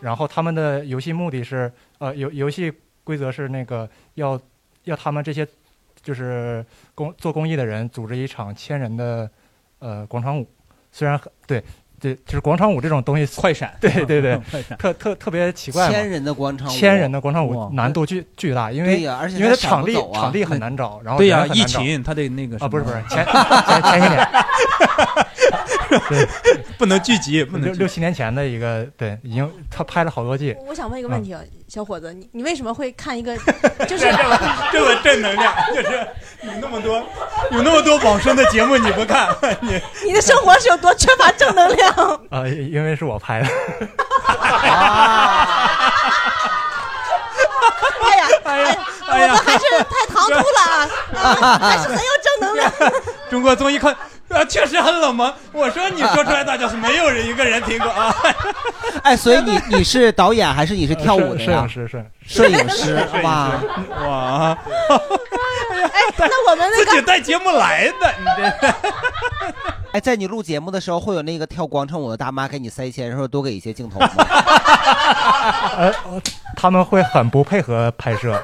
Speaker 5: 然后他们的游戏目的是，呃，游游戏规则是那个要要他们这些就是公做公益的人组织一场千人的呃广场舞，虽然很对。对，就是广场舞这种东西，
Speaker 1: 快闪，
Speaker 5: 对对对
Speaker 1: 快闪，
Speaker 5: 特特特别奇怪嘛。
Speaker 2: 千人的广场舞
Speaker 5: 千人的广场
Speaker 2: 哇
Speaker 5: 舞难度巨巨大，因为
Speaker 2: 对呀而且
Speaker 5: 因为
Speaker 2: 还
Speaker 5: 它
Speaker 2: 闪
Speaker 5: 场
Speaker 2: 不
Speaker 5: 地
Speaker 2: 走啊
Speaker 5: 场地
Speaker 2: 那
Speaker 5: 很难找，然后
Speaker 1: 对
Speaker 5: 人
Speaker 1: 呀，
Speaker 5: 很
Speaker 1: 疫
Speaker 5: 难找
Speaker 1: 情他得那个什
Speaker 5: 啊，不是不
Speaker 1: 么
Speaker 5: 是前前前些年，对，
Speaker 1: 不能聚集，
Speaker 5: 不
Speaker 1: 能聚
Speaker 5: 六
Speaker 1: 集
Speaker 5: 六七年前的一个，对，已经他拍了好多季。
Speaker 3: 我想问一个问题啊，小伙子，你你为什么会看一 个就是
Speaker 1: 嗯这么正能量，就是有那么多有那么多网生的节目你不看，你
Speaker 5: 啊
Speaker 3: 你的生活是有多缺乏正能量？
Speaker 5: 呃，因为是我拍的，
Speaker 16: 哎呀，哎呀，我
Speaker 1: 哎呀
Speaker 16: 们还是太唐突了 啊，
Speaker 3: 哎
Speaker 16: 还是很有正能量。
Speaker 1: 中国综艺看，呃，确实很冷门。我说你说出来，大家是没有人一个人 听过啊。
Speaker 2: 哎，所以你你是导演还是你是跳舞的呀？
Speaker 5: 摄摄影师摄影
Speaker 2: 摄
Speaker 5: 师
Speaker 2: 影师
Speaker 5: 摄影师
Speaker 2: 哇
Speaker 1: 哇！
Speaker 16: 哎，那我们那
Speaker 1: 自己
Speaker 16: 个
Speaker 1: 带节目来的，你这
Speaker 2: 哎，在你录节目的时候，会有那个跳广场舞的大妈给你塞钱，说多给一些镜头吗？
Speaker 5: 呃，他们会很不配合拍摄，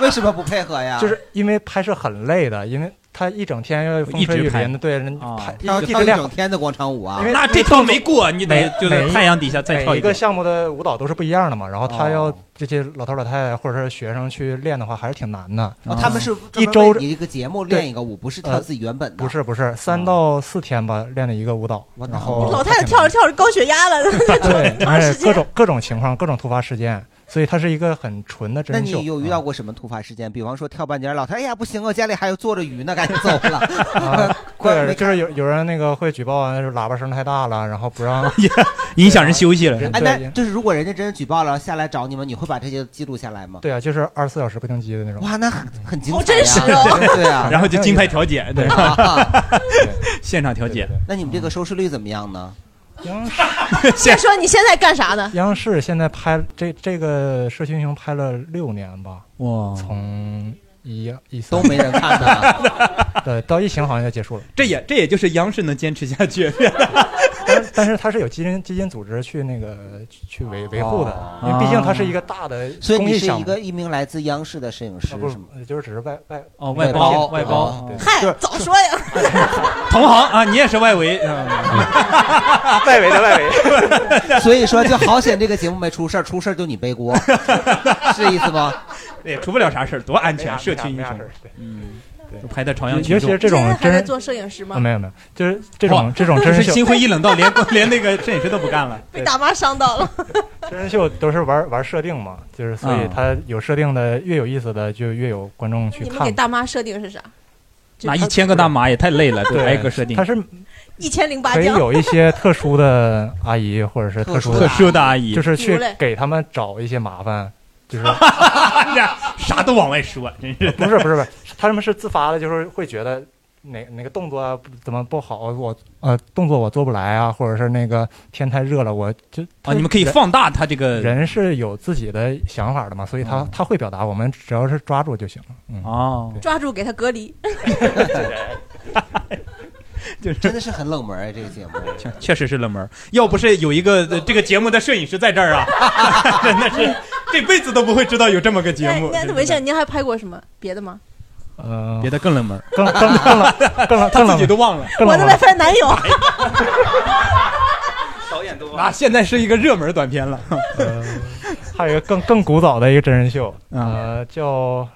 Speaker 2: 为什么不配合呀？
Speaker 5: 就是因为拍摄很累的，因为他一整天要风
Speaker 1: 一
Speaker 5: 吹
Speaker 1: 直
Speaker 5: 雨
Speaker 1: 拍啊
Speaker 5: 淋的，对，人拍
Speaker 2: 然后
Speaker 5: 一
Speaker 2: 跳
Speaker 5: 直
Speaker 2: 一
Speaker 5: 练
Speaker 2: 整天的广场舞啊？
Speaker 5: 因为
Speaker 1: 那这套没过，你得
Speaker 5: 每
Speaker 1: 就是太阳底下再跳
Speaker 5: 每一
Speaker 1: 个
Speaker 5: 个。项目的舞蹈都是不一样的嘛，然后他
Speaker 1: 哦
Speaker 5: 要这些老头儿老太太或者是学生去练的话，还是挺难的。嗯
Speaker 2: 哦他们是专
Speaker 5: 一
Speaker 2: 门
Speaker 5: 周呃
Speaker 2: 为你这个节目练一个舞，不是跳自己原本的。嗯
Speaker 5: 不是不是，三到四天吧，练了一个舞蹈，然后
Speaker 16: 老太太跳着跳着高血压了，
Speaker 5: 对，
Speaker 16: 长
Speaker 5: 哎
Speaker 16: 时，间
Speaker 5: 各种各种情况，各种突发事件，所以它是一个很纯的
Speaker 2: 那
Speaker 5: 真
Speaker 2: 你
Speaker 5: 秀。
Speaker 2: 有遇到过什么突发事件？比方说跳半截儿，老太太哎呀不行啊，家里还有做着鱼呢，赶紧走
Speaker 1: 啊
Speaker 2: 了。
Speaker 5: 对，就是有有人那个会举报啊，就是喇叭声太大了，然后不让
Speaker 1: 影响人休息了。
Speaker 2: 哎，
Speaker 5: 对
Speaker 2: 那就是如果人家真的举报了下来找你们，你会把这些记录下来吗？
Speaker 5: 对啊，就是二十四小时不停机的那种。
Speaker 2: 哇，那很很精彩、呀，
Speaker 16: 好真实哦
Speaker 2: 对啊，
Speaker 1: 然后就竞拍调解，对， 现场调解。
Speaker 2: 那你们这个收视率怎么样呢？
Speaker 16: 先说你现在干啥 呢？
Speaker 5: 央视现在拍这这个《社区英雄》拍了六年吧，
Speaker 1: 哇，
Speaker 5: 从一一
Speaker 2: 都没人看啊
Speaker 5: 的， 对，到疫情好像就结束了。
Speaker 1: 这也这也就是央视能坚持下去。
Speaker 5: 但但是它是有基金基金组织去那个去维维护
Speaker 1: 哦
Speaker 5: 的，因为毕竟它是一个大的
Speaker 2: 所以
Speaker 5: 公
Speaker 2: 你
Speaker 5: 益
Speaker 2: 是
Speaker 5: 项
Speaker 2: 一
Speaker 5: 目。
Speaker 2: 个一名来自央视的摄影师
Speaker 5: 啊不是
Speaker 2: 是吗？
Speaker 5: 就是只是外外
Speaker 1: 哦
Speaker 2: 外包哦
Speaker 1: 外包，对
Speaker 16: 嗨，早说呀！
Speaker 1: 同行啊，你也是外围，
Speaker 5: 外围的外围。
Speaker 2: 所以说就好险这个节目没出事儿，出事儿就你背锅，是意 思吗？
Speaker 1: 也出不了啥事儿，多安全，
Speaker 5: 没啥
Speaker 1: 社区英
Speaker 5: 没啥
Speaker 1: 雄
Speaker 5: 事儿。对，
Speaker 1: 嗯，拍的朝阳群
Speaker 5: 尤其
Speaker 1: 众
Speaker 5: 是这种
Speaker 16: 现在还
Speaker 5: 真
Speaker 16: 在做摄影师吗
Speaker 5: 啊，？没有没有，就是这种 这种真
Speaker 1: 是
Speaker 5: 人秀，
Speaker 1: 心灰意冷到连 连那个摄影师都不干了。
Speaker 16: 被大妈伤到了。
Speaker 5: 真人秀都是玩玩设定嘛，就是所以
Speaker 1: 嗯
Speaker 5: 它有设定的越有意思的就越有观众去
Speaker 16: 你们给
Speaker 5: 看。
Speaker 16: 大妈设定是啥？
Speaker 1: 那一千个大妈也太累了，都挨个设定。
Speaker 5: 它是
Speaker 16: 一千零八
Speaker 5: 可以
Speaker 16: 将。
Speaker 5: 有一些特殊的阿姨或者是特殊
Speaker 1: 特殊的阿姨
Speaker 5: 就是去
Speaker 16: 比如嘞
Speaker 5: 给他们找一些麻烦，就 是
Speaker 1: 哎啥都往外说，真是。
Speaker 5: 不是不是不是，他们是自发的，就是会觉得哪哪个动作啊不怎么不好，我呃动作我做不来啊，或者是那个天太热了，我就
Speaker 1: 啊，你们可以放大他这个嗯
Speaker 5: 人是有自己的想法的嘛，所以他、他会表达，我们只要是抓住就行了。嗯
Speaker 1: 哦，
Speaker 16: 抓住给他隔 离，
Speaker 1: 就是
Speaker 2: 真的是很冷门哎，这个节目。
Speaker 1: 确确实是冷门儿。要不是有一个、呃这个节目的摄影师在这儿啊， 真的是这辈子都不会知道有这么个节
Speaker 16: 哎那
Speaker 1: 目。
Speaker 16: 那文倩，您还拍过什么别的吗？
Speaker 5: 呃，
Speaker 1: 别的更冷门，
Speaker 5: 更更更冷更冷
Speaker 1: 他
Speaker 5: 更
Speaker 1: 自己
Speaker 5: 冷
Speaker 1: 都忘了。
Speaker 5: 更
Speaker 16: 我
Speaker 5: 冷
Speaker 16: 的
Speaker 5: 门
Speaker 16: 未婚男 友，
Speaker 1: 啊，现在是一个热门短片了。
Speaker 5: 呃还有一个更更古早的一个真人秀，
Speaker 1: 嗯
Speaker 5: 呃，叫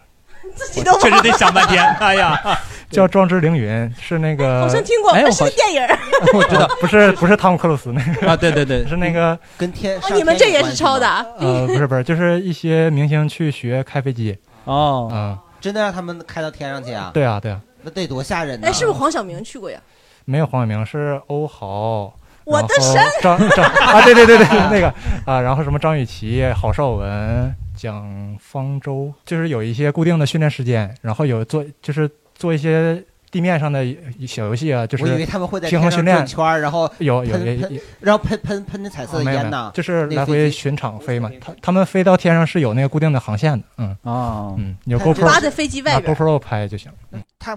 Speaker 16: 自己都
Speaker 1: 确实
Speaker 16: 忘
Speaker 1: 得
Speaker 16: 了，
Speaker 1: 想半天。哎 呀，
Speaker 5: 叫《壮志凌云》，是那个
Speaker 16: 好像听过，
Speaker 1: 哎
Speaker 16: 那
Speaker 1: 我
Speaker 16: 是
Speaker 1: 好
Speaker 16: 个电影儿。
Speaker 1: 我知道
Speaker 5: 呃不是不是汤姆克鲁斯那个
Speaker 1: 啊，对对对，
Speaker 5: 是那个
Speaker 2: 跟天
Speaker 16: 哦，你们这也是抄的
Speaker 2: 啊？
Speaker 16: 啊？
Speaker 5: 呃不是不是，就是一些明星去学开飞机啊、
Speaker 1: 哦，
Speaker 2: 真的让他们开到天上去啊？
Speaker 5: 对啊对啊，
Speaker 2: 那得多吓人呢！
Speaker 16: 哎，是不是黄晓明去过呀？
Speaker 5: 没有黄晓明是欧豪。
Speaker 16: 我的
Speaker 5: 然后
Speaker 16: 神
Speaker 5: 张张啊，对对对对，那个啊，然后什么张雨绮、郝邵文、蒋方舟，就是有一些固定的训练时间，然后有做就是做一些地面上的小游戏啊，就
Speaker 2: 我以为
Speaker 5: 是
Speaker 2: 他们会在
Speaker 5: 平
Speaker 2: 天
Speaker 5: 衡
Speaker 2: 上
Speaker 5: 训
Speaker 2: 转
Speaker 5: 练
Speaker 2: 圈儿，然后
Speaker 5: 哦有有
Speaker 2: 喷
Speaker 5: 也
Speaker 2: 喷
Speaker 5: 也
Speaker 2: 然后喷喷喷那彩色
Speaker 5: 啊
Speaker 2: 的
Speaker 5: 没有
Speaker 2: 烟
Speaker 5: 没有
Speaker 2: 呐，
Speaker 5: 就是
Speaker 2: 那
Speaker 5: 来
Speaker 2: 飞
Speaker 5: 回
Speaker 2: 机
Speaker 5: 巡场飞嘛。他他们飞到天上是有那个固定的航线的，嗯
Speaker 1: 哦，
Speaker 5: 嗯，有
Speaker 2: 他就
Speaker 5: GoPro
Speaker 16: 扒在飞机外
Speaker 5: 拿
Speaker 16: 边，
Speaker 5: GoPro 拍就行。
Speaker 2: 他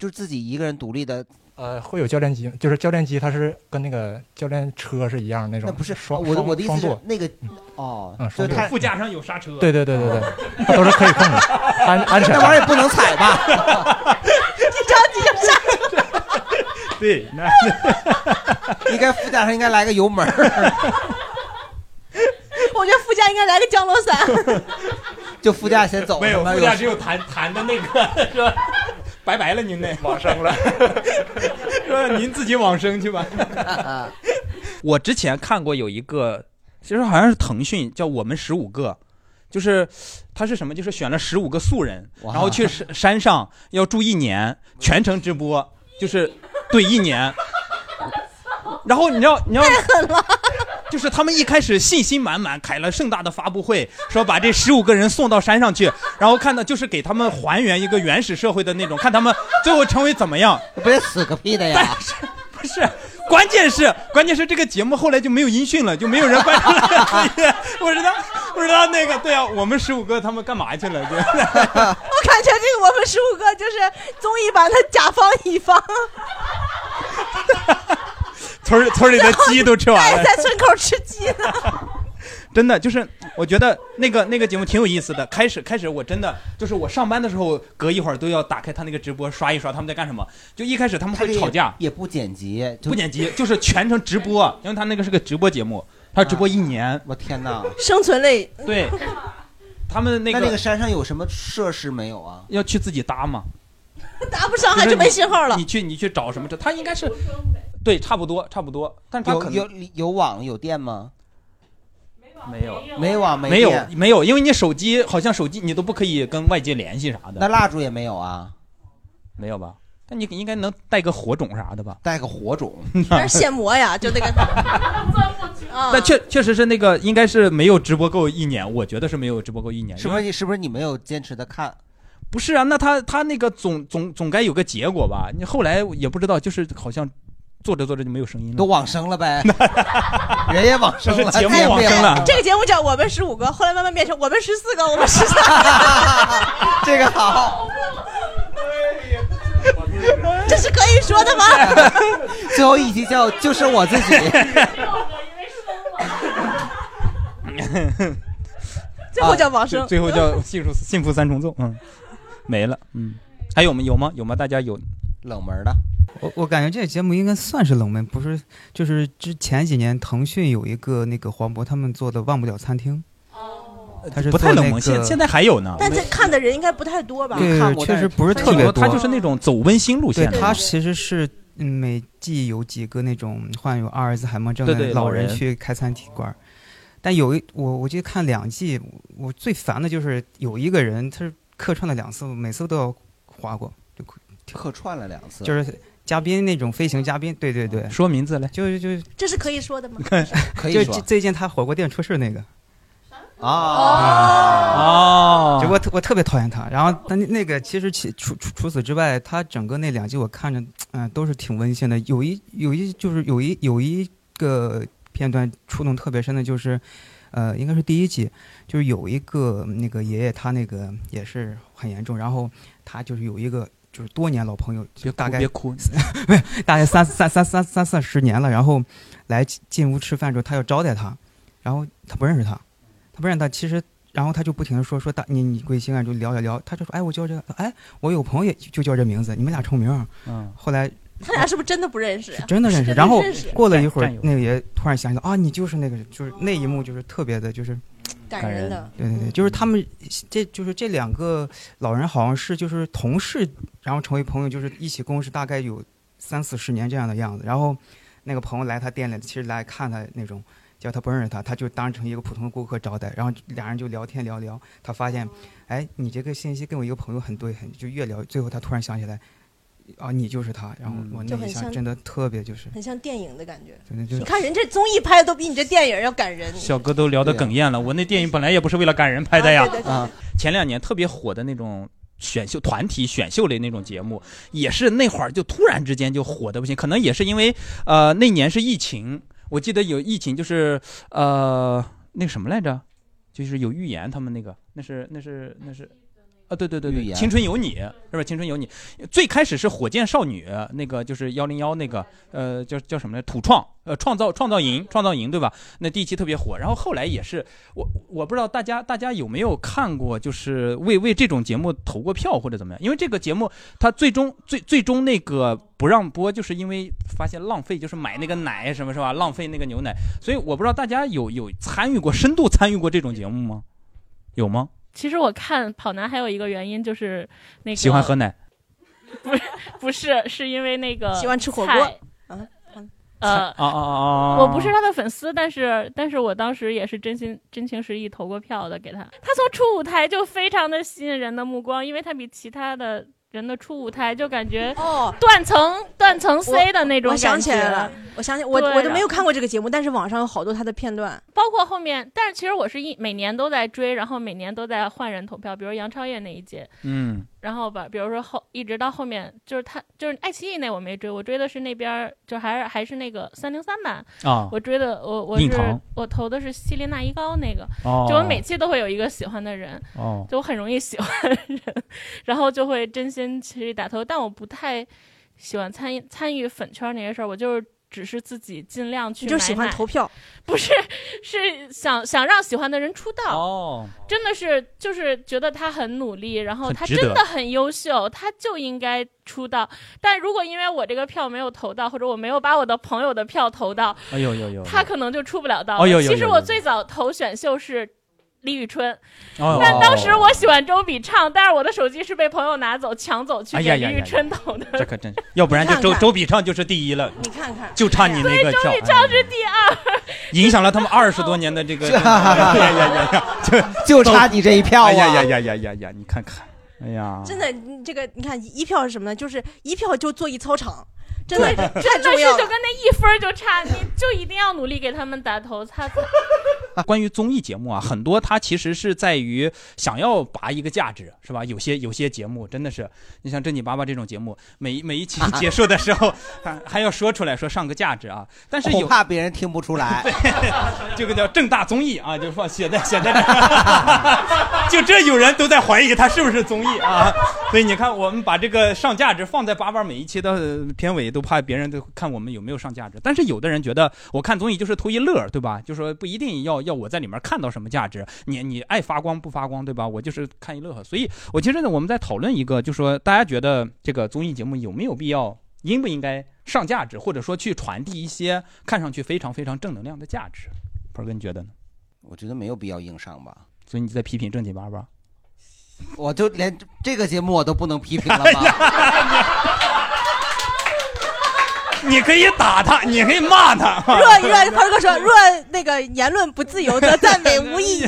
Speaker 2: 就自己一个人独立的，
Speaker 5: 呃，会有教练机，就是教练机，它是跟那个教练车是一样那种，
Speaker 2: 那不是
Speaker 5: 双
Speaker 2: 我的
Speaker 5: 双
Speaker 2: 我的意思
Speaker 5: 双
Speaker 2: 是
Speaker 5: 舵
Speaker 2: 那个哦
Speaker 5: 嗯，
Speaker 2: 就
Speaker 5: 双
Speaker 2: 是
Speaker 5: 舵
Speaker 2: 他
Speaker 1: 副驾上有刹车。
Speaker 5: 对对对对对，它都是可以控制，安 安全
Speaker 2: 那。玩意儿也不能踩 吧？
Speaker 1: 对，那
Speaker 2: 应该副驾上应该来个油门儿，
Speaker 16: 我觉得副驾应该来个降落伞。
Speaker 2: 就副驾先走。
Speaker 1: 没有
Speaker 2: 他妈
Speaker 1: 副驾只有弹弹的那个 是吧？拜拜了您那
Speaker 5: 往生了，
Speaker 1: 说您自己往生去吧。
Speaker 10: 呃
Speaker 1: 我之前看过有一个，其实好像是腾讯叫《我们十五个》，就是他是什么？就是选了十五个素人，
Speaker 2: 哇
Speaker 1: 然后去山山上要住一年，全程直播，就是对一年。然后你知道，你知道，就是他们一开始信心满满，开了盛大的发布会，说把这十五个人送到山上去，然后看到就是给他们还原一个原始社会的那种，看他们最后成为怎么样。
Speaker 2: 不是死个屁的呀！
Speaker 1: 但是不是？关键是关键是这个节目后来就没有音讯了，就没有人翻出来了。 我知道，我知道那个对啊，我们十五个他们干嘛去了？ 对。
Speaker 17: 我感觉这个我们十五个就是综艺版的甲方乙方，
Speaker 1: 村儿 村里的鸡都吃完了，
Speaker 17: 在村口吃鸡呢。
Speaker 1: 真的就是我觉得那个那个节目挺有意思的。开始开始我真的就是我上班的时候，隔一会儿都要打开他那个直播刷一刷他们在干什么。就一开始他们会吵架，哎
Speaker 2: 也不剪辑，
Speaker 1: 不剪辑，就是全程直播，因为他那个是个直播节目，他直播一年。
Speaker 2: 我天哪！
Speaker 17: 生存类
Speaker 1: 对，他们那
Speaker 2: 那
Speaker 1: 个
Speaker 2: 那个山上有什么设施没有啊？
Speaker 1: 要去自己搭嘛，
Speaker 17: 搭不上
Speaker 1: 就是
Speaker 17: 还真
Speaker 1: 你
Speaker 17: 没信号了
Speaker 1: 你。去你去找什么这？他应该是对，差不多差不多，但是他
Speaker 2: 有
Speaker 1: 可能
Speaker 2: 有有网有电吗？
Speaker 1: 没有
Speaker 2: 没网
Speaker 1: 没有
Speaker 2: 电
Speaker 1: 没有，因为你手机好像手机你都不可以跟外界联系啥的。
Speaker 2: 那蜡烛也没有啊？
Speaker 1: 没有吧？但你应该能带个火种啥的吧？
Speaker 2: 带个火种，
Speaker 17: 但是现磨呀，就那个啊，
Speaker 1: 但确确实是那个，应该是没有直播够一年，我觉得是没有直播够一年。
Speaker 2: 是不是你是不是你没有坚持的看？
Speaker 1: 不是啊，那他他那个总总总该有个结果吧？你后来也不知道，就是好像做着做着就没有声音了，都
Speaker 2: 往生 了呗，人也往生了，
Speaker 1: 节目往生了。
Speaker 17: 哎这个节目叫我们十五个，后来慢慢变成我们十四个，我们十三。
Speaker 2: 这个好，
Speaker 17: 这是可以说的吗？
Speaker 2: 最后一集叫就是我自己。
Speaker 17: 最后叫往生
Speaker 1: 啊最最后叫幸福幸福三重奏，嗯，没了，嗯，还有吗？有吗？有吗？大家有
Speaker 2: 冷门的？
Speaker 6: 我我感觉这节目应该算是冷门，不是？就是之前几年腾讯有一个那个黄渤他们做的忘不了餐厅，他是
Speaker 1: 不太
Speaker 6: 做
Speaker 1: 冷
Speaker 6: 那
Speaker 1: 门，现
Speaker 6: 个
Speaker 1: 现在还有呢。
Speaker 17: 哦但这看的人应该不太多吧？
Speaker 6: 对，确实不是特别多。
Speaker 1: 他就是那种走温馨路线的
Speaker 6: 对，他其实是嗯每季有几个那种患有阿尔兹海默症
Speaker 1: 对对
Speaker 6: 的
Speaker 1: 老
Speaker 6: 人
Speaker 1: 人
Speaker 6: 去开餐馆儿。但有一我我记得看两季，我我最烦的就是有一个人，他是客串了两次，每次都要划过，就
Speaker 2: 客串了两次
Speaker 6: 就是嘉宾那种飞行嘉宾。对对对，
Speaker 1: 说名字来，
Speaker 6: 就是就
Speaker 17: 这是可以说的吗？
Speaker 2: 可以
Speaker 6: 就
Speaker 2: 说
Speaker 6: 最最近他火锅店出事那个。
Speaker 2: 啊
Speaker 1: 哦
Speaker 6: 就我特我特别讨厌他。然后他那那个其实其除除除此之外，他整个那两集我看着，嗯、都是挺温馨的。有一有一就是有一有一个片段触动特别深的，就是，呃，应该是第一集，就是有一个那个爷爷他那个也是很严重，然后他就是有一个。就是多年老朋友，就大概
Speaker 1: 别 哭，
Speaker 6: 没有大概三三三三三四十年了。然后来进进屋吃饭的时候，他要招待他，然后他不认识他，他不认识他，其实然后他就不停的说说大你你贵姓啊，就聊聊聊，他就说哎我叫这个，哎我有朋友也就就叫这名字，你们俩重名儿。
Speaker 1: 嗯，
Speaker 6: 后来
Speaker 17: 他俩是不是真的不认识呀？
Speaker 6: 真的认识，然后
Speaker 17: 认识
Speaker 6: 过了一会儿
Speaker 17: 战友，
Speaker 6: 那个也突然想起来啊，你就是那个，就是那一幕就是特别的，就是
Speaker 17: 感人的
Speaker 6: 对对对，就是他们这就是这两个老人好像是就是同事，然后成为朋友，就是一起共事大概有三四十年这样的样子。然后那个朋友来他店里，其实来看他那种，叫他不认识他，他就当成一个普通的顾客招待。然后俩人就聊天聊聊，他发
Speaker 17: 哦
Speaker 6: 现，哎，你这个信息跟我一个朋友很对，很就越聊，最后他突然想起来。啊，你就是他，然后我那
Speaker 17: 就很
Speaker 6: 一下
Speaker 17: 像
Speaker 6: 真的特别就是，
Speaker 17: 很像电影的感觉。
Speaker 6: 真的就是
Speaker 17: 你看人这综艺拍的都比你这电影要感人。
Speaker 1: 小哥都聊得哽咽了。我那电影本来也不是为了感人拍的呀
Speaker 17: 啊对对。对
Speaker 1: 啊，前两年特别火的那种选秀团体选秀类那种节目，也是那会儿就突然之间就火的不行，可能也是因为呃那年是疫情，我记得有疫情就是呃那什么来着，就是有预言他们那个那是那是那是。啊，对对对
Speaker 2: 预
Speaker 1: 对，
Speaker 2: 言
Speaker 1: 青春有你是吧？青春有你，最开始是火箭少女那个，就是幺零幺那个，呃，叫叫什么来？土创，呃，创造创造营，创造营对吧？那第一期特别火，然后后来也是我我不知道大家大家有没有看过，就是为为这种节目投过票或者怎么样？因为这个节目它最终最最终那个不让播，就是因为发现浪费，就是买那个奶什么是吧？浪费那个牛奶，所以我不知道大家有有参与过深度参与过这种节目吗？有吗？
Speaker 10: 其实我看跑男还有一个原因就是那个
Speaker 1: 喜欢喝奶，
Speaker 10: 不是，是因为那个
Speaker 17: 喜欢吃火锅
Speaker 10: 菜
Speaker 17: 啊嗯
Speaker 10: 呃
Speaker 1: 啊，啊啊啊！
Speaker 10: 我不是他的粉丝，但是但是我当时也是真心真情实意投过票的给他。他从初舞台就非常的吸引人的目光，因为他比其他的人的初舞台就感觉
Speaker 17: 哦
Speaker 10: 断层断层 C 的那种
Speaker 3: 我想
Speaker 10: 感
Speaker 3: 起
Speaker 10: 觉。
Speaker 3: 来了，我想起我
Speaker 10: 对啊
Speaker 3: 我都没有
Speaker 10: 然
Speaker 3: 看过这个节目，但是网上有好多他的片段。
Speaker 1: 啊
Speaker 10: 包括后面，但是其实我是一每年都在追，然后每年都在换人投票，比如杨超越那一届，
Speaker 1: 嗯，
Speaker 10: 然后吧，比如说后一直到后面，就是他就是爱奇艺那我没追，我追的是那边儿就还是还是那个三零三版
Speaker 1: 啊
Speaker 10: 我追的我我
Speaker 1: 硬
Speaker 10: 是
Speaker 1: 糖
Speaker 10: 我投的是西林娜依高那个，
Speaker 1: 哦
Speaker 10: 就我每期都会有一个喜欢的人，
Speaker 1: 哦
Speaker 10: 就我很容易喜欢人，然后就会真心实意打投，但我不太喜欢参与参与粉圈那些事儿，我就是。只是自己尽量去
Speaker 3: 你
Speaker 10: 买
Speaker 3: 就
Speaker 10: 奶，
Speaker 3: 喜欢投票，
Speaker 10: 不是，是想想让喜欢的人出道。
Speaker 1: 哦，
Speaker 10: 真的是就是觉得他很努力，然后
Speaker 1: 很
Speaker 10: 他
Speaker 1: 值
Speaker 10: 真
Speaker 1: 得
Speaker 10: 的很优秀，他就应该出道。但如果因为我这个票没有投到，或者我没有把我的朋友的票投到，
Speaker 1: 哎呦呦呦，
Speaker 10: 他可能就出不了道
Speaker 1: 哦
Speaker 10: 了。
Speaker 1: 有有
Speaker 10: 其实
Speaker 1: 有
Speaker 10: 我
Speaker 1: 有
Speaker 10: 最早投选秀是李宇春，
Speaker 1: 哦
Speaker 10: 但当时我喜欢周笔畅，但是我的手机是被朋友拿走抢走去
Speaker 1: 哎
Speaker 10: 给
Speaker 1: 呀呀
Speaker 10: 李宇
Speaker 1: 呀呀
Speaker 10: 春投的。
Speaker 1: 这可真是，要不然就周
Speaker 10: 你看看
Speaker 1: 周笔畅就是第一了，
Speaker 3: 你看看，
Speaker 1: 就差你那个
Speaker 10: 哎周
Speaker 1: 票
Speaker 10: 笔，
Speaker 1: 哎
Speaker 10: 畅是第二，
Speaker 1: 影响了他们二十多年的这个，
Speaker 2: 这
Speaker 1: 哎呀呀呀呀，
Speaker 2: 就差你这一票啊
Speaker 1: 哎呀呀呀呀呀呀，你看看，哎呀，
Speaker 3: 真的，你这个你看一票是什么呢？就是一票就坐一操 场，真的太
Speaker 10: 真的
Speaker 3: 重
Speaker 10: 是
Speaker 3: 要
Speaker 10: 就
Speaker 3: 了。
Speaker 10: 跟那一分儿就差，你就一定要努力给他们打头，他才
Speaker 1: 关于综艺节目啊，很多它其实是在于想要拔一个价值，是吧？有些有些节目真的是，你像《正经爸爸》这种节目，每一每一期结束的时候， 还还要说出来说上个价值啊。但是有
Speaker 2: 恐怕别人听不 出来。
Speaker 1: 这个叫正大综艺啊，就是说写在写在这儿， 就这有人都在怀疑它是不是综艺啊。所以你看，我们把这个上价值放在八八每一期的呃片尾，都怕别人都看我们有没有上价值。但是有的人觉得，我看综艺就是图一乐儿，对吧？就说不一定要要我在里面看到什么价值，你你爱发光不发光，对吧？我就是看一乐呵。所以我其实呢，我们在讨论一个，就说大家觉得这个综艺节目有没有必要，应不应该上价值，或者说去传递一些看上去非常非常正能量的价值。鹏哥，你觉得呢？
Speaker 2: 我觉得没有必要硬上吧。
Speaker 1: 所以你在批评正经八八？
Speaker 2: 我就连这个节目我都不能批评了吗？
Speaker 1: 你可以打他，你可以骂他。
Speaker 3: 若若鹏哥说，若那个言论不自由，则赞美无 意义。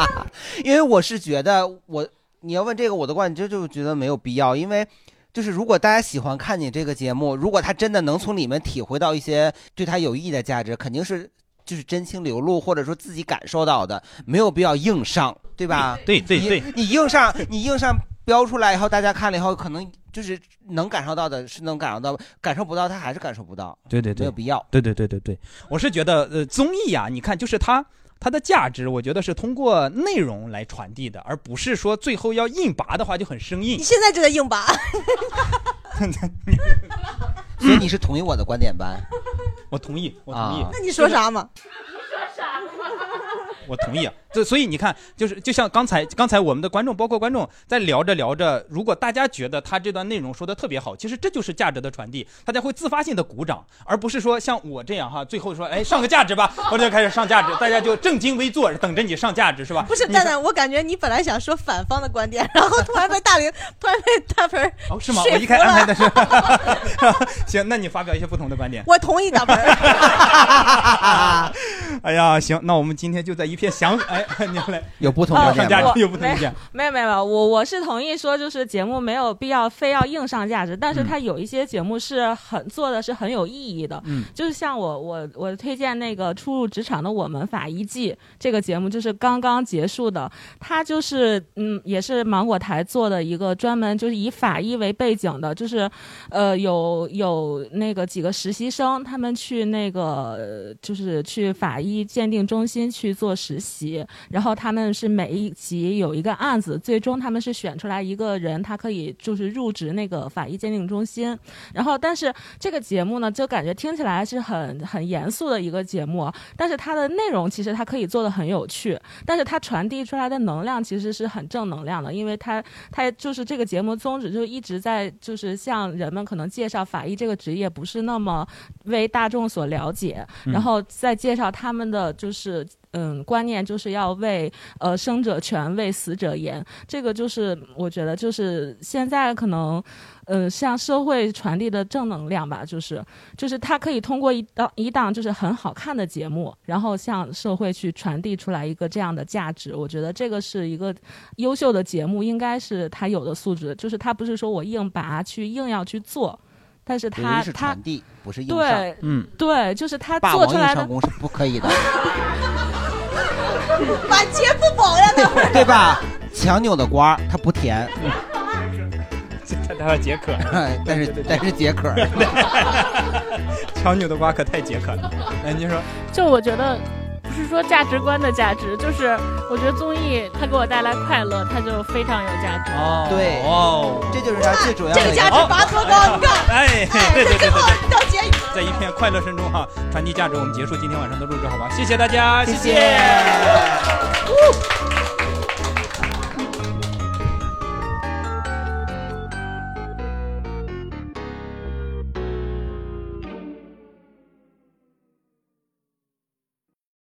Speaker 2: 因为我是觉得我你要问这个我的观点，就就觉得没有必要，因为。就是如果大家喜欢看你这个节目，如果他真的能从里面体会到一些对他有意义的价值，肯定是就是真情流露，或者说自己感受到的，没有必要硬上，对吧？
Speaker 1: 对对对
Speaker 2: 你你硬上，你硬上标出来以后，大家看了以后，可能就是能感受到的是能感受到，感受不到他还是感受不到。
Speaker 1: 对对对，
Speaker 2: 没有必要。
Speaker 1: 对对对对对，我是觉得呃，综艺啊，你看就是它。它的价值，我觉得是通过内容来传递的，而不是说最后要硬拔的话就很生硬
Speaker 3: 你。现在就在硬拔，
Speaker 2: 所以你是同意我的观点吧？
Speaker 1: 我同意，我同意。
Speaker 3: 啊那你说啥嘛？
Speaker 1: 我同意啊， 这所以你看，就是就像刚才刚才我们的观众，包括观众在聊着聊着，如果大家觉得他这段内容说的特别好，其实这就是价值的传递，大家会自发性的鼓掌，而不是说像我这样哈，最后说哎上个价值吧， 我就开始上价值，大家就正襟危坐，等着你上价值是吧？
Speaker 3: 不是
Speaker 1: 你
Speaker 3: 蛋蛋，我感觉你本来想说反方的观点， 然后突然被大林， 突然被大鹏
Speaker 1: 哦是吗？
Speaker 3: 说
Speaker 1: 我一
Speaker 3: 服
Speaker 1: 开始安排
Speaker 3: 了。
Speaker 1: 的是， 行，那你发表一些不同的观点。
Speaker 3: 我同意大鹏，
Speaker 1: 哎呀，行，那我们今天就在一片祥哎， 你们来
Speaker 2: 有不
Speaker 1: 同
Speaker 4: 哦
Speaker 1: 观点吗 上价值有不同意见
Speaker 4: 没有没有没有，我我是同意说，就是节目没有必要非要硬上价值，但是
Speaker 9: 嗯
Speaker 4: 它有一些节目是很做的是很有意义的，
Speaker 9: 嗯
Speaker 4: 就是像我我我推荐那个《初入职场的我们法医季》这个节目，就是刚刚结束的，它就是嗯也是芒果台做的一个专门就是以法医为背景的，就是呃有有那个几个实习生他们去那个呃就是去法医鉴定中心去做实习，然后他们是每一集有一个案子，最终他们是选出来一个人，他可以就是入职那个法医鉴定中心。然后，但是这个节目呢，就感觉听起来是很很严肃的一个节目，但是它的内容其实它可以做的很有趣，但是它传递出来的能量其实是很正能量的，因为它它就是这个节目宗旨就一直在就是向人们可能介绍法医这个职业不是那么为大众所了解，
Speaker 9: 嗯
Speaker 4: 然后再介绍他们的就是。嗯，观念就是要为呃生者权，为死者言。这个就是我觉得就是现在可能，呃，向社会传递的正能量吧，就是就是它可以通过一档一档就是很好看的节目，然后向社会去传递出来一个这样的价值。我觉得这个是一个优秀的节目，应该是它有的素质，就是它不是说我硬拔去硬要去做。但是
Speaker 2: 流
Speaker 4: 他
Speaker 2: 于是
Speaker 4: 他
Speaker 2: 传递，不是硬上。
Speaker 4: 对，
Speaker 1: 嗯
Speaker 4: 对，就是他
Speaker 2: 霸
Speaker 4: 做
Speaker 2: 王
Speaker 4: 出
Speaker 2: 硬
Speaker 4: 来的
Speaker 2: 上弓是不可以的，
Speaker 17: 把钱不保呀，那会儿
Speaker 2: 对吧？强扭的瓜它不甜，，
Speaker 1: 他待会儿解渴
Speaker 2: 但是但是 解渴。
Speaker 1: 强扭的瓜可太解渴了。哎，您说，
Speaker 10: 就我觉得不是说价值观的价值，就是我觉得综艺它给我带来快乐，它就非常有价值。
Speaker 1: 哦，
Speaker 2: 对，
Speaker 1: 哦，
Speaker 2: 这就是它最主要
Speaker 10: 这
Speaker 2: 的
Speaker 10: 个
Speaker 2: 一个。
Speaker 10: 价值拔
Speaker 17: 多高，你看，
Speaker 1: 哎，对对对对对，
Speaker 17: 到结语。
Speaker 1: 在一片快乐声中啊哈，传递价值。我们结束今天晚上的录制，好吧？谢谢大家，谢
Speaker 17: 谢谢
Speaker 1: 谢
Speaker 17: Woo!